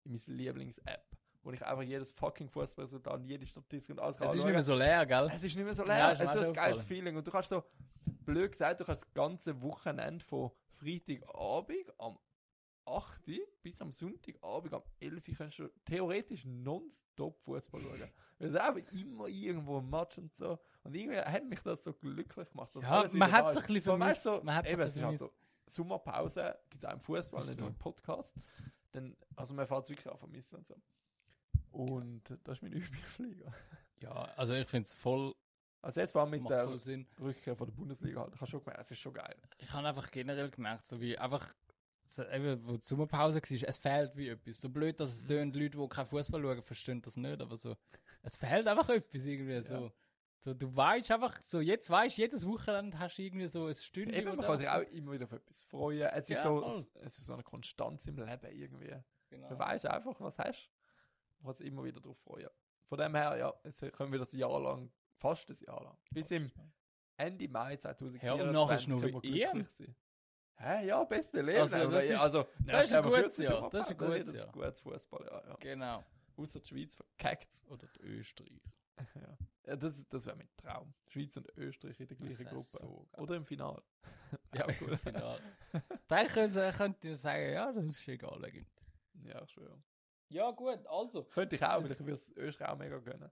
Speaker 3: in mein Lieblings-App, wo ich einfach jedes fucking Fußballresultat, jede Statistik und alles
Speaker 2: Es ist
Speaker 3: anschauen
Speaker 2: nicht mehr so leer, gell?
Speaker 3: es ist nicht mehr so
Speaker 2: Ja,
Speaker 3: leer.
Speaker 2: ist mir
Speaker 3: es ist
Speaker 2: auch
Speaker 3: so ein
Speaker 2: schon
Speaker 3: geiles
Speaker 2: aufgefallen.
Speaker 3: Feeling. Und du kannst so, blöd gesagt, du kannst das ganze Wochenende von Freitagabend am 8. Uhr bis am Sonntagabend am 11. Uhr kannst du theoretisch nonstop Fußball schauen. Weil es einfach immer irgendwo ein Match und so. Und irgendwie hat mich das so glücklich gemacht. dass
Speaker 2: Ja,
Speaker 3: alles
Speaker 2: man
Speaker 3: wieder
Speaker 2: hat
Speaker 3: da
Speaker 2: es
Speaker 3: ist.
Speaker 2: ein bisschen
Speaker 3: So,
Speaker 2: vermisst.
Speaker 3: weißt du, So,
Speaker 2: Man hat es ein
Speaker 3: eben, es ist
Speaker 2: bisschen
Speaker 3: halt so, Sommerpause gibt es auch im Fußball,
Speaker 2: Das ist
Speaker 3: nicht nur
Speaker 2: so.
Speaker 3: im Podcast. Dann, also man fährt es wirklich auch vermissen und so. Und das ist mein Übelflieger.
Speaker 2: Ja, also ich finde es voll,
Speaker 3: Also jetzt war mit
Speaker 2: macht
Speaker 3: der
Speaker 2: voll Sinn.
Speaker 3: Rückkehr von der Bundesliga halt. Ich habe schon gemerkt, es ist schon geil.
Speaker 2: Ich habe einfach generell gemerkt, so wie einfach, so, eben, wo die Sommerpause war, es fehlt wie etwas. So blöd, dass es tönt, Leute, die keinen Fußball schauen, verstehen das nicht, aber so, es fehlt einfach etwas irgendwie so. So, du weißt einfach, so jetzt weißt du, jedes Wochenende hast du irgendwie so ein Stündchen.
Speaker 3: Eben,
Speaker 2: wo
Speaker 3: man
Speaker 2: du
Speaker 3: kann sich auch
Speaker 2: einfach
Speaker 3: immer wieder auf etwas freuen. Es,
Speaker 2: Ja,
Speaker 3: ist so,
Speaker 2: voll.
Speaker 3: es, es ist so eine Konstanz im Leben irgendwie.
Speaker 2: so- genau.
Speaker 3: Du weißt einfach, was hast. Du kannst dich immer wieder darauf freuen. Von dem her, ja, jetzt können wir das Jahr lang, fast das Jahr lang, bis im Ende Mai 2024
Speaker 2: Ja, und nachher ist noch
Speaker 3: können wir
Speaker 2: die EM.
Speaker 3: glücklich sein. Hä, ja, beste Leben.
Speaker 2: Also, das
Speaker 3: Aber,
Speaker 2: ist-
Speaker 3: also,
Speaker 2: das ist ein
Speaker 3: aber
Speaker 2: gutes
Speaker 3: kürzlich
Speaker 2: Jahr,
Speaker 3: schon
Speaker 2: das ist ein
Speaker 3: mal
Speaker 2: gutes
Speaker 3: Das ist
Speaker 2: Jahr.
Speaker 3: ein gutes Fußball, ja. ja.
Speaker 2: Genau.
Speaker 3: Außer die Schweiz verkackt
Speaker 2: Oder die Österreich.
Speaker 3: ja. ja, das, das wäre mein Traum. Schweiz und Österreich in der gleichen
Speaker 2: wär
Speaker 3: Gruppe.
Speaker 2: so geil.
Speaker 3: Oder im Finale. ja, cool.
Speaker 2: Final. Dann könnte könnt ihr sagen, ja, das ist egal. irgendwie.
Speaker 3: ja, ich schwöre.
Speaker 2: Ja, gut, also.
Speaker 3: Könnte ich auch, weil
Speaker 2: Jetzt-
Speaker 3: ich würde es Österreich auch mega gönnen.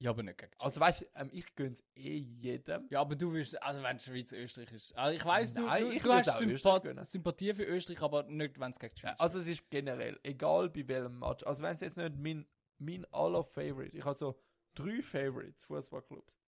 Speaker 2: Ja, aber nicht gegen die
Speaker 3: Also weißt du, ähm, ich gönne es eh jedem.
Speaker 2: Ja, aber du willst, also wenn die Schweiz Österreich ist. Also ich weiß, du,
Speaker 3: Nein,
Speaker 2: du,
Speaker 3: ich
Speaker 2: du
Speaker 3: will's
Speaker 2: hast
Speaker 3: auch Österreich
Speaker 2: Sympa-
Speaker 3: gönnen.
Speaker 2: Sympathie für Österreich, aber nicht, wenn es gegen die Schweiz
Speaker 3: Also es ist generell, egal bei welchem Match. Also wenn es jetzt nicht mein, mein aller Favorite, ich habe so drei Favorites Fußballclubs.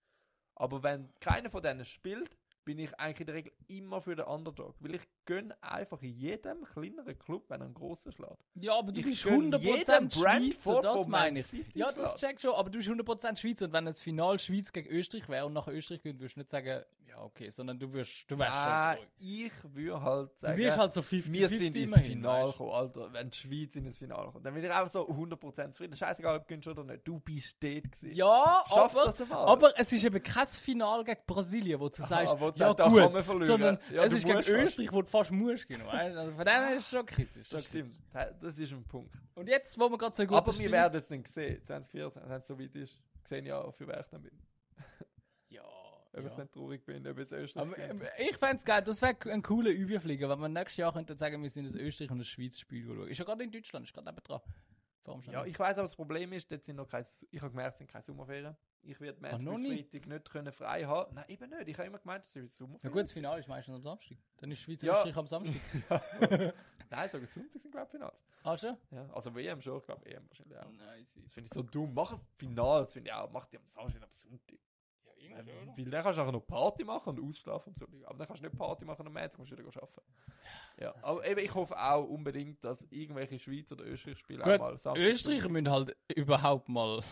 Speaker 3: Aber wenn keiner von denen spielt, bin ich eigentlich in der Regel immer für den Underdog. Weil ich gönne einfach jedem kleineren Club, wenn er einen grossen schlägt.
Speaker 2: Ja, aber du
Speaker 3: Ich
Speaker 2: bist
Speaker 3: gönn
Speaker 2: 100%
Speaker 3: jedem Brand
Speaker 2: Schweizer,
Speaker 3: vor
Speaker 2: das
Speaker 3: von
Speaker 2: meine
Speaker 3: Man
Speaker 2: ich.
Speaker 3: City
Speaker 2: Ja, das
Speaker 3: schlägt.
Speaker 2: check schon, aber du bist 100% Schweizer und wenn jetzt Final Schweiz gegen Österreich wäre und nach Österreich würdest, würdest du nicht sagen, ja, okay, sondern du wirst, du wärst
Speaker 3: Ah,
Speaker 2: schon
Speaker 3: ich würde halt
Speaker 2: Du
Speaker 3: sagen,
Speaker 2: wirst halt so 50
Speaker 3: wir sind ins
Speaker 2: immerhin,
Speaker 3: Finale
Speaker 2: weißt du.
Speaker 3: gekommen, Alter. Wenn die Schweiz in das Finale kommt, dann bin ich auch so 100% zufrieden. Scheißegal, ob du gewinnst oder nicht. Du bist dort gewesen.
Speaker 2: Ja,
Speaker 3: Schaff
Speaker 2: aber,
Speaker 3: das einmal.
Speaker 2: aber es ist eben kein Finale gegen Brasilien, wo du sagst,
Speaker 3: wo du
Speaker 2: ja
Speaker 3: sagst, da
Speaker 2: gut,
Speaker 3: kann man verlieren.
Speaker 2: sondern
Speaker 3: Ja,
Speaker 2: es
Speaker 3: du
Speaker 2: ist gegen
Speaker 3: musst fast.
Speaker 2: Österreich, wo du fast musst, genau. weißt du? Also von dem her ist es schon kritisch. Schon
Speaker 3: das
Speaker 2: kritisch.
Speaker 3: stimmt. Ja, Das ist ein Punkt.
Speaker 2: Und jetzt, wo wir gerade so gut
Speaker 3: aber wir werden es dann sehen, 2024, wenn es so weit ist. Sehen ja, für wer ich dann bin.
Speaker 2: Ja,
Speaker 3: Ob ich
Speaker 2: ja.
Speaker 3: dann traurig bin, ob es Österreich
Speaker 2: Aber,
Speaker 3: gewinnt.
Speaker 2: ähm, ich fände es geil, das wäre ein cooler Überflieger, wenn man nächstes Jahr könnte sagen, wir sind das Österreich und das Schweiz Spiel schauen. Ist ja gerade in Deutschland, ist gerade neben dran.
Speaker 3: Ja, ich weiß, aber das Problem ist, dort sind noch keine, Su- ich habe gemerkt, es sind keine Sommerferien. Ich werde
Speaker 2: Ah,
Speaker 3: März
Speaker 2: noch
Speaker 3: bis
Speaker 2: nicht?
Speaker 3: Freitag nicht können frei haben. Nein, eben nicht. Ich habe immer gemeint, es ist Sommerferien.
Speaker 2: ja gut, das Finale ist meistens am Samstag. Dann ist Schweiz und
Speaker 3: Ja.
Speaker 2: Österreich am Samstag.
Speaker 3: Nein, sogar Sonntag sind glaube ich Finals.
Speaker 2: ah, schon?
Speaker 3: Ja, also WM schon, ich glaube WM wahrscheinlich auch.
Speaker 2: Nein, sie
Speaker 3: Das finde ich so dumm. Mach ein Finale, das finde ich auch. Mach die am Samstag, am Sonntag.
Speaker 2: Ja,
Speaker 3: Weil
Speaker 2: irgendwie, oder?
Speaker 3: weil dann kannst du nachher noch Party machen und ausschlafen am Sonntag. Aber dann kannst du nicht Party machen am Montag, musst du wieder gehen arbeiten. Ja, aber eben, ich hoffe auch unbedingt, dass irgendwelche Schweiz- oder Österreich-Spiele
Speaker 2: Gut,
Speaker 3: auch mal Samstag
Speaker 2: Österreicher
Speaker 3: sind.
Speaker 2: müssen halt überhaupt mal.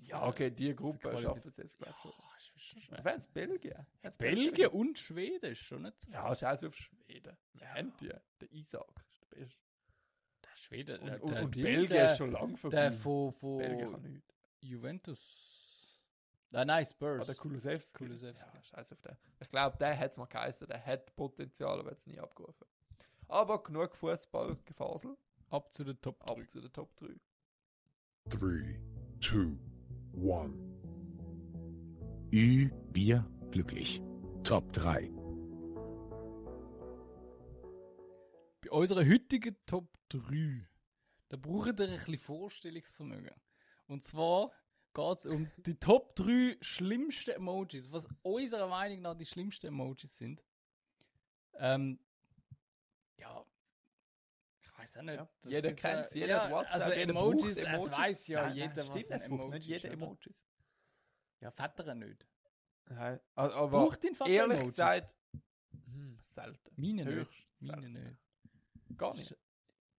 Speaker 3: Ja, okay, die Gruppe
Speaker 2: qualifiziert.
Speaker 3: schaffen es jetzt, glaube ich, schon.
Speaker 2: Boah, ist schon
Speaker 3: Ja.
Speaker 2: schwer.
Speaker 3: Wenn es Belgien. Wenn's
Speaker 2: Belgien und Schweden ist schon nicht so.
Speaker 3: Ja, scheiß auf Schweden. Wir haben die. Der Isaac ist der Beste.
Speaker 2: Der Schweden.
Speaker 3: Und,
Speaker 2: der-
Speaker 3: und,
Speaker 2: der
Speaker 3: und
Speaker 2: Ding,
Speaker 3: Belgien
Speaker 2: der,
Speaker 3: ist schon lange vorbei.
Speaker 2: Der von,
Speaker 3: Belgien kann
Speaker 2: von
Speaker 3: nichts.
Speaker 2: Juventus. Ah, nein,
Speaker 3: Ah,
Speaker 2: Spurs.
Speaker 3: der Kulusewski.
Speaker 2: Kulusewski.
Speaker 3: Ja, scheiß auf den. Ich glaube, der hat es mal geheißen. Der hat Potenzial, aber hat es nie abgerufen. Aber genug Fußball, Gefasel.
Speaker 2: Ab zu den Top 3.
Speaker 3: Ab zu den Top 3.
Speaker 1: 3, 2, 1. Ü, Bier, glücklich. Top 3.
Speaker 2: bei unserer heutigen Top 3, da braucht ihr ein bisschen Vorstellungsvermögen. Und zwar geht es um die Top 3 schlimmsten Emojis, was unserer Meinung nach die schlimmsten Emojis sind. Ähm, ja, ich weiß auch nicht.
Speaker 3: Ja,
Speaker 2: Das
Speaker 3: jeder
Speaker 2: gibt's ja-
Speaker 3: kennt es, jeder hat
Speaker 2: ja,
Speaker 3: WhatsApp,
Speaker 2: Also
Speaker 3: jeder braucht
Speaker 2: Emojis, es weiß ja
Speaker 3: Nein, nein,
Speaker 2: jeder,
Speaker 3: stimmt,
Speaker 2: was ein
Speaker 3: es braucht
Speaker 2: Emoji
Speaker 3: nicht jeder
Speaker 2: ist, oder?
Speaker 3: Emojis.
Speaker 2: Ja, Väter nicht.
Speaker 3: Nein, also, aber
Speaker 2: Braucht den Väter
Speaker 3: ehrlich
Speaker 2: Emojis?
Speaker 3: gesagt, hm, selten.
Speaker 2: Meine nicht.
Speaker 3: Höchst
Speaker 2: Meine
Speaker 3: selten.
Speaker 2: nicht.
Speaker 3: Gar nicht.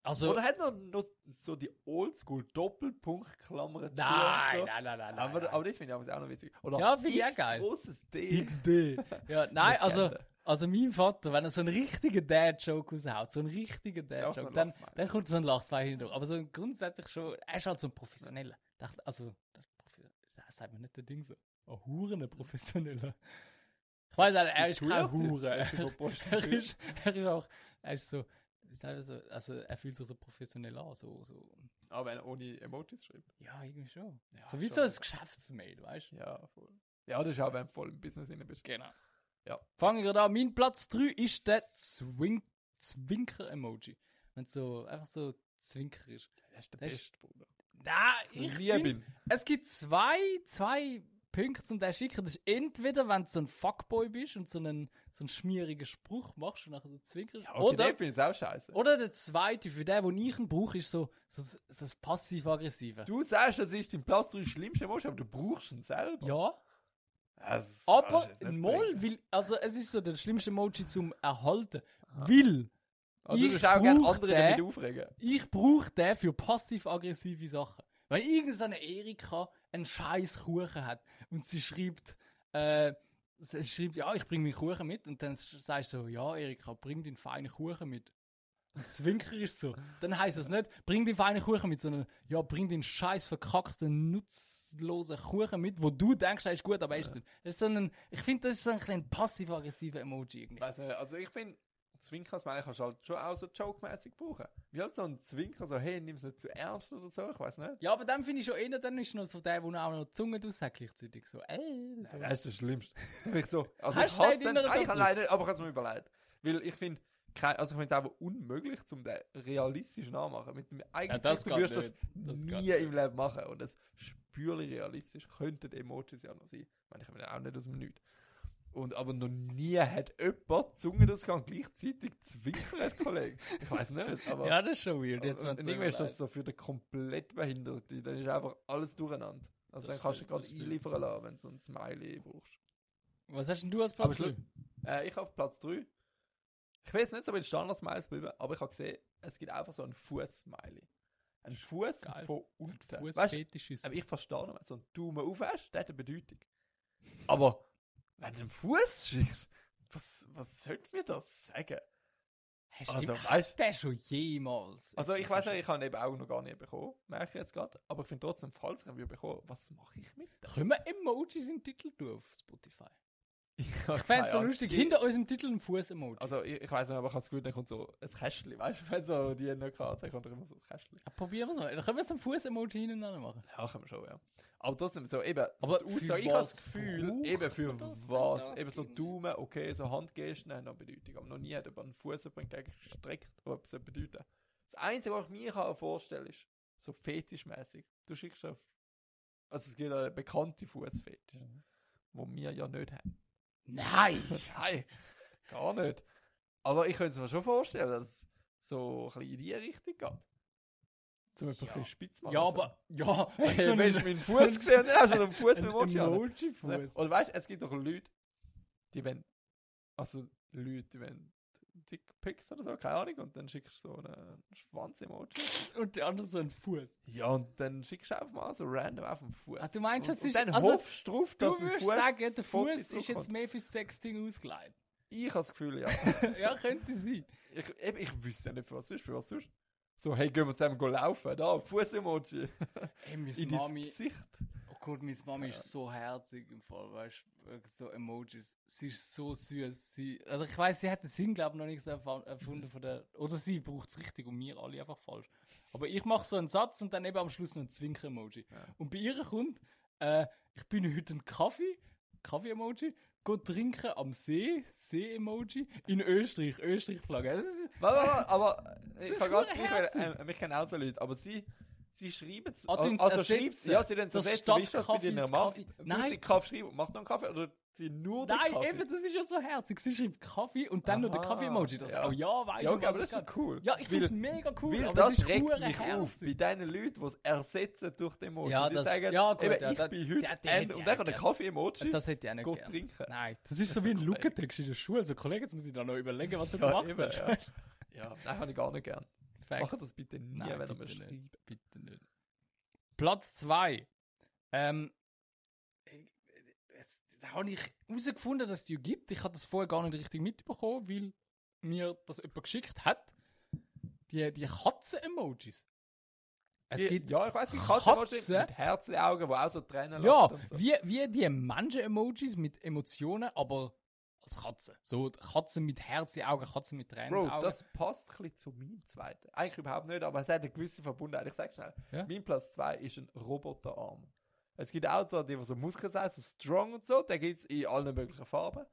Speaker 2: Also,
Speaker 3: Oder hat er noch so die Oldschool Doppelpunktklammern? zu
Speaker 2: nein,
Speaker 3: und
Speaker 2: nein, nein,
Speaker 3: so?
Speaker 2: nein, nein.
Speaker 3: aber,
Speaker 2: nein.
Speaker 3: aber das finde ich aber auch noch witzig. Oder
Speaker 2: Ja, finde ich auch
Speaker 3: X
Speaker 2: geil.
Speaker 3: großes D.
Speaker 2: XD. Ja, nein,
Speaker 3: Legende.
Speaker 2: also, also mein Vater, wenn er so einen richtigen Dad-Joke raushaut, so einen richtigen
Speaker 3: Ja, so
Speaker 2: Dad-Joke,
Speaker 3: ein
Speaker 2: dann,
Speaker 3: Lachsmiley.
Speaker 2: dann kommt so ein Lachsmiley hinterher. Aber so grundsätzlich schon, er ist halt so ein Professioneller. Dacht- Also, das, ist Profi- das sagt man nicht der Ding so. Ein Hurener Professioneller. Ich weiß halt, er ist kein Hure.
Speaker 3: Er ist so
Speaker 2: Er
Speaker 3: prostituiert.
Speaker 2: ist, er ist auch, er ist so, wie sagt man so, also er fühlt sich so professionell an, so, so.
Speaker 3: Aber wenn er ohne Emojis schreibt.
Speaker 2: Ja, irgendwie schon.
Speaker 3: Ja,
Speaker 2: so wie
Speaker 3: schon.
Speaker 2: so ein Geschäftsmail, weißt du?
Speaker 3: Ja, voll. Ja, das ist auch, wenn du voll im Business drin bist.
Speaker 2: Genau.
Speaker 3: Ja.
Speaker 2: Fangen wir an. Mein Platz 3 ist der Zwink Zwinker-Emoji. Wenn es so einfach so Zwinker ist.
Speaker 3: Das ist der
Speaker 2: Das
Speaker 3: beste,
Speaker 2: ist- Nein, ich
Speaker 3: liebe
Speaker 2: find,
Speaker 3: ihn.
Speaker 2: Es gibt zwei, zwei Punkte zum der schicken. Das ist entweder, wenn du so ein Fuckboy bist und so einen, so einen schmierigen Spruch machst und nachher so zwinkerst.
Speaker 3: Ja, okay,
Speaker 2: oder,
Speaker 3: den finde ich auch scheiße.
Speaker 2: oder der zweite, für den, den ich ihn brauche, ist so, so, so das Passiv-Aggressive.
Speaker 3: Du sagst, das ist dein Platz 3 schlimmste Emoji, aber du brauchst ihn selber.
Speaker 2: Ja.
Speaker 3: Das
Speaker 2: Aber
Speaker 3: kannst du jetzt nicht
Speaker 2: mal,
Speaker 3: bringen.
Speaker 2: weil, also es ist so der schlimmste Emoji zum Erhalten.
Speaker 3: Ah.
Speaker 2: Weil
Speaker 3: Aber du
Speaker 2: ich
Speaker 3: tust auch gerne
Speaker 2: brauch
Speaker 3: andere
Speaker 2: den.
Speaker 3: damit aufregen.
Speaker 2: ich brauche den für passiv-aggressive Sachen. Wenn irgendeine Erika einen scheiß Kuchen hat und sie schreibt, äh, sie schreibt, ja, ich bringe meinen Kuchen mit und dann sch- sagst du so, ja, Erika, bring den feinen Kuchen mit. Und Zwinker ist so. Dann heißt es nicht, bring den feinen Kuchen mit, sondern ja, bring den scheiß verkackten, nutzlosen Kuchen mit, wo du denkst, er ist gut, aber er ist nicht. Das ist so ein, ich finde, das ist so ein bisschen passiv-aggressiver Emoji irgendwie.
Speaker 3: Weiss nicht, also ich finde, Zwinker, meine kannst du halt schon auch so joke-mäßig brauchen. Wie halt so ein Zwinker, so, hey, nimm's nicht zu ernst oder so, ich weiß nicht.
Speaker 2: Ja, aber dann finde ich schon eher, dann ist noch so der, der auch noch die Zunge draus hat gleichzeitig. So, äh, so.
Speaker 3: Das ist das Schlimmste. ich so, also
Speaker 2: Hast
Speaker 3: ich
Speaker 2: du den
Speaker 3: hasse
Speaker 2: in
Speaker 3: den,
Speaker 2: deiner
Speaker 3: nein, ich
Speaker 2: Doppel?
Speaker 3: habe leider, aber ich habe mir überlegt. Weil ich finde, also ich finde es einfach unmöglich, um den realistisch nachmachen. Mit dem eigenen
Speaker 2: das
Speaker 3: Zwinker
Speaker 2: geht
Speaker 3: wirst du das
Speaker 2: nicht. Das geht
Speaker 3: nie im Leben machen. Und das spürlich realistisch könnten die Emojis ja noch sein. Ich meine, ich bin auch nicht aus dem Nichts. Und aber noch nie hat jemand die Zunge das kann gleichzeitig zwinkern, Kollege. Ich weiß nicht, aber.
Speaker 2: Ja, das ist schon weird. Jetzt,
Speaker 3: Jetzt, und
Speaker 2: wenn's so
Speaker 3: irgendwie ist
Speaker 2: überlegt.
Speaker 3: das so für den komplett Behinderten, dann ist einfach alles durcheinander. Also
Speaker 2: Das
Speaker 3: dann kannst du
Speaker 2: stimmt,
Speaker 3: gerade
Speaker 2: das stimmt.
Speaker 3: einliefern lassen, wenn du so ein Smiley brauchst.
Speaker 2: Was hast denn du als
Speaker 3: Aber
Speaker 2: Platz
Speaker 3: schau-
Speaker 2: 3?
Speaker 3: Äh, ich auf Platz 3. Ich weiß nicht, ob ich Standard-Smiles bleiben, aber ich habe gesehen, es gibt einfach so einen Fuß-Smiley. Ein Fuß
Speaker 2: Geil.
Speaker 3: von unten. Weißt du,
Speaker 2: Fußfetisch ist.
Speaker 3: aber ich verstehe nicht, wenn du so einen Daumen auf hast, der hat eine Bedeutung. Aber wenn du einen Fuß schickst, was, was sollte mir das sagen?
Speaker 2: Hast
Speaker 3: Also,
Speaker 2: du
Speaker 3: weißt
Speaker 2: den schon jemals?
Speaker 3: Also ich weiß nicht, ich habe ihn eben auch noch gar nicht bekommen, merke ich jetzt gerade. Aber ich finde trotzdem, falls ich ihn würde bekommen, was mache ich mit dem?
Speaker 2: Können wir Emojis im Titel tun auf Spotify?
Speaker 3: Ich
Speaker 2: Ich fände es so lustig. Hinter unserem Titel ein Fuß-Emoji.
Speaker 3: Also ich, ich weiß nicht, aber ich habe das Gefühl, da kommt so ein Kästchen, weißt du, wenn so die noch kann, dann kommt doch immer so ein Kästchen.
Speaker 2: Ja, probieren wir es mal. Dann können wir so ein Fuß-Emoji hintereinander machen.
Speaker 3: Ja, können wir schon, ja. Aber trotzdem, so eben,
Speaker 2: Aber
Speaker 3: so
Speaker 2: für
Speaker 3: die Aussage, ich habe
Speaker 2: was
Speaker 3: das Gefühl,
Speaker 2: braucht
Speaker 3: eben für
Speaker 2: man das? Kann
Speaker 3: was,
Speaker 2: das
Speaker 3: eben so
Speaker 2: geben?
Speaker 3: Daumen, okay, so Handgesten haben noch Bedeutung, aber noch nie hat jemand einen Fuß jemand gegen gestreckt, der etwas bedeutet. Das Einzige, was ich mir kann vorstellen ist, so fetischmäßig, du schickst auf, also es gibt ja bekannte Fußfetisch,
Speaker 2: Mhm.
Speaker 3: wo wir ja nicht haben.
Speaker 2: Nein!
Speaker 3: Nein, gar nicht. Aber ich könnte es mir schon vorstellen, dass es so ein bisschen in die Richtung geht. Zum Beispiel
Speaker 2: Ja.
Speaker 3: ein bisschen spitz machen.
Speaker 2: ja,
Speaker 3: so.
Speaker 2: aber. Ja,
Speaker 3: Hey,
Speaker 2: so
Speaker 3: Also- wenn du meinen Fuß gesehen hast, hast du den Fuß mit dem Emoji an.
Speaker 2: Emoji-Fuß.
Speaker 3: Oder weißt du, es gibt doch Leute, die wenn. Also Leute, die wenn Dickpics oder so, keine Ahnung, und dann schickst du so einen Schwanz-Emoji.
Speaker 2: Und der andere so ein Fuß.
Speaker 3: Ja, und dann schickst du einfach mal so random auf den Fuß.
Speaker 2: Ah, du meinst,
Speaker 3: und,
Speaker 2: das
Speaker 3: und
Speaker 2: ist-
Speaker 3: Dann
Speaker 2: also,
Speaker 3: hoffst du drauf,
Speaker 2: Du
Speaker 3: dass ein
Speaker 2: würdest
Speaker 3: Fuß
Speaker 2: sagen, der
Speaker 3: Foto
Speaker 2: Fuß ist
Speaker 3: zurückkommt.
Speaker 2: jetzt mehr fürs Sexting ausgeleitet.
Speaker 3: Ich habe das Gefühl, ja.
Speaker 2: ja, könnte sein.
Speaker 3: Ich, eben, ich wüsste ja nicht, für was sonst, für was sonst. So, hey, gehen wir zusammen go laufen, da, Fuß-Emoji.
Speaker 2: Hey, meine
Speaker 3: In dein
Speaker 2: Mami.
Speaker 3: Gesicht.
Speaker 2: Oh Gott, meine Mami ist so herzig im Fall, weißt du? So Emojis. Sie ist so süß. Sie, also ich weiß, sie hat den Sinn, glaube ich, noch nicht so erfa- erfunden von der. Oder sie braucht es richtig und wir alle einfach falsch. Aber ich mache so einen Satz und dann eben am Schluss noch ein Zwinker-Emoji. Und bei ihr kommt, äh, ich bin heute einen Kaffee, Kaffee-Emoji, go trinken am See, See-Emoji, in Österreich, Österreich-Flagge. Das ist-
Speaker 3: Warte, warte, warte, aber ich
Speaker 2: ist
Speaker 3: kann ganz
Speaker 2: verdammt
Speaker 3: gleich,
Speaker 2: herzig.
Speaker 3: weil, ähm, mich kennen auch so Leute, aber sie, sie schreiben es.
Speaker 2: Ah, tun's ersetzen.
Speaker 3: schreiben- ja, sie dann
Speaker 2: Das
Speaker 3: ersetzen, wie ist das bei
Speaker 2: Stadtkaffee
Speaker 3: deiner
Speaker 2: ist
Speaker 3: Mama?
Speaker 2: Kaffee.
Speaker 3: Nein.
Speaker 2: Nein.
Speaker 3: Sie Kaffee schreiben, macht noch einen Kaffee, oder sie nur den
Speaker 2: Nein,
Speaker 3: Kaffee?
Speaker 2: eben, das ist ja so herzig. Sie schreibt Kaffee und dann noch der
Speaker 3: Aha,
Speaker 2: Kaffee-Emoji. Das
Speaker 3: ja.
Speaker 2: auch ja, weiß
Speaker 3: Ja, okay, aber das ist cool.
Speaker 2: Ja, ich
Speaker 3: Weil-
Speaker 2: finde es mega cool,
Speaker 3: Weil
Speaker 2: aber
Speaker 3: das
Speaker 2: es ist
Speaker 3: regt
Speaker 2: hure
Speaker 3: mich auf bei
Speaker 2: herzig.
Speaker 3: diesen Leuten, die es ersetzen durch den Emoji.
Speaker 2: Ja,
Speaker 3: die
Speaker 2: das-
Speaker 3: sagen,
Speaker 2: ja, gut,
Speaker 3: eben,
Speaker 2: ja,
Speaker 3: ich
Speaker 2: da-
Speaker 3: bin
Speaker 2: der-
Speaker 3: heute
Speaker 2: der
Speaker 3: ein,
Speaker 2: hätte ich
Speaker 3: und dann
Speaker 2: auch
Speaker 3: kommt ein
Speaker 2: gern.
Speaker 3: Kaffee-Emoji,
Speaker 2: Das hätte ich auch nicht
Speaker 3: go
Speaker 2: gern.
Speaker 3: trinken.
Speaker 2: Nein, das ist so
Speaker 3: ist
Speaker 2: wie
Speaker 3: ein
Speaker 2: ein
Speaker 3: Kollege.
Speaker 2: Lückentext in der Schule. So, Kollege, jetzt muss ich da noch überlegen, was du
Speaker 3: Ja,
Speaker 2: gemacht
Speaker 3: eben,
Speaker 2: hast.
Speaker 3: ja. Ja, nein, habe ich gar nicht gern.
Speaker 2: Fact.
Speaker 3: Macht das bitte nie,
Speaker 2: Nein,
Speaker 3: wenn ihr mir
Speaker 2: bitte
Speaker 3: schreibt.
Speaker 2: nicht. Bitte nicht. Platz 2. Ähm, ich- es- da habe ich herausgefunden, dass es die gibt. Ich habe das vorher gar nicht richtig mitbekommen, weil mir das jemand geschickt hat. Die, die Katzen-Emojis. Es
Speaker 3: Die-
Speaker 2: gibt ja,
Speaker 3: ja, ich weiß nicht,
Speaker 2: Katzen-
Speaker 3: Katzenmaschinen mit Herzli-Augen, die auch so Tränen lachen und so.
Speaker 2: wie, wie die Menschen-Emojis mit Emotionen, aber als Katze. So Katzen mit Herz in Augen, Katzen mit Tränen in
Speaker 3: Bro,
Speaker 2: Augen.
Speaker 3: das passt ein bisschen zu meinem zweiten. Eigentlich überhaupt nicht, aber es hat eine gewisse Verbundenheit. Ich sag schnell,
Speaker 2: Ja.
Speaker 3: mein Platz 2 ist ein Roboterarm. Es gibt auch so, die die so Muskeln sind, so strong und so, den gibt es in allen möglichen Farben.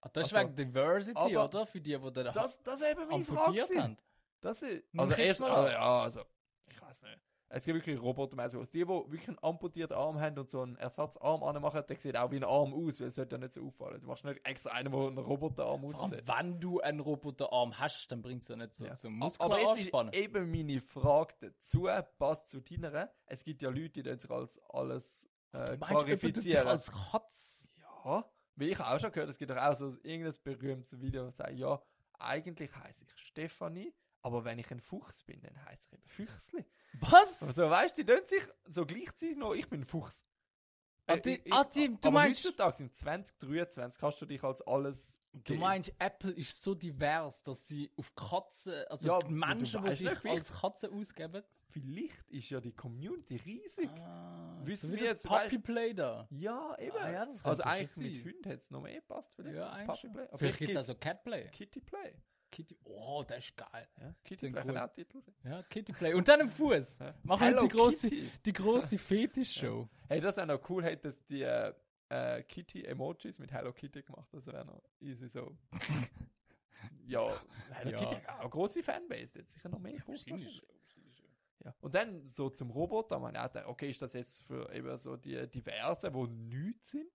Speaker 2: Ah, das ist
Speaker 3: also-
Speaker 2: wegen Diversity,
Speaker 3: aber-
Speaker 2: oder? Für die, die den Hass
Speaker 3: Das, das ist eben meine Frage.
Speaker 2: amputiert
Speaker 3: gewesen.
Speaker 2: haben.
Speaker 3: Das ist,
Speaker 2: Nimm
Speaker 3: also
Speaker 2: mich jetzt
Speaker 3: erst,
Speaker 2: mal
Speaker 3: also,
Speaker 2: an.
Speaker 3: ja, also, ich weiß nicht. Es gibt wirklich Robotermäßig aus. Die, die wirklich einen amputierten Arm haben und so einen Ersatzarm anmachen, der sieht auch wie ein Arm aus, weil es sollte ja nicht so auffallen. Du machst nicht extra einen, der einen Roboterarm
Speaker 2: Vor
Speaker 3: aussieht.
Speaker 2: allem, wenn du einen Roboterarm hast, dann bringt es ja nicht so
Speaker 3: Ja.
Speaker 2: zum
Speaker 3: A-
Speaker 2: Muskeln
Speaker 3: Aber jetzt
Speaker 2: anspannen.
Speaker 3: ist eben meine Frage dazu, passt zu deiner. Es gibt ja Leute, die tun sich als alles
Speaker 2: du
Speaker 3: äh,
Speaker 2: meinst, jemand tut sich
Speaker 3: klarifizieren.
Speaker 2: als Katz?
Speaker 3: ja, weil ich habe auch schon gehört, es gibt doch auch so ein- irgendein berühmtes Video, das sagt, ja, eigentlich heiße ich Stefanie, aber wenn ich ein Fuchs bin, dann heiße ich eben Füchsli.
Speaker 2: Was?
Speaker 3: Also weißt du, die tun sich so gleichzeitig noch, ich bin ein Fuchs.
Speaker 2: Ah,
Speaker 3: Äh,
Speaker 2: die-
Speaker 3: ich- ich-
Speaker 2: ah, die- du
Speaker 3: aber
Speaker 2: meinst-
Speaker 3: heutzutage im 2023 kannst du dich als alles
Speaker 2: Du
Speaker 3: geben.
Speaker 2: meinst, Apple ist so divers, dass sie auf Katzen, also
Speaker 3: Ja,
Speaker 2: die
Speaker 3: aber du
Speaker 2: Menschen, die
Speaker 3: weißt
Speaker 2: sich
Speaker 3: nicht, vielleicht-
Speaker 2: als Katzen ausgeben.
Speaker 3: Vielleicht ist ja die Community riesig.
Speaker 2: Ah,
Speaker 3: Wissen
Speaker 2: so wie
Speaker 3: wir
Speaker 2: das
Speaker 3: jetzt, weißt-
Speaker 2: Puppy Play da.
Speaker 3: Ja, eben.
Speaker 2: Ah, ja, das könnte
Speaker 3: also
Speaker 2: schon
Speaker 3: eigentlich mit
Speaker 2: sein.
Speaker 3: Hunden hätte es noch mehr gepasst, vielleicht
Speaker 2: Ja,
Speaker 3: als
Speaker 2: eigentlich
Speaker 3: Puppy
Speaker 2: schon.
Speaker 3: Play. Aber
Speaker 2: Vielleicht gibt es
Speaker 3: gibt's
Speaker 2: also Cat Play.
Speaker 3: Kitty Play.
Speaker 2: Kitty. Oh, das ist geil.
Speaker 3: Ja, Kitty
Speaker 2: Klingt
Speaker 3: Play kann
Speaker 2: gut.
Speaker 3: auch ein Titel sein.
Speaker 2: Ja, Kitty Play. Und dann im Fuß.
Speaker 3: Ja.
Speaker 2: Machen wir
Speaker 3: Hello
Speaker 2: die große,
Speaker 3: Kitty.
Speaker 2: die große Fetisch-Show.
Speaker 3: Hey, das wäre noch cool, hätte es die äh, äh, Kitty-Emojis mit Hello Kitty gemacht. Das wäre noch easy so. ja, Hello
Speaker 2: Ja.
Speaker 3: Kitty hat auch eine große Fanbase. Jetzt sicher noch mehr. gebraucht
Speaker 2: wahrscheinlich
Speaker 3: wahrscheinlich. ja. Und dann so zum Roboter. Man hat gedacht, okay, ist das jetzt für eben so die Diversen, die nichts sind?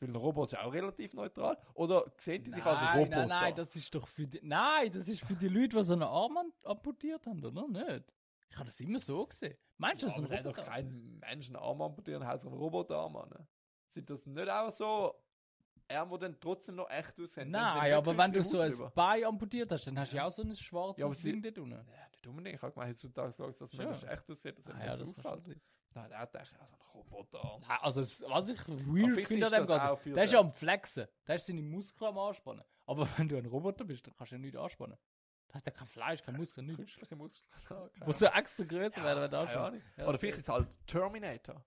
Speaker 3: Weil ein Roboter ist auch relativ neutral. Oder sehen die sich als
Speaker 2: nein,
Speaker 3: Roboter?
Speaker 2: nein, nein, das ist doch für die. Nein, das ist für die Leute, die so einen Arm an- amputiert haben, oder? Nicht? Ich habe das immer so gesehen. Meinst du,
Speaker 3: Ja,
Speaker 2: das
Speaker 3: aber
Speaker 2: ist
Speaker 3: es
Speaker 2: ein
Speaker 3: hat doch
Speaker 2: Roboter?
Speaker 3: ne? kein Menschenarm amputieren, heißt ein Roboterarm an. Sind das nicht auch so er muss dann trotzdem noch echt aussehen. Dann-
Speaker 2: Nein,
Speaker 3: dann
Speaker 2: aber wenn du so ein
Speaker 3: drüber.
Speaker 2: Bein amputiert hast, dann hast du ja auch so ein schwarzes
Speaker 3: Ja, aber sie-
Speaker 2: Ding dort unten.
Speaker 3: Ja, nicht unbedingt. Ich habe gemeint, heutzutage sagst du, dass man
Speaker 2: Sure.
Speaker 3: echt aussieht, dass er
Speaker 2: Ah, ja,
Speaker 3: nicht
Speaker 2: das kann
Speaker 3: auffällt.
Speaker 2: schon sein.
Speaker 3: Nein, der hat echt also ein Roboter.
Speaker 2: Nein, also es- was ich
Speaker 3: Aber
Speaker 2: weird
Speaker 3: vielleicht
Speaker 2: finde an
Speaker 3: ist
Speaker 2: dem
Speaker 3: das auch
Speaker 2: Ganzen,
Speaker 3: für
Speaker 2: der ist
Speaker 3: den-
Speaker 2: ja am Flexen, der ist seine Muskeln am Anspannen. Aber wenn du ein Roboter bist, dann kannst du ja nichts anspannen. Da hat ja kein Fleisch, kein Muskel, nichts.
Speaker 3: Künstliche Muskeln.
Speaker 2: Muss so extra größer
Speaker 3: Ja,
Speaker 2: werden, wenn du
Speaker 3: keine
Speaker 2: anspannen.
Speaker 3: Ahnung. Oder vielleicht ist es halt Terminator.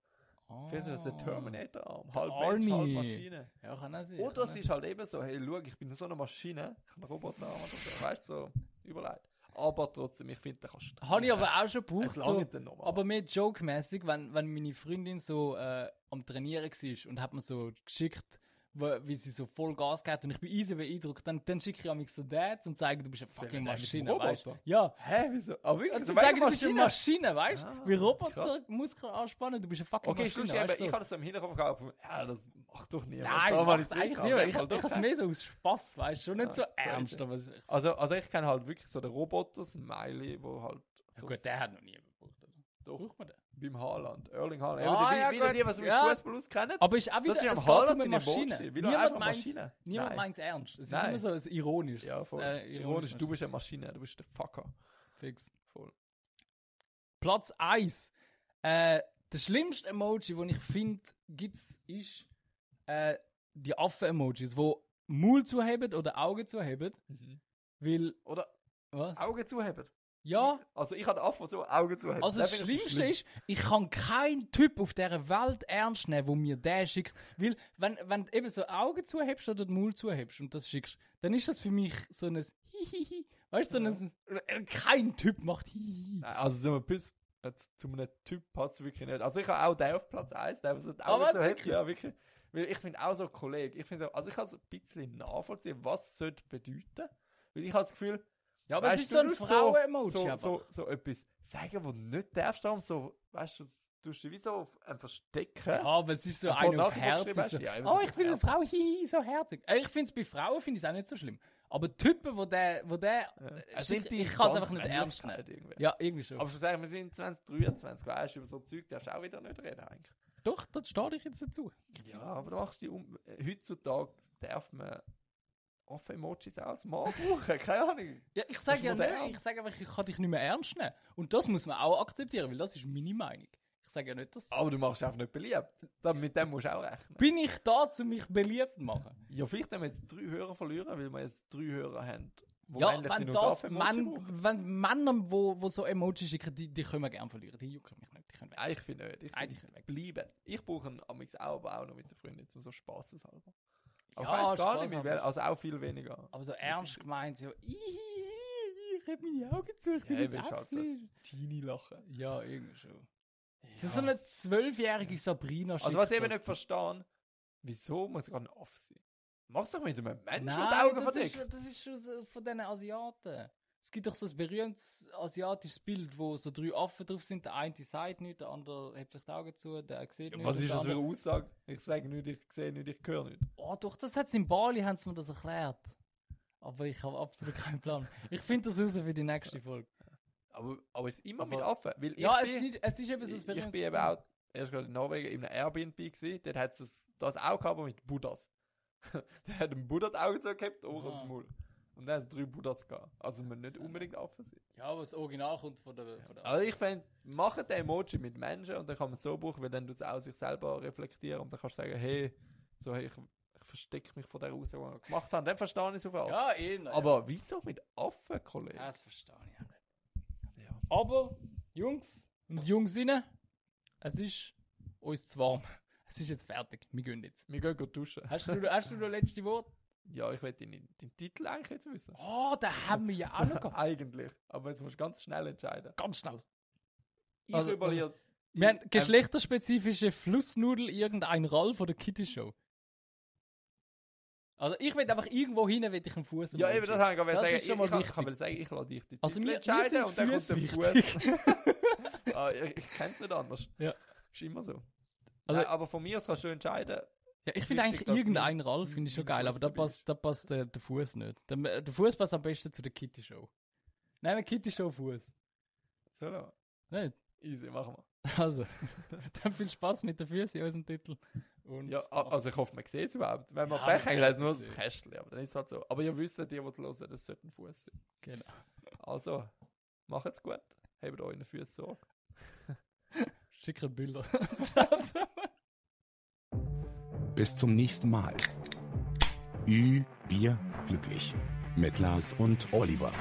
Speaker 3: Vielleicht ist es der
Speaker 2: Ah.
Speaker 3: Terminator-Arm. Halb
Speaker 2: Arnie.
Speaker 3: Mensch, halb halt Maschine.
Speaker 2: Ja, ne? kann auch sein.
Speaker 3: Oder
Speaker 2: kann
Speaker 3: es
Speaker 2: auch
Speaker 3: ist halt eben so, hey, schau, ich bin so eine Maschine, ich habe einen Roboterarm. oder so. Weißt du, so überlegt. Aber trotzdem, ich finde, da kannst du.
Speaker 2: sein. Habe ich aber auch schon
Speaker 3: Es
Speaker 2: gebraucht. So,
Speaker 3: langt dann nochmal.
Speaker 2: aber mehr joke-mäßig, wenn, wenn meine Freundin so äh, am Trainieren war und hat mir so geschickt, wo- wie sie so voll Gas gegeben hat und ich bin easy beeindruckt, dann, dann schicke ich mich so dort und zeige, du bist eine
Speaker 3: wäre
Speaker 2: fucking
Speaker 3: der mit dem
Speaker 2: Maschine, weißt du?
Speaker 3: Roboter.
Speaker 2: Ja.
Speaker 3: Hä, wieso? Aber wirklich,
Speaker 2: Und sie
Speaker 3: so wegen
Speaker 2: sagen, du bist eine Maschine, weißt du?
Speaker 3: Also Ah,
Speaker 2: Wie Roboter
Speaker 3: krass.
Speaker 2: Muskeln anspannen, du bist eine fucking
Speaker 3: Okay,
Speaker 2: Maschine.
Speaker 3: schlussendlich,
Speaker 2: weißt du?
Speaker 3: ich habe so im Hinterkopf gehabt, ja, das macht doch niemand.
Speaker 2: Nein,
Speaker 3: Da
Speaker 2: ich
Speaker 3: war
Speaker 2: mach's
Speaker 3: nicht
Speaker 2: eigentlich
Speaker 3: dran,
Speaker 2: nicht.
Speaker 3: aber
Speaker 2: mehr. Ich, ich,
Speaker 3: halt doch.
Speaker 2: habe es mehr so aus Spaß, weißt du? Schon
Speaker 3: Ah,
Speaker 2: nicht so ernst.
Speaker 3: crazy.
Speaker 2: Aber es- ich,
Speaker 3: Also, also ich kenne halt wirklich so den Roboter, Smiley, wo halt so
Speaker 2: gut, der hat noch nie gebraucht. oder?
Speaker 3: Doch.
Speaker 2: Braucht man den?
Speaker 3: beim Haaland, Erling Haaland,
Speaker 2: Ah,
Speaker 3: ja,
Speaker 2: ja,
Speaker 3: wieder
Speaker 2: gut.
Speaker 3: die, was wir
Speaker 2: Ja.
Speaker 3: mit Fußball auskennen.
Speaker 2: Aber ist auch wieder,
Speaker 3: ist ja am
Speaker 2: es geht um
Speaker 3: Haaland
Speaker 2: eine
Speaker 3: in dem Boot
Speaker 2: Maschine.
Speaker 3: stehen, weil er
Speaker 2: Niemand
Speaker 3: einfach
Speaker 2: meint's-
Speaker 3: Maschine.
Speaker 2: Niemand
Speaker 3: Nein.
Speaker 2: meint es ernst. Es ist
Speaker 3: Nein.
Speaker 2: immer so ein ironisches.
Speaker 3: ja, voll.
Speaker 2: äh,
Speaker 3: Ironisch, du
Speaker 2: ironisches-
Speaker 3: bist eine Maschine, du bist der Fucker.
Speaker 2: Fix.
Speaker 3: Voll.
Speaker 2: Platz 1. Äh, der schlimmste Emoji, den ich finde, gibt's, ist äh, die Affen-Emojis, wo Maul zuheben oder Augen zuheben, weil.
Speaker 3: Oder
Speaker 2: Was?
Speaker 3: Augen zuheben.
Speaker 2: Ja,
Speaker 3: Also ich habe einen Affen, der so Augen zuheben.
Speaker 2: also das Schlimmste ist, ich kann keinen Typ auf dieser Welt ernst nehmen, wo mir der schickt. Weil, wenn, wenn du eben so Augen zuhebst oder den Mund zuhebst und das schickst, dann ist das für mich so ein Hihihi. Weißt du, so ein. Kein Typ macht Hihihi.
Speaker 3: Nein, Also so ein bisschen äh, zu- zu einem Typ passt wirklich nicht. Also ich habe auch den auf Platz 1, der so die
Speaker 2: Ah,
Speaker 3: Augen
Speaker 2: was,
Speaker 3: zu hat.
Speaker 2: wirklich?
Speaker 3: Ja, wirklich. Weil ich finde auch so Kollege, ich finde so, also ich kann es ein bisschen nachvollziehen, was es sollte bedeuten. Weil ich habe das Gefühl,
Speaker 2: Ja, aber es
Speaker 3: weißt
Speaker 2: ist
Speaker 3: du,
Speaker 2: so ein
Speaker 3: nur
Speaker 2: Frauen-Emoji.
Speaker 3: so,
Speaker 2: einfach.
Speaker 3: so, so etwas sagen, wo du nicht darfst, darum so, weißt du, das tust du wie so auf ein Verstecken.
Speaker 2: Ja, aber es ist so
Speaker 3: Und vor
Speaker 2: ein auf
Speaker 3: Nachricht
Speaker 2: Herzig.
Speaker 3: schreibst
Speaker 2: So,
Speaker 3: du, ja, eben
Speaker 2: oh,
Speaker 3: so
Speaker 2: ich bin eine
Speaker 3: Herz.
Speaker 2: Frau, hihi, so herzig. Äh, Ich finde es bei Frauen finde ich es auch nicht so schlimm. Aber Typen, wo der, wo der,
Speaker 3: Äh, sind die
Speaker 2: Also, ich kann es
Speaker 3: ganz
Speaker 2: einfach nicht ernst nehmen.
Speaker 3: Männlichkeit irgendwie.
Speaker 2: Ja, irgendwie schon.
Speaker 3: Aber ich muss sagen, wir sind 2023, weißt du, über so Zeug darfst du auch wieder nicht reden eigentlich.
Speaker 2: doch, da stehe ich jetzt dazu.
Speaker 3: Ja, aber du machst die um. äh, Heutzutage darf man offen Emojis auch als Mann brauchen, keine Ahnung.
Speaker 2: Ja, ich
Speaker 3: ist
Speaker 2: sage ja
Speaker 3: modern.
Speaker 2: nicht, ich sage einfach, ich kann dich nicht mehr ernst nehmen. Und das muss man auch akzeptieren, weil das ist meine Meinung. Ich sage ja nicht, dass...
Speaker 3: Aber du machst einfach nicht beliebt. Da- Mit dem musst du auch rechnen.
Speaker 2: bin ich da, um mich beliebt zu machen?
Speaker 3: Ja, vielleicht haben wir jetzt drei Hörer verlieren, weil wir jetzt drei Hörer haben. Wo
Speaker 2: ja,
Speaker 3: eigentlich sie
Speaker 2: wenn
Speaker 3: nur
Speaker 2: das,
Speaker 3: die Affenmoji brauchen.
Speaker 2: Männ- wenn Männer, die wo, wo so Emojis schicken, die, die können wir gerne verlieren. Die jucken mich nicht, die können weg.
Speaker 3: Nein, ich finde nicht. Ich
Speaker 2: Nein,
Speaker 3: finde,
Speaker 2: die können weg.
Speaker 3: bleiben. Ich brauche einen Amix auch, aber auch noch mit der Freundin, zum so Spaßeshalber. Aber
Speaker 2: Ja,
Speaker 3: ich weiß gar nicht, wie
Speaker 2: spaßeshalber.
Speaker 3: viel, also auch viel weniger.
Speaker 2: Aber so ernst gemeint, so, "Ihihihi, ich hab meine Augen zu, ich
Speaker 3: Ja,
Speaker 2: bin
Speaker 3: ich
Speaker 2: jetzt
Speaker 3: will halt so
Speaker 2: Affe."
Speaker 3: ein Teenie-Lachen.
Speaker 2: Ja, irgendwie schon. Das
Speaker 3: Ja.
Speaker 2: ist so eine zwölfjährige Sabrina
Speaker 3: Also was ich eben
Speaker 2: Schicksals.
Speaker 3: nicht verstehe, wieso muss gar ein Aff sein? Mach's doch mit einem Menschen, der die
Speaker 2: Nein,
Speaker 3: Augen
Speaker 2: das
Speaker 3: verdeckt.
Speaker 2: ist, das ist schon so von diesen Asiaten. Es gibt doch so ein berühmtes asiatisches Bild, wo so drei Affen drauf sind. Der eine sagt nichts, der andere hebt sich die Augen zu, der sieht nichts.
Speaker 3: Was
Speaker 2: und
Speaker 3: ist
Speaker 2: der
Speaker 3: das für eine
Speaker 2: andere-
Speaker 3: Aussage? Ich sage nicht, ich sehe nicht, ich höre nicht.
Speaker 2: Oh, durch das hat's in Bali haben sie mir das erklärt. Aber ich habe absolut keinen Plan. Ich finde das raus für die nächste Folge.
Speaker 3: Aber, aber es ist immer
Speaker 2: Aber-
Speaker 3: mit Affen. Weil ich
Speaker 2: ja,
Speaker 3: bin,
Speaker 2: es ist, es ist eben so ein
Speaker 3: ich, ich bin
Speaker 2: berühmtes
Speaker 3: eben
Speaker 2: Ding.
Speaker 3: auch erst gerade in Norwegen in einem Airbnb gewesen. Dort hat es das auch gehabt, aber mit Buddhas. der hat einen Buddha die Augen zugehabt, Ohren
Speaker 2: Ah.
Speaker 3: und Maul. Und dann hat es drei Buddhas gehabt. Also man nicht
Speaker 2: Das-
Speaker 3: unbedingt Affen sein.
Speaker 2: Ja, aber das Original kommt von der. Von der
Speaker 3: Also ich finde, mach den Emoji mit Menschen und dann kann man es so brauchen, weil dann du es auch sich selber reflektieren und dann kannst du sagen, hey, so hey, ich, ich verstecke mich von der Aussage, die ich gemacht habe. Dann verstehe ich es auf jeden Fall.
Speaker 2: ja, eh. noch,
Speaker 3: Aber wieso mit Affen, Kollege?
Speaker 2: Ja. Ja, das verstehe ich auch nicht.
Speaker 3: Ja.
Speaker 2: Aber, Jungs und Jungsinnen, es ist uns zu warm. Es ist jetzt fertig. Wir gehen jetzt.
Speaker 3: Wir gehen gut duschen.
Speaker 2: Hast du, hast du noch letzte Wort?
Speaker 3: Ja, ich will deinen, deinen Titel eigentlich jetzt wissen.
Speaker 2: Oh, da haben wir ja auch noch gehabt.
Speaker 3: eigentlich. Aber jetzt musst du ganz schnell Ähm, entscheiden.
Speaker 2: Ganz schnell.
Speaker 3: Ich
Speaker 2: Also-
Speaker 3: überlege.
Speaker 2: Wir haben geschlechterspezifische Flussnudel, irgendein Ralf oder Kitty Show. Also ich will einfach irgendwo hin, will ich einen Fuß.
Speaker 3: ja, eben, das habe ich gerade
Speaker 2: Das
Speaker 3: sagen.
Speaker 2: ist schon
Speaker 3: ich,
Speaker 2: mal
Speaker 3: ich kann-
Speaker 2: wichtig.
Speaker 3: kann mal sagen, ich lasse dich den
Speaker 2: Also
Speaker 3: Titel
Speaker 2: wir, wir
Speaker 3: entscheiden
Speaker 2: sind
Speaker 3: und dann kommt der Fuß.
Speaker 2: Fuß.
Speaker 3: ah, ich ich kenne es nicht anders.
Speaker 2: Ja.
Speaker 3: Ist immer so.
Speaker 2: Also-
Speaker 3: Nein, aber von mir aus kannst du entscheiden.
Speaker 2: Ja, ich finde
Speaker 3: Wichtig,
Speaker 2: eigentlich
Speaker 3: dass
Speaker 2: irgendein Ralf finde ich schon
Speaker 3: mein
Speaker 2: geil, aber
Speaker 3: Fuss
Speaker 2: da
Speaker 3: dabei
Speaker 2: passt, da passt der, der Fuß nicht. Der, der Fuß passt am besten zu der Kitty Show. Nehmen wir Kitty Show Fuß.
Speaker 3: So, no.
Speaker 2: Nicht?
Speaker 3: easy, machen wir.
Speaker 2: Also, dann viel Spaß mit den Füßen in unserem Titel. Und
Speaker 3: Ja, a- also ich hoffe, man sieht es überhaupt. Wenn man
Speaker 2: Ja,
Speaker 3: Pech
Speaker 2: man
Speaker 3: hat, ist
Speaker 2: kann's
Speaker 3: nur das
Speaker 2: sehen.
Speaker 3: Kästchen. Aber dann ist es halt so. Aber ihr wisst, die, die es hören, das sollte ein Fuß sein.
Speaker 2: Genau.
Speaker 3: Also, macht's gut. Habt euren Füßen Sorge.
Speaker 2: schicke Bilder.
Speaker 1: Bis zum nächsten Mal. Ü, Bier, glücklich. Mit Lars und Oliver.